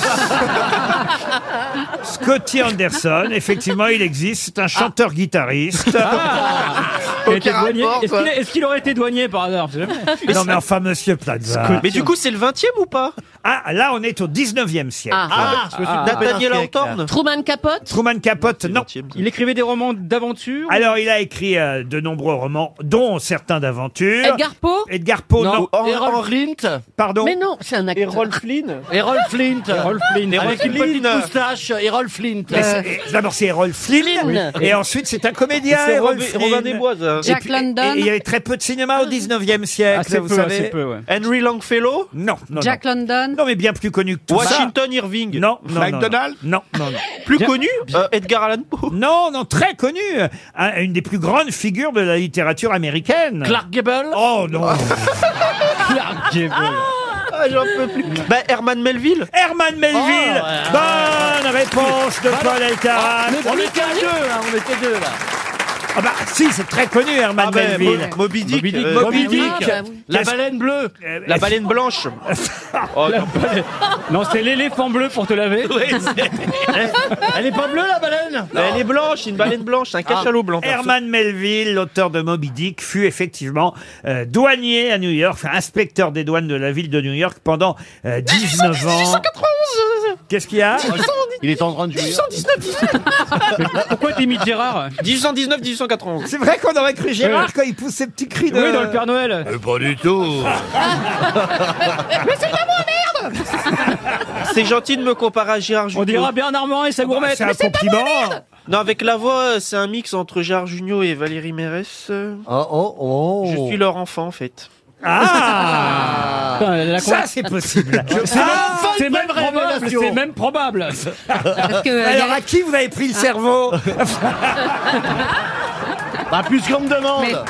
Scotty Anderson, effectivement, il existe. C'est un chanteur guitariste.
Ah.
Ah.
Il était douanier. Est-ce qu'il est- est-ce qu'il aurait été douanier par hasard Je sais jamais.
non mais enfin Monsieur Plaza.
Mais du coup, c'est le 20 e ou pas
Ah là on est au 19e siècle.
Ah, je me suis Ah. trompé d'un Nathaniel siècle, Hawthorne là.
Truman Capote Truman Capote non.
Il écrivait des romans d'aventure
Alors il a écrit euh, de nombreux romans dont certains d'aventure.
Edgar
Poe Edgar Poe non.
Flint
Pardon
Mais non, c'est un acteur. Errol (laughs) Flynn Errol Flint Errol Flynn
Avec une petite
moustache, Errol Flint
Mais c'est- euh, D'abord c'est Errol Flynn
Flynn.
et ensuite c'est un comédien.
C'est
Errol
Robin-
Flynn.
Robin hein. des Bois, ça.
Et
Jack
puis-
London.
et- et Il y avait très peu de cinéma au 19e siècle,
Assez
vous
Ah, peu,
savez.
assez peu, ouais.
Henry Longfellow Non, non.
Jack London.
Non mais bien plus connu que tout
Washington
Irving. Non, non, non,
McDonald
Non, non, non.
Plus connu Euh, Edgar Allan Poe
Non, non, très connu. Un- Une des plus grandes figures de la littérature américaine.
Clark
Gable Oh
(laughs)
non
Clark Gable Ah, j'en peux plus. Bah, Herman Melville
Herman Melville Bonne réponse de Paul
Ah,
Elkarat hein,
On était à deux,
hein,
là, on était deux, là.
Ah bah si, c'est très connu Herman
Ah ben,
Melville.
Mo- Moby Dick, euh,
Moby Dick.
Ah, bah oui. La
Qu'est-ce-
baleine bleue.
Euh,
La baleine
(laughs)
blanche. Oh,
La baleine- Non, c'est l'éléphant bleu pour te
(laughs)
laver.
Elle est pas bleue, la baleine Elle est blanche, une baleine blanche, c'est un cachalot blanc.
Ah. Herman Melville, l'auteur de Moby Dick, fut effectivement euh, douanier à New York, enfin, inspecteur des douanes de la ville de New York pendant euh, 19 ans. Qu'est-ce qu'il y a Il est en train de jouer. Euh,
1819 Pourquoi t'imites Gérard 1819, 1891.
C'est vrai qu'on aurait cru Gérard quand il pousse ses petits cris de...
Oui, dans le Père Noël.
Euh, Pas du tout.
Mais c'est pas moi, merde C'est gentil de me comparer à Gérard Jugnot.
On dira Bernard Morin et sa gourmette.
Bah, C'est un compliment Non, avec la voix, c'est un mix entre Gérard Jugnot et Valérie Mérès. Oh, oh, oh Je suis leur enfant, en fait.
Ah Ça,
(laughs)
c'est (laughs) possible. Ah,
C'est même probable. C'est même probable.
Alors, à qui vous avez pris le (laughs) cerveau Bah,
Pas plus qu'on me demande.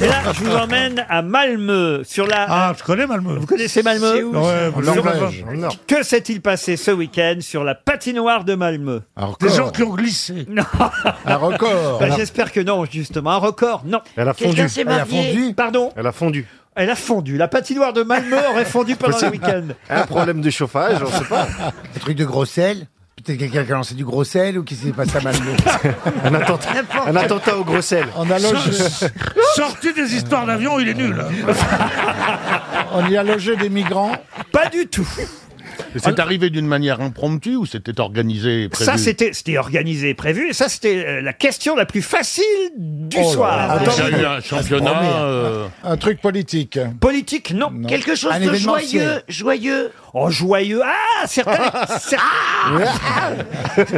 Et là, je vous emmène à Malmö, sur la... Ah, je connais Malmö. Vous connaissez Malmö
Ouais,
Sur-
Norvège, en Nord.
Que s'est-il passé ce week-end sur la patinoire de Malmö
Des record. gens qui
ont glissé. Non.
(laughs) Un record.
Bah,
Elle a-
J'espère que non, justement. Un record, non.
Elle a
Quelqu'un
fondu.
s'est
Elle a
marié.
fondu.
Pardon
Elle a fondu.
Elle a fondu. La patinoire de Malmö aurait
(laughs)
fondu pendant le week-end.
Un problème de chauffage, on sait pas. Un truc de gros sel Peut-être quelqu'un qui a lancé du gros sel ou qui s'est passé à Malmö. (laughs) un, attentat, un attentat au gros sel.
On a
(laughs)
logé,
Sorti des histoires d'avion, il est nul.
(laughs) on y a logé des migrants.
Pas du tout.
C'est arrivé d'une manière impromptue ou c'était organisé et prévu
Ça, c'était c'était organisé et prévu. Et ça, c'était euh, la question la plus facile du
Oh là
soir.
Ah,
là. Attends, Il y a eu un championnat,
euh, Un truc politique.
Politique, non.
Quelque chose Un de événementiel. joyeux,
joyeux. Oh, joyeux. Ah, certains, cer-
Ah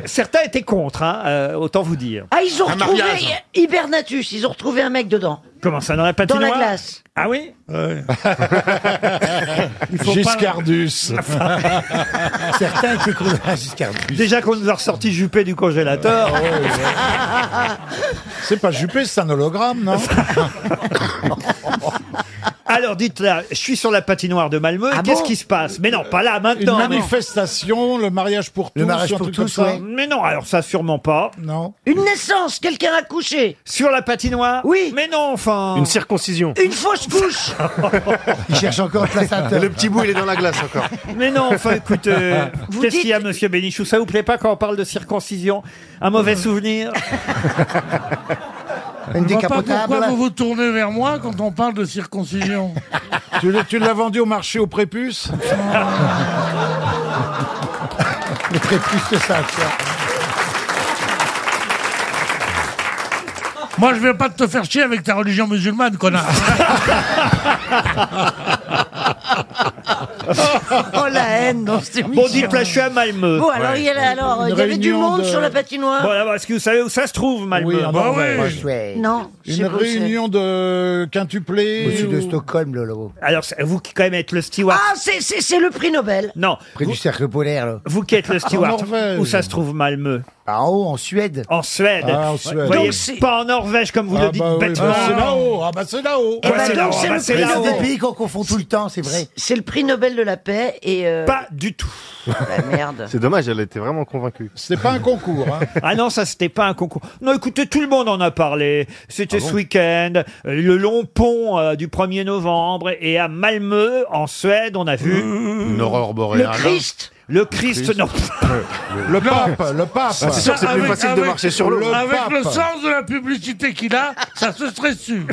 certains étaient contre, hein, euh, autant vous dire.
Ah, ils ont
Un
retrouvé
mariage.
Hibernatus, ils ont retrouvé un mec dedans.
Comment ça, dans la patinoire
Dans la glace.
Ah oui (laughs)
Giscardus. (laughs)
Certains étaient contre Giscardus. Déjà qu'on nous a ressorti Juppé du congélateur.
Ah,
Ah
C'est pas Juppé, c'est un hologramme, non
(laughs) Alors dites là, je suis sur la patinoire de Malmö,
Ah
qu'est-ce qui se passe (laughs) Mais non, pas là, maintenant. non.
Une manifestation, le mariage pour tous,
Le mariage
un
pour
truc
tous,
comme ça.
ouais. Mais non, alors ça sûrement pas.
Non.
Une naissance, quelqu'un a couché.
Sur la patinoire
Oui.
Mais non, enfin.
Une circoncision.
Une fausse couche.
Il cherche encore
placenta.
Le petit bout, il est dans la glace encore.
Mais non, enfin, écoute, euh,
(laughs) Vous
qu'est-ce
dites-
qu'il y a, monsieur Bénichou Ça vous plaît pas quand on parle de circoncision Un mauvais souvenir
Une
Je vois pas pourquoi vous vous tournez vers moi quand on parle de circoncision.
(laughs) Tu l'as- tu l'as vendu au marché au prépuce Ah. (laughs) Le prépuce de ça,
Moi, je vais pas te faire chier avec ta religion musulmane,
(laughs)
(laughs)
connard.
oh la haine dans cette émission.
Bon, dites-la, je suis à Malmö.
Bon, alors, il y, a, là- alors, euh, il y avait du monde sur la patinoire.
Bon, là, est-ce que vous savez où ça se trouve, Malmö
Oui, en Bah Norvège. oui.
Non, je
Une
sais pas où c'est.
réunion de quintuplés.
Au sud de
Stockholm, Lolo.
Alors, c'est- vous qui quand même êtes le steward.
Ah, c'est- c'est c'est le prix Nobel.
Non.
Près du cercle polaire, là.
Vous qui êtes le
En
steward,
Norvège.
où ça se trouve Malmö En haut, en Suède. En Suède.
Ah, en Suède.
Voyez,
Donc c'est-
pas en Norvège comme vous
Ah
le dites
bah oui, (laughs)
bêtement.
bah c'est là-haut.
Ah bah c'est là-haut.
Eh bah
c'est
donc
là-haut.
c'est
Ah bah
le
c'est
prix
là-haut.
Nobel.
Pays qu'on confond tout le temps, c'est vrai.
C'est le prix Nobel de la paix et. euh,
Pas du tout.
merde.
C'est dommage, elle était vraiment convaincue.
C'était pas un concours. (laughs) ah non, ça c'était pas un concours. Non, écoutez, tout le monde en a parlé. C'était
Ah bon
ce week-end, euh, le long pont euh, du 1er novembre, et à Malmö, en Suède, on a vu
Une aurore boréale. Le Christ.
Le Christ, non. (laughs)
Le pape, le pape. Ah, c'est sûr que c'est plus
Avec-
facile de
avec-
marcher sur l'eau.
Avec
pape.
le sens de la publicité qu'il a, ça se serait su.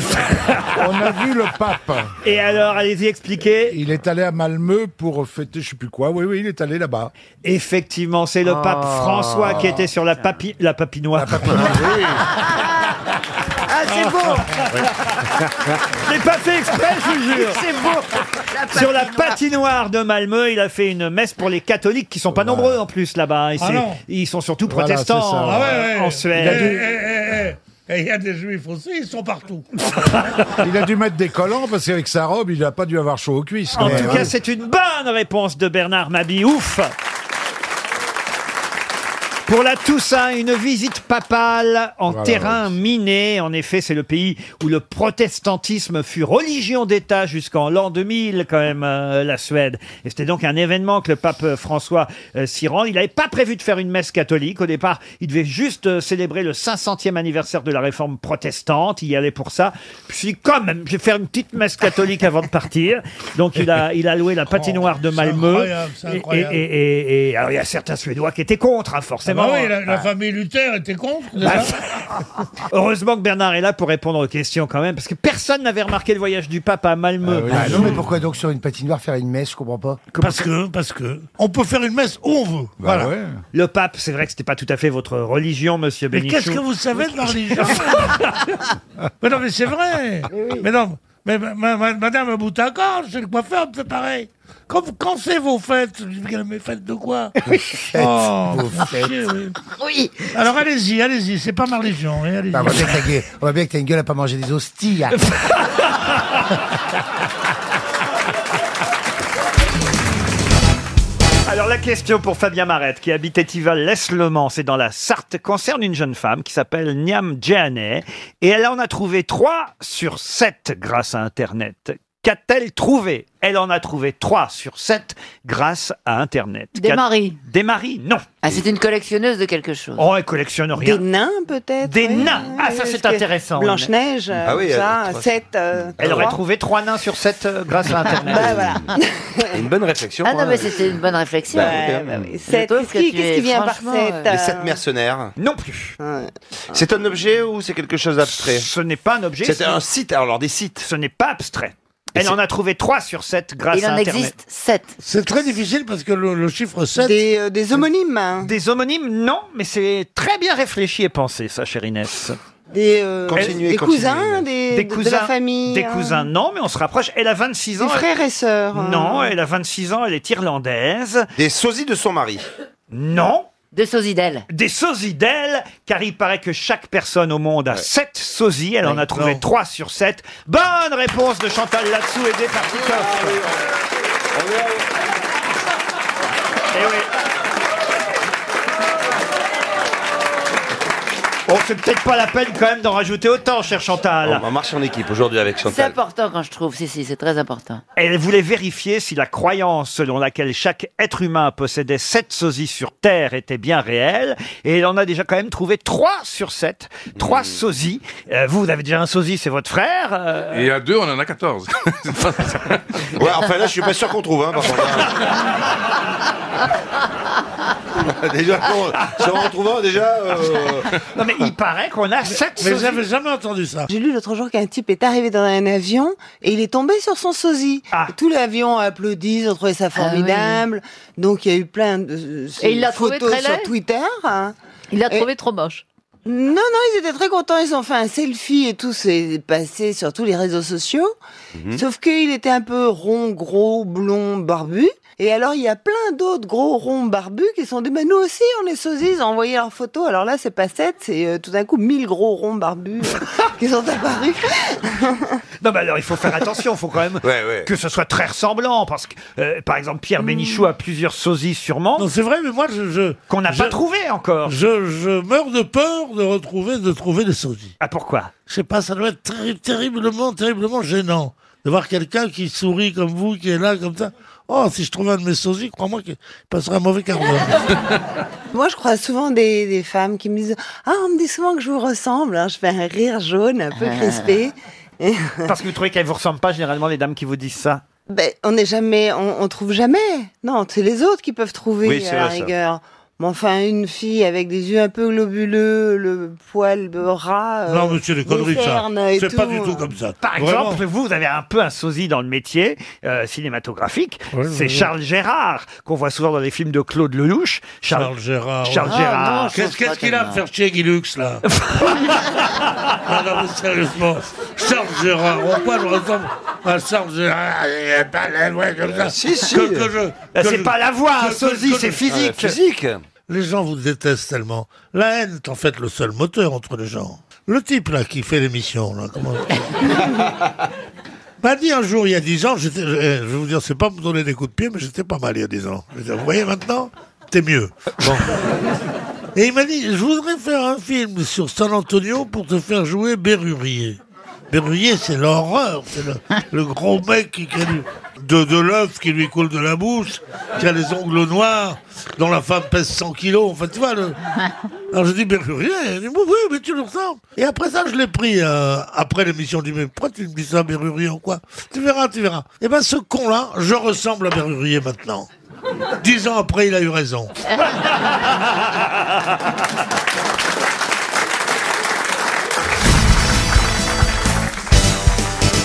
On a vu le pape.
Et alors, allez-y expliquer.
Il est allé à Malmö pour fêter, je sais plus quoi. Oui, oui, il est allé là-bas.
Effectivement, c'est le pape
Ah.
François qui était sur la, papi- la papinoire. (laughs)
Ah, c'est beau
Je l'ai pas fait exprès, je vous jure.
(laughs) C'est beau
Sur la patinoire de Malmö, il a fait une messe pour les catholiques qui sont pas nombreux en plus là-bas. Et
Ah
c'est-
non.
ils sont surtout
(laughs) Voilà,
protestants
c'est ça.
euh,
Ah ouais, ouais.
en Suède.
Eh, eh, eh, eh, eh, Il y a des juifs aussi, ils sont partout.
Il a dû mettre des collants parce qu'avec sa robe, il n'a pas dû avoir chaud aux cuisses.
En
quand
tout
même. hein.
cas, c'est une bonne réponse de Bernard Mabi. Ouf pour la Toussaint, une visite papale en
Voilà,
terrain miné. En effet, c'est le pays où le protestantisme fut religion d'État jusqu'en l'an 2000, quand même, euh, la Suède. Et c'était donc un événement que le pape François euh, s'y rend. Il n'avait pas prévu de faire une messe catholique. Au départ, il devait juste euh, célébrer le 500e anniversaire de la réforme protestante. Il y allait pour ça. Puis il s'est dit, quand même, je vais faire une petite messe catholique avant de partir. Donc il a, il a loué la patinoire de Malmö.
incroyable, (laughs) c'est
Et- et-
incroyable.
Et, et- et- alors il y a certains Suédois qui étaient contre, hein,
Ah
forcément.
bah oui, la, la
Ah.
famille Luther était contre.
Bah,
déjà.
Heureusement que Bernard est là pour répondre aux questions quand même, parce que personne n'avait remarqué le voyage du pape à Malmö.
Ah non, mais pourquoi donc sur une patinoire faire une messe Je comprends pas. Bah
Parce que, parce que, on peut faire une messe où on veut. voilà.
Le pape, c'est vrai que c'était pas tout à fait votre religion, monsieur
Mais
Bénichou.
qu'est-ce que
(laughs)
vous savez de la religion Mais non, mais c'est vrai. Mais non, mais ma- ma- ma- madame Boutaka, chez le coiffeur, elle me fait pareil. Quand, vous- quand c'est vos fêtes Je dis, mais fêtes de quoi Oh,
Vos
vous
fêtes.
chiez, oui. Alors allez-y, allez-y, c'est pas ma religion. hein, allez-y.
Bah, on, voit
(laughs)
bien que t'as gueule- on voit bien que t'as une gueule à pas manger des hosties.
(laughs)
hein.
Alors la question pour Fabien Marette, qui habite Étival le mans c'est dans la Sarthe, concerne une jeune femme qui s'appelle Niam Djehaneh, et elle en a trouvé 3 sur 7 grâce à Internet. Qu'a-t-elle trouvé Elle en a trouvé 3 sur 7 grâce à Internet.
Des
Qu'a-
maris.
Des maris, non.
Ah, c'est une collectionneuse de quelque chose.
Oh, elle collectionne rien.
Des nains, peut-être
Des
oui.
nains Ah,
Oui,
Euh,
ça,
oui,
c'est
parce que
intéressant.
Blanche-Neige, euh,
Ah oui,
tout
elle-
ça,
trois-
7.
euh,
Elle aurait trouvé 3 nains sur 7 grâce à
(laughs)
Internet.
Bah, voilà.
(laughs) Une bonne réflexion.
Ah non,
hein.
mais
euh,
c'était une bonne réflexion.
Bah, ouais, bah oui.
Sept,
Je trouve
qu'est-ce
que
qui-
tu
qu'est-ce
es
qui vient par
franchement,
sept,
euh,
euh,
Les sept mercenaires.
Non plus.
C'est un objet ou c'est quelque chose d'abstrait
Ce n'est pas un objet.
C'est
c'est-
un site, alors des sites.
Ce n'est pas abstrait. Elle en a trouvé 3 sur 7 grâce
Il en
à Internet.
existe 7.
C'est très difficile parce que le, le chiffre 7.
Des, euh, des homonymes. hein.
Des homonymes, non, mais c'est très bien réfléchi et pensé, ça, chère Inès.
Des, euh, des cousins, des,
Des
de- de la famille.
Des
hein.
cousins, non, mais on se rapproche. Elle a 26
Des
ans.
frères et sœurs. hein.
Non, elle a 26 ans, elle est irlandaise.
Des sosies de son mari.
Non.
Des sosies d'elle.
Des sosies d'elle, car il paraît que chaque personne au monde a 7 sosies. Elle en a trouvé 3 sur 7. Bonne réponse de Chantal Latsou, aidée par Titoff. Eh oui. Bon, Oh, c'est peut-être pas la peine quand même d'en rajouter autant, cher Chantal.
On marche en équipe aujourd'hui avec
C'est
Chantal.
important quand je trouve, si, si, c'est très important.
Elle voulait vérifier si la croyance selon laquelle chaque être humain possédait sept sosies sur Terre était bien réelle. Et elle en a déjà quand même trouvé trois sur sept. Trois sosies. Euh, vous, vous avez déjà un sosie, c'est votre frère. euh,
Et à deux, on en a 14. (laughs) ouais, enfin là, je suis pas sûr qu'on trouve. Hein, par (laughs) contre.
déjà, qu'on- se retrouvant déjà. euh,
Non, mais il paraît qu'on a sept
Mais
sosies.
j'avais jamais entendu ça.
J'ai lu l'autre jour qu'un type est arrivé dans un avion et il est tombé sur son sosie.
Ah.
Et Tout l'avion a applaudi, ils ont trouvé ça formidable. Donc il y a eu plein de euh,
Et il l'a trouvé
photos
très
sur
laid
Twitter.
Il l'a
Et-
trouvé trop moche.
hein. Non, non, ils étaient très contents. Ils ont fait un selfie et tout. C'est passé sur tous les réseaux sociaux.
Mhm.
Sauf qu'il était un peu rond, gros, blond, barbu. Et alors, il y a plein d'autres gros, ronds, barbus qui sont dit, bah, nous aussi, on est sosies. Ils ont envoyé leurs photos. Alors là, c'est pas sept, c'est euh, tout d'un coup 1000 gros, ronds, barbus
(laughs)
euh, qui sont apparus.
Non, mais alors il faut faire attention, il faut quand même que ce soit très ressemblant, parce que euh, par exemple Pierre Bénichou a plusieurs sosies sûrement. Non,
c'est vrai, mais moi je.
Qu'on n'a pas trouvé encore.
Je, je meurs de peur de retrouver, de trouver des sosies.
Ah pourquoi
Je sais pas, ça doit être terri- terriblement, terriblement gênant de voir quelqu'un qui sourit comme vous, qui est là comme ça. Oh, si je trouvais un de mes sosies, crois-moi qu'il passerait un mauvais quart d'heure.
Moi, je crois souvent des, des femmes qui me disent Ah, on me dit souvent que je vous ressemble. hein. Je fais un rire jaune, un peu
Ah.
crispé. Et-
Parce que vous trouvez qu'elles vous ressemblent pas généralement les dames qui vous disent ça.
ben, on n'est jamais, on, on trouve jamais. Non, c'est les autres qui peuvent trouver
Oui, c'est
à la
vrai, ça.
rigueur. Mais enfin, une fille avec des yeux un peu globuleux, le poil de rat. euh,
Non, mais c'est des conneries, ça.
cernes et euh.
C'est pas du tout comme ça.
Par
Vraiment.
exemple, vous, vous avez un peu un sosie dans le métier euh, cinématographique.
Ouais,
c'est
ouais, ouais.
Charles Gérard, qu'on voit souvent dans les films de Claude Lelouch.
Charles Gérard.
Charles
Ah,
Gérard.
non, je Qu'est-ce- pense qu'est-ce pas qu'il a à tellement. faire chier Guy Lux, là Ah non, mais sérieusement, Charles Gérard, en quoi je ressemble à Charles Gérard Il a pas la voix comme ça.
Si, si.
Que- que je-
Là,
que
Bah, c'est
je-
pas la voix, un
que-
sosie,
que-
c'est
que-
physique. Ah, physique.
Les gens vous détestent tellement. La haine est en fait le seul moteur entre les gens. Le type, là, qui fait l'émission, là, comment... m'a dit un jour, il y a 10 ans, j'étais- je je vais vous dire, c'est pas me donner des coups de pied, mais j'étais pas mal il y a 10 ans. Je veux dire, vous voyez maintenant, t'es mieux. Bon. Et il m'a dit, je voudrais faire un film sur San Antonio pour te faire jouer Berrurier. Berrurier, c'est l'horreur, c'est le, le gros mec qui, qui a du- de, de l'œuf qui lui coule de la bouche, qui a les ongles noirs, dont la femme pèse 100 kilos. Enfin, tu vois, le, alors je dis, mais rien. Il dit, oui, oui, mais tu le ressens. Et après ça, je l'ai pris. euh, après l'émission, je dis, mais pourquoi tu me dis ça, Berrurier ou quoi Tu verras, tu verras. Et ben ce con-là, je ressemble à Berrurier maintenant. Dix ans après, il a eu raison.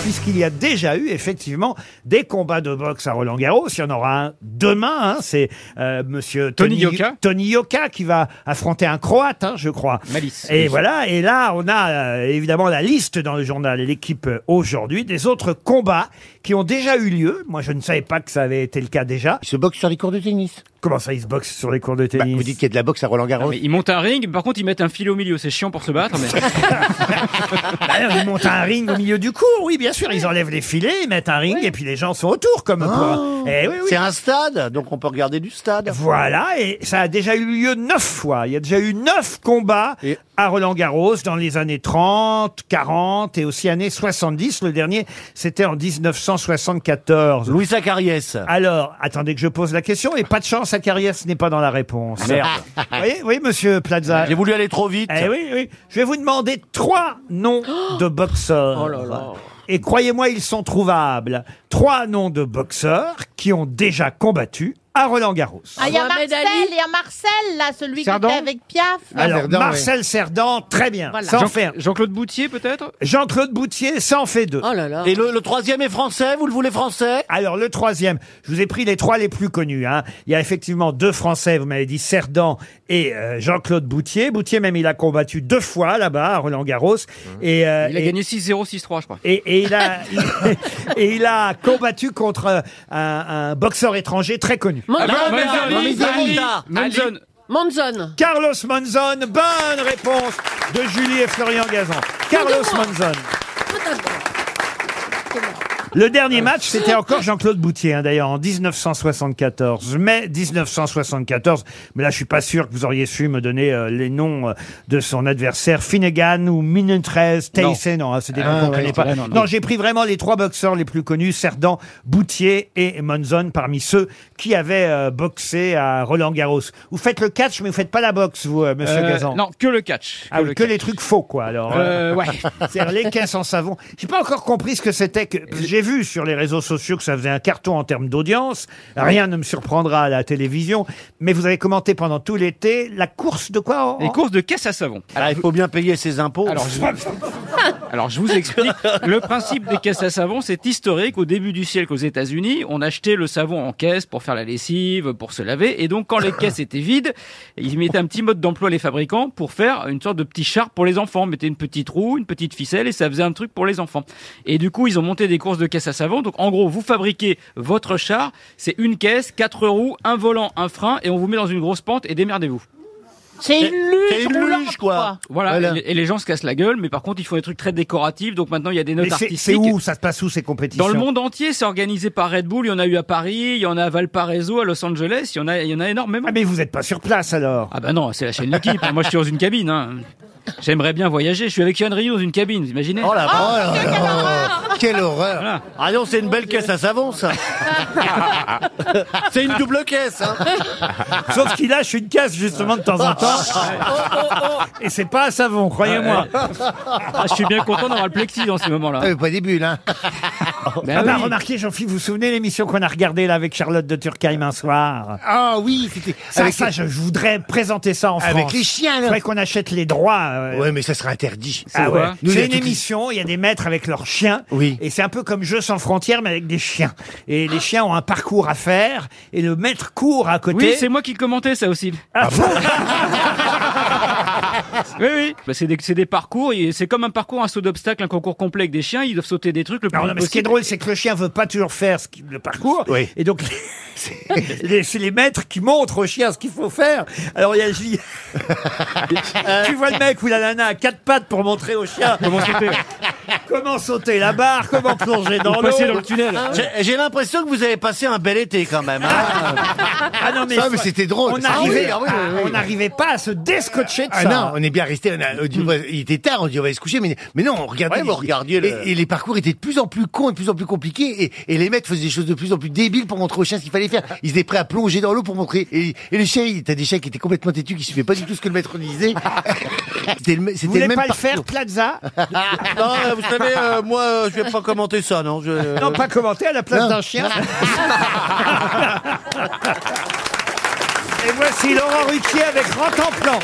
puisqu'il y a déjà eu effectivement des combats de boxe à Roland Garros. Il y en aura un demain. hein. c'est euh, Monsieur
Tony Yoka.
Tony Yoka qui va affronter un Croate, hein, je crois.
Malice.
Et
Oui.
voilà. Et là, on a euh, évidemment la liste dans le journal et l'équipe euh, aujourd'hui des autres combats qui ont déjà eu lieu. Moi, je ne savais pas que ça avait été le cas déjà. Ils se boxent sur les cours de tennis. Comment ça, ils se boxent sur les cours de tennis Vous dites qu'il y a de la boxe à Roland Garros.
Ah, mais ils montent un ring, par contre ils mettent un filet au milieu, c'est chiant pour se battre. (laughs) Mais...
Bah non, ils montent un ring au milieu du cours, oui, bien sûr. Ils enlèvent les filets, ils mettent un ring et puis les gens sont autour, comme pour- Eh oui, oui.
Ah. C'est un stade, donc on peut regarder du stade.
Voilà, et ça a déjà eu lieu neuf fois. Il y a déjà eu neuf combats à Roland-Garros dans les années 30, 40 et aussi années 70. Le dernier, c'était en 1974. Louis Acariès. Alors, attendez que je pose la question. Et pas de chance, Acariès n'est pas dans la réponse.
Ah, Merde.
oui, oui, monsieur Plaza.
J'ai voulu aller trop vite.
Eh oui, oui. Je vais vous demander trois noms de boxeurs. Et croyez-moi, ils sont trouvables. Trois noms de boxeurs qui ont déjà combattu à Roland-Garros.
Ah, il y a Marcel, il y a Marcel, là, celui qui
Cerdan
était avec Piaf.
Alors, Marcel Cerdan, très bien.
Voilà.
Ça en
Jean-
fait un.
Jean-Claude Boutier peut-être Oh
Jean-Claude Boutier, ça en fait deux.
Et le, le troisième est français, vous le voulez français
Alors, le troisième, je vous ai pris les trois les plus connus. hein. Il y a effectivement deux Français, vous m'avez dit Cerdan et euh, Jean-Claude Boutier. Boutier, même, il a combattu deux fois là-bas, à Roland-Garros.
Mmh.
Et, euh,
Il a
et-
gagné 6-0, 6-3 je crois.
Et, et il a,
(laughs)
et il a combattu contre euh, un, un boxeur étranger très connu.
Monzon. Ah, Monzon. Monzon. Monzon. Ali.
Monzon. Carlos Monzon. Bonne réponse de Julie et Florian Gazan. Carlos Monzon. Le dernier match, c'était encore Jean-Claude Boutier, hein, d'ailleurs, en 1974, mai 1974. Mais là, je suis pas sûr que vous auriez su me donner euh, les noms euh, de son adversaire, Finnegan ou Minun 13,
Non.
Tyson. Non, hein, c'est des
Ah,
noms qu'on
ouais,
connaît
non,
pas.
là,
non,
non, non.
j'ai pris vraiment les trois boxeurs les plus connus, Cerdan, Boutier et Monzon, parmi ceux qui avaient euh, boxé à Roland-Garros. Vous faites le catch, mais vous faites pas la boxe, vous, euh, monsieur
Euh,
Gazan.
Non, que le catch.
Ah oui, que les trucs faux, quoi, alors. (laughs)
Euh, ouais.
C'est-à-dire les caisses en savon. J'ai pas encore compris ce que c'était que. J'ai vu sur les réseaux sociaux que ça faisait un carton en termes d'audience. Rien ne me surprendra à la télévision. Mais vous avez commenté pendant tout l'été la course de quoi en-
Les courses de caisse à savon.
Alors, il faut bien payer ses impôts.
Alors, je- Alors je vous explique. Le principe des caisses à savon, c'est historique. Au début du siècle aux États-Unis, on achetait le savon en caisse pour faire la lessive, pour se laver. Et donc quand les caisses étaient vides, ils mettaient un petit mode d'emploi les fabricants pour faire une sorte de petit char pour les enfants. Ils mettaient une petite roue, une petite ficelle et ça faisait un truc pour les enfants. Et du coup, ils ont monté des courses de caisses à savon. Donc en gros, vous fabriquez votre char. C'est une caisse, quatre roues, un volant, un frein et on vous met dans une grosse pente et démerdez-vous.
C'est une luge.
C'est une
roulante,
luge, Voilà, Et, les, et les gens se cassent la gueule, mais par contre, ils font des trucs très décoratifs, donc maintenant, il y a des notes
Mais c'est-
artistiques.
c'est où Ça se passe où ces compétitions
Dans le monde entier, c'est organisé par Red Bull, il y en a eu à Paris, il y en a à Valparaiso, à Los Angeles, il y en a, il y en a énormément. Ah,
mais vous n'êtes pas sur place alors
Ah bah non, c'est la chaîne L'équipe, hein. moi je suis dans une cabine. hein. J'aimerais bien voyager, je suis avec Yann Rio dans une cabine, vous imaginez
Oh la
vache
vache. Quelle horreur Ah non, c'est une belle caisse
(laughs)
à savon, Ah, ça C'est une double
(laughs)
caisse, hein
(laughs) Sauf qu'il lâche une caisse justement de temps en temps.
Oh,
Et c'est pas un savon, croyez-moi.
Ah, je suis bien content d'avoir le plexi dans ces moments-là.
Eh
Ah, pas des bulles, hein.
bah,
Ben oui.
Remarquez, Jean-Philippe, vous vous souvenez l'émission qu'on a regardée là avec Charlotte de Turckheim un soir
Ah oui, c'était.
ça,
avec-
ça, je, je voudrais présenter ça en France.
Avec les chiens, là.
Faudrait qu'on achète les droits. euh,
Ouais, mais ça sera interdit.
Ah ouais.
Nous, il y a
C'est une
toutes les-
émission, il y a des maîtres avec leurs chiens. Oui. Et c'est un peu comme Jeux sans frontières, mais avec des chiens. Et les chiens ont un parcours à faire, et le maître court à côté. Ah
Oui, c'est moi qui le commentais ça aussi. (laughs) Oui, oui. Bah, c'est des, c'est des parcours, et c'est comme un parcours, un saut d'obstacle, un concours complet avec des chiens, ils doivent sauter des trucs le plus
Ah, Non, non,
vite
mais ce qui est
possible.
drôle, c'est que le chien veut pas toujours faire ce qui- le parcours. Et donc, c'est les, c'est les maîtres qui montrent au chien ce qu'il faut faire. Alors, il y a J- tu vois le mec ou la nana à quatre pattes pour montrer au chien
Comment
(laughs)
sauter.
comment sauter la barre, comment plonger dans l'eau. Ah
J'ai- J'ai l'impression que vous avez passé un bel été, quand même. hein.
Ah non, mais,
Ça, mais c'était drôle.
On
Ah
n'arrivait
oui, ah oui, oui, oui.
on n'arrivait pas à se déscotcher de
Ah
ça. Hmm.
non, on est bien resté. on a- on dit, ouais, Il était tard, on dit on va aller se coucher, mais, mais non, on regardait.
Ouais, vous regardiez
et,
le-
et les parcours étaient de plus en plus cons et de plus en plus compliqués, et, et les mecs faisaient des choses de plus en plus débiles pour montrer aux chiens ce qu'il fallait faire. Ils étaient prêts à plonger dans l'eau pour montrer. Et, et le chien, il- t'as des chiens qui étaient complètement têtus, qui suivaient pas du tout ce que le maître
(laughs)
disait. c'était le, me-
Vous
c'était
voulez
le
pas
même
le
parcours.
faire, Plaza
Non, euh, vous savez, euh, moi, euh, je vais pas commenter ça, non. je-
Non, pas commenter à la place
Non.
d'un chien. (laughs) Et voici Laurent Ruquier avec
(laughs)
Rentemplan.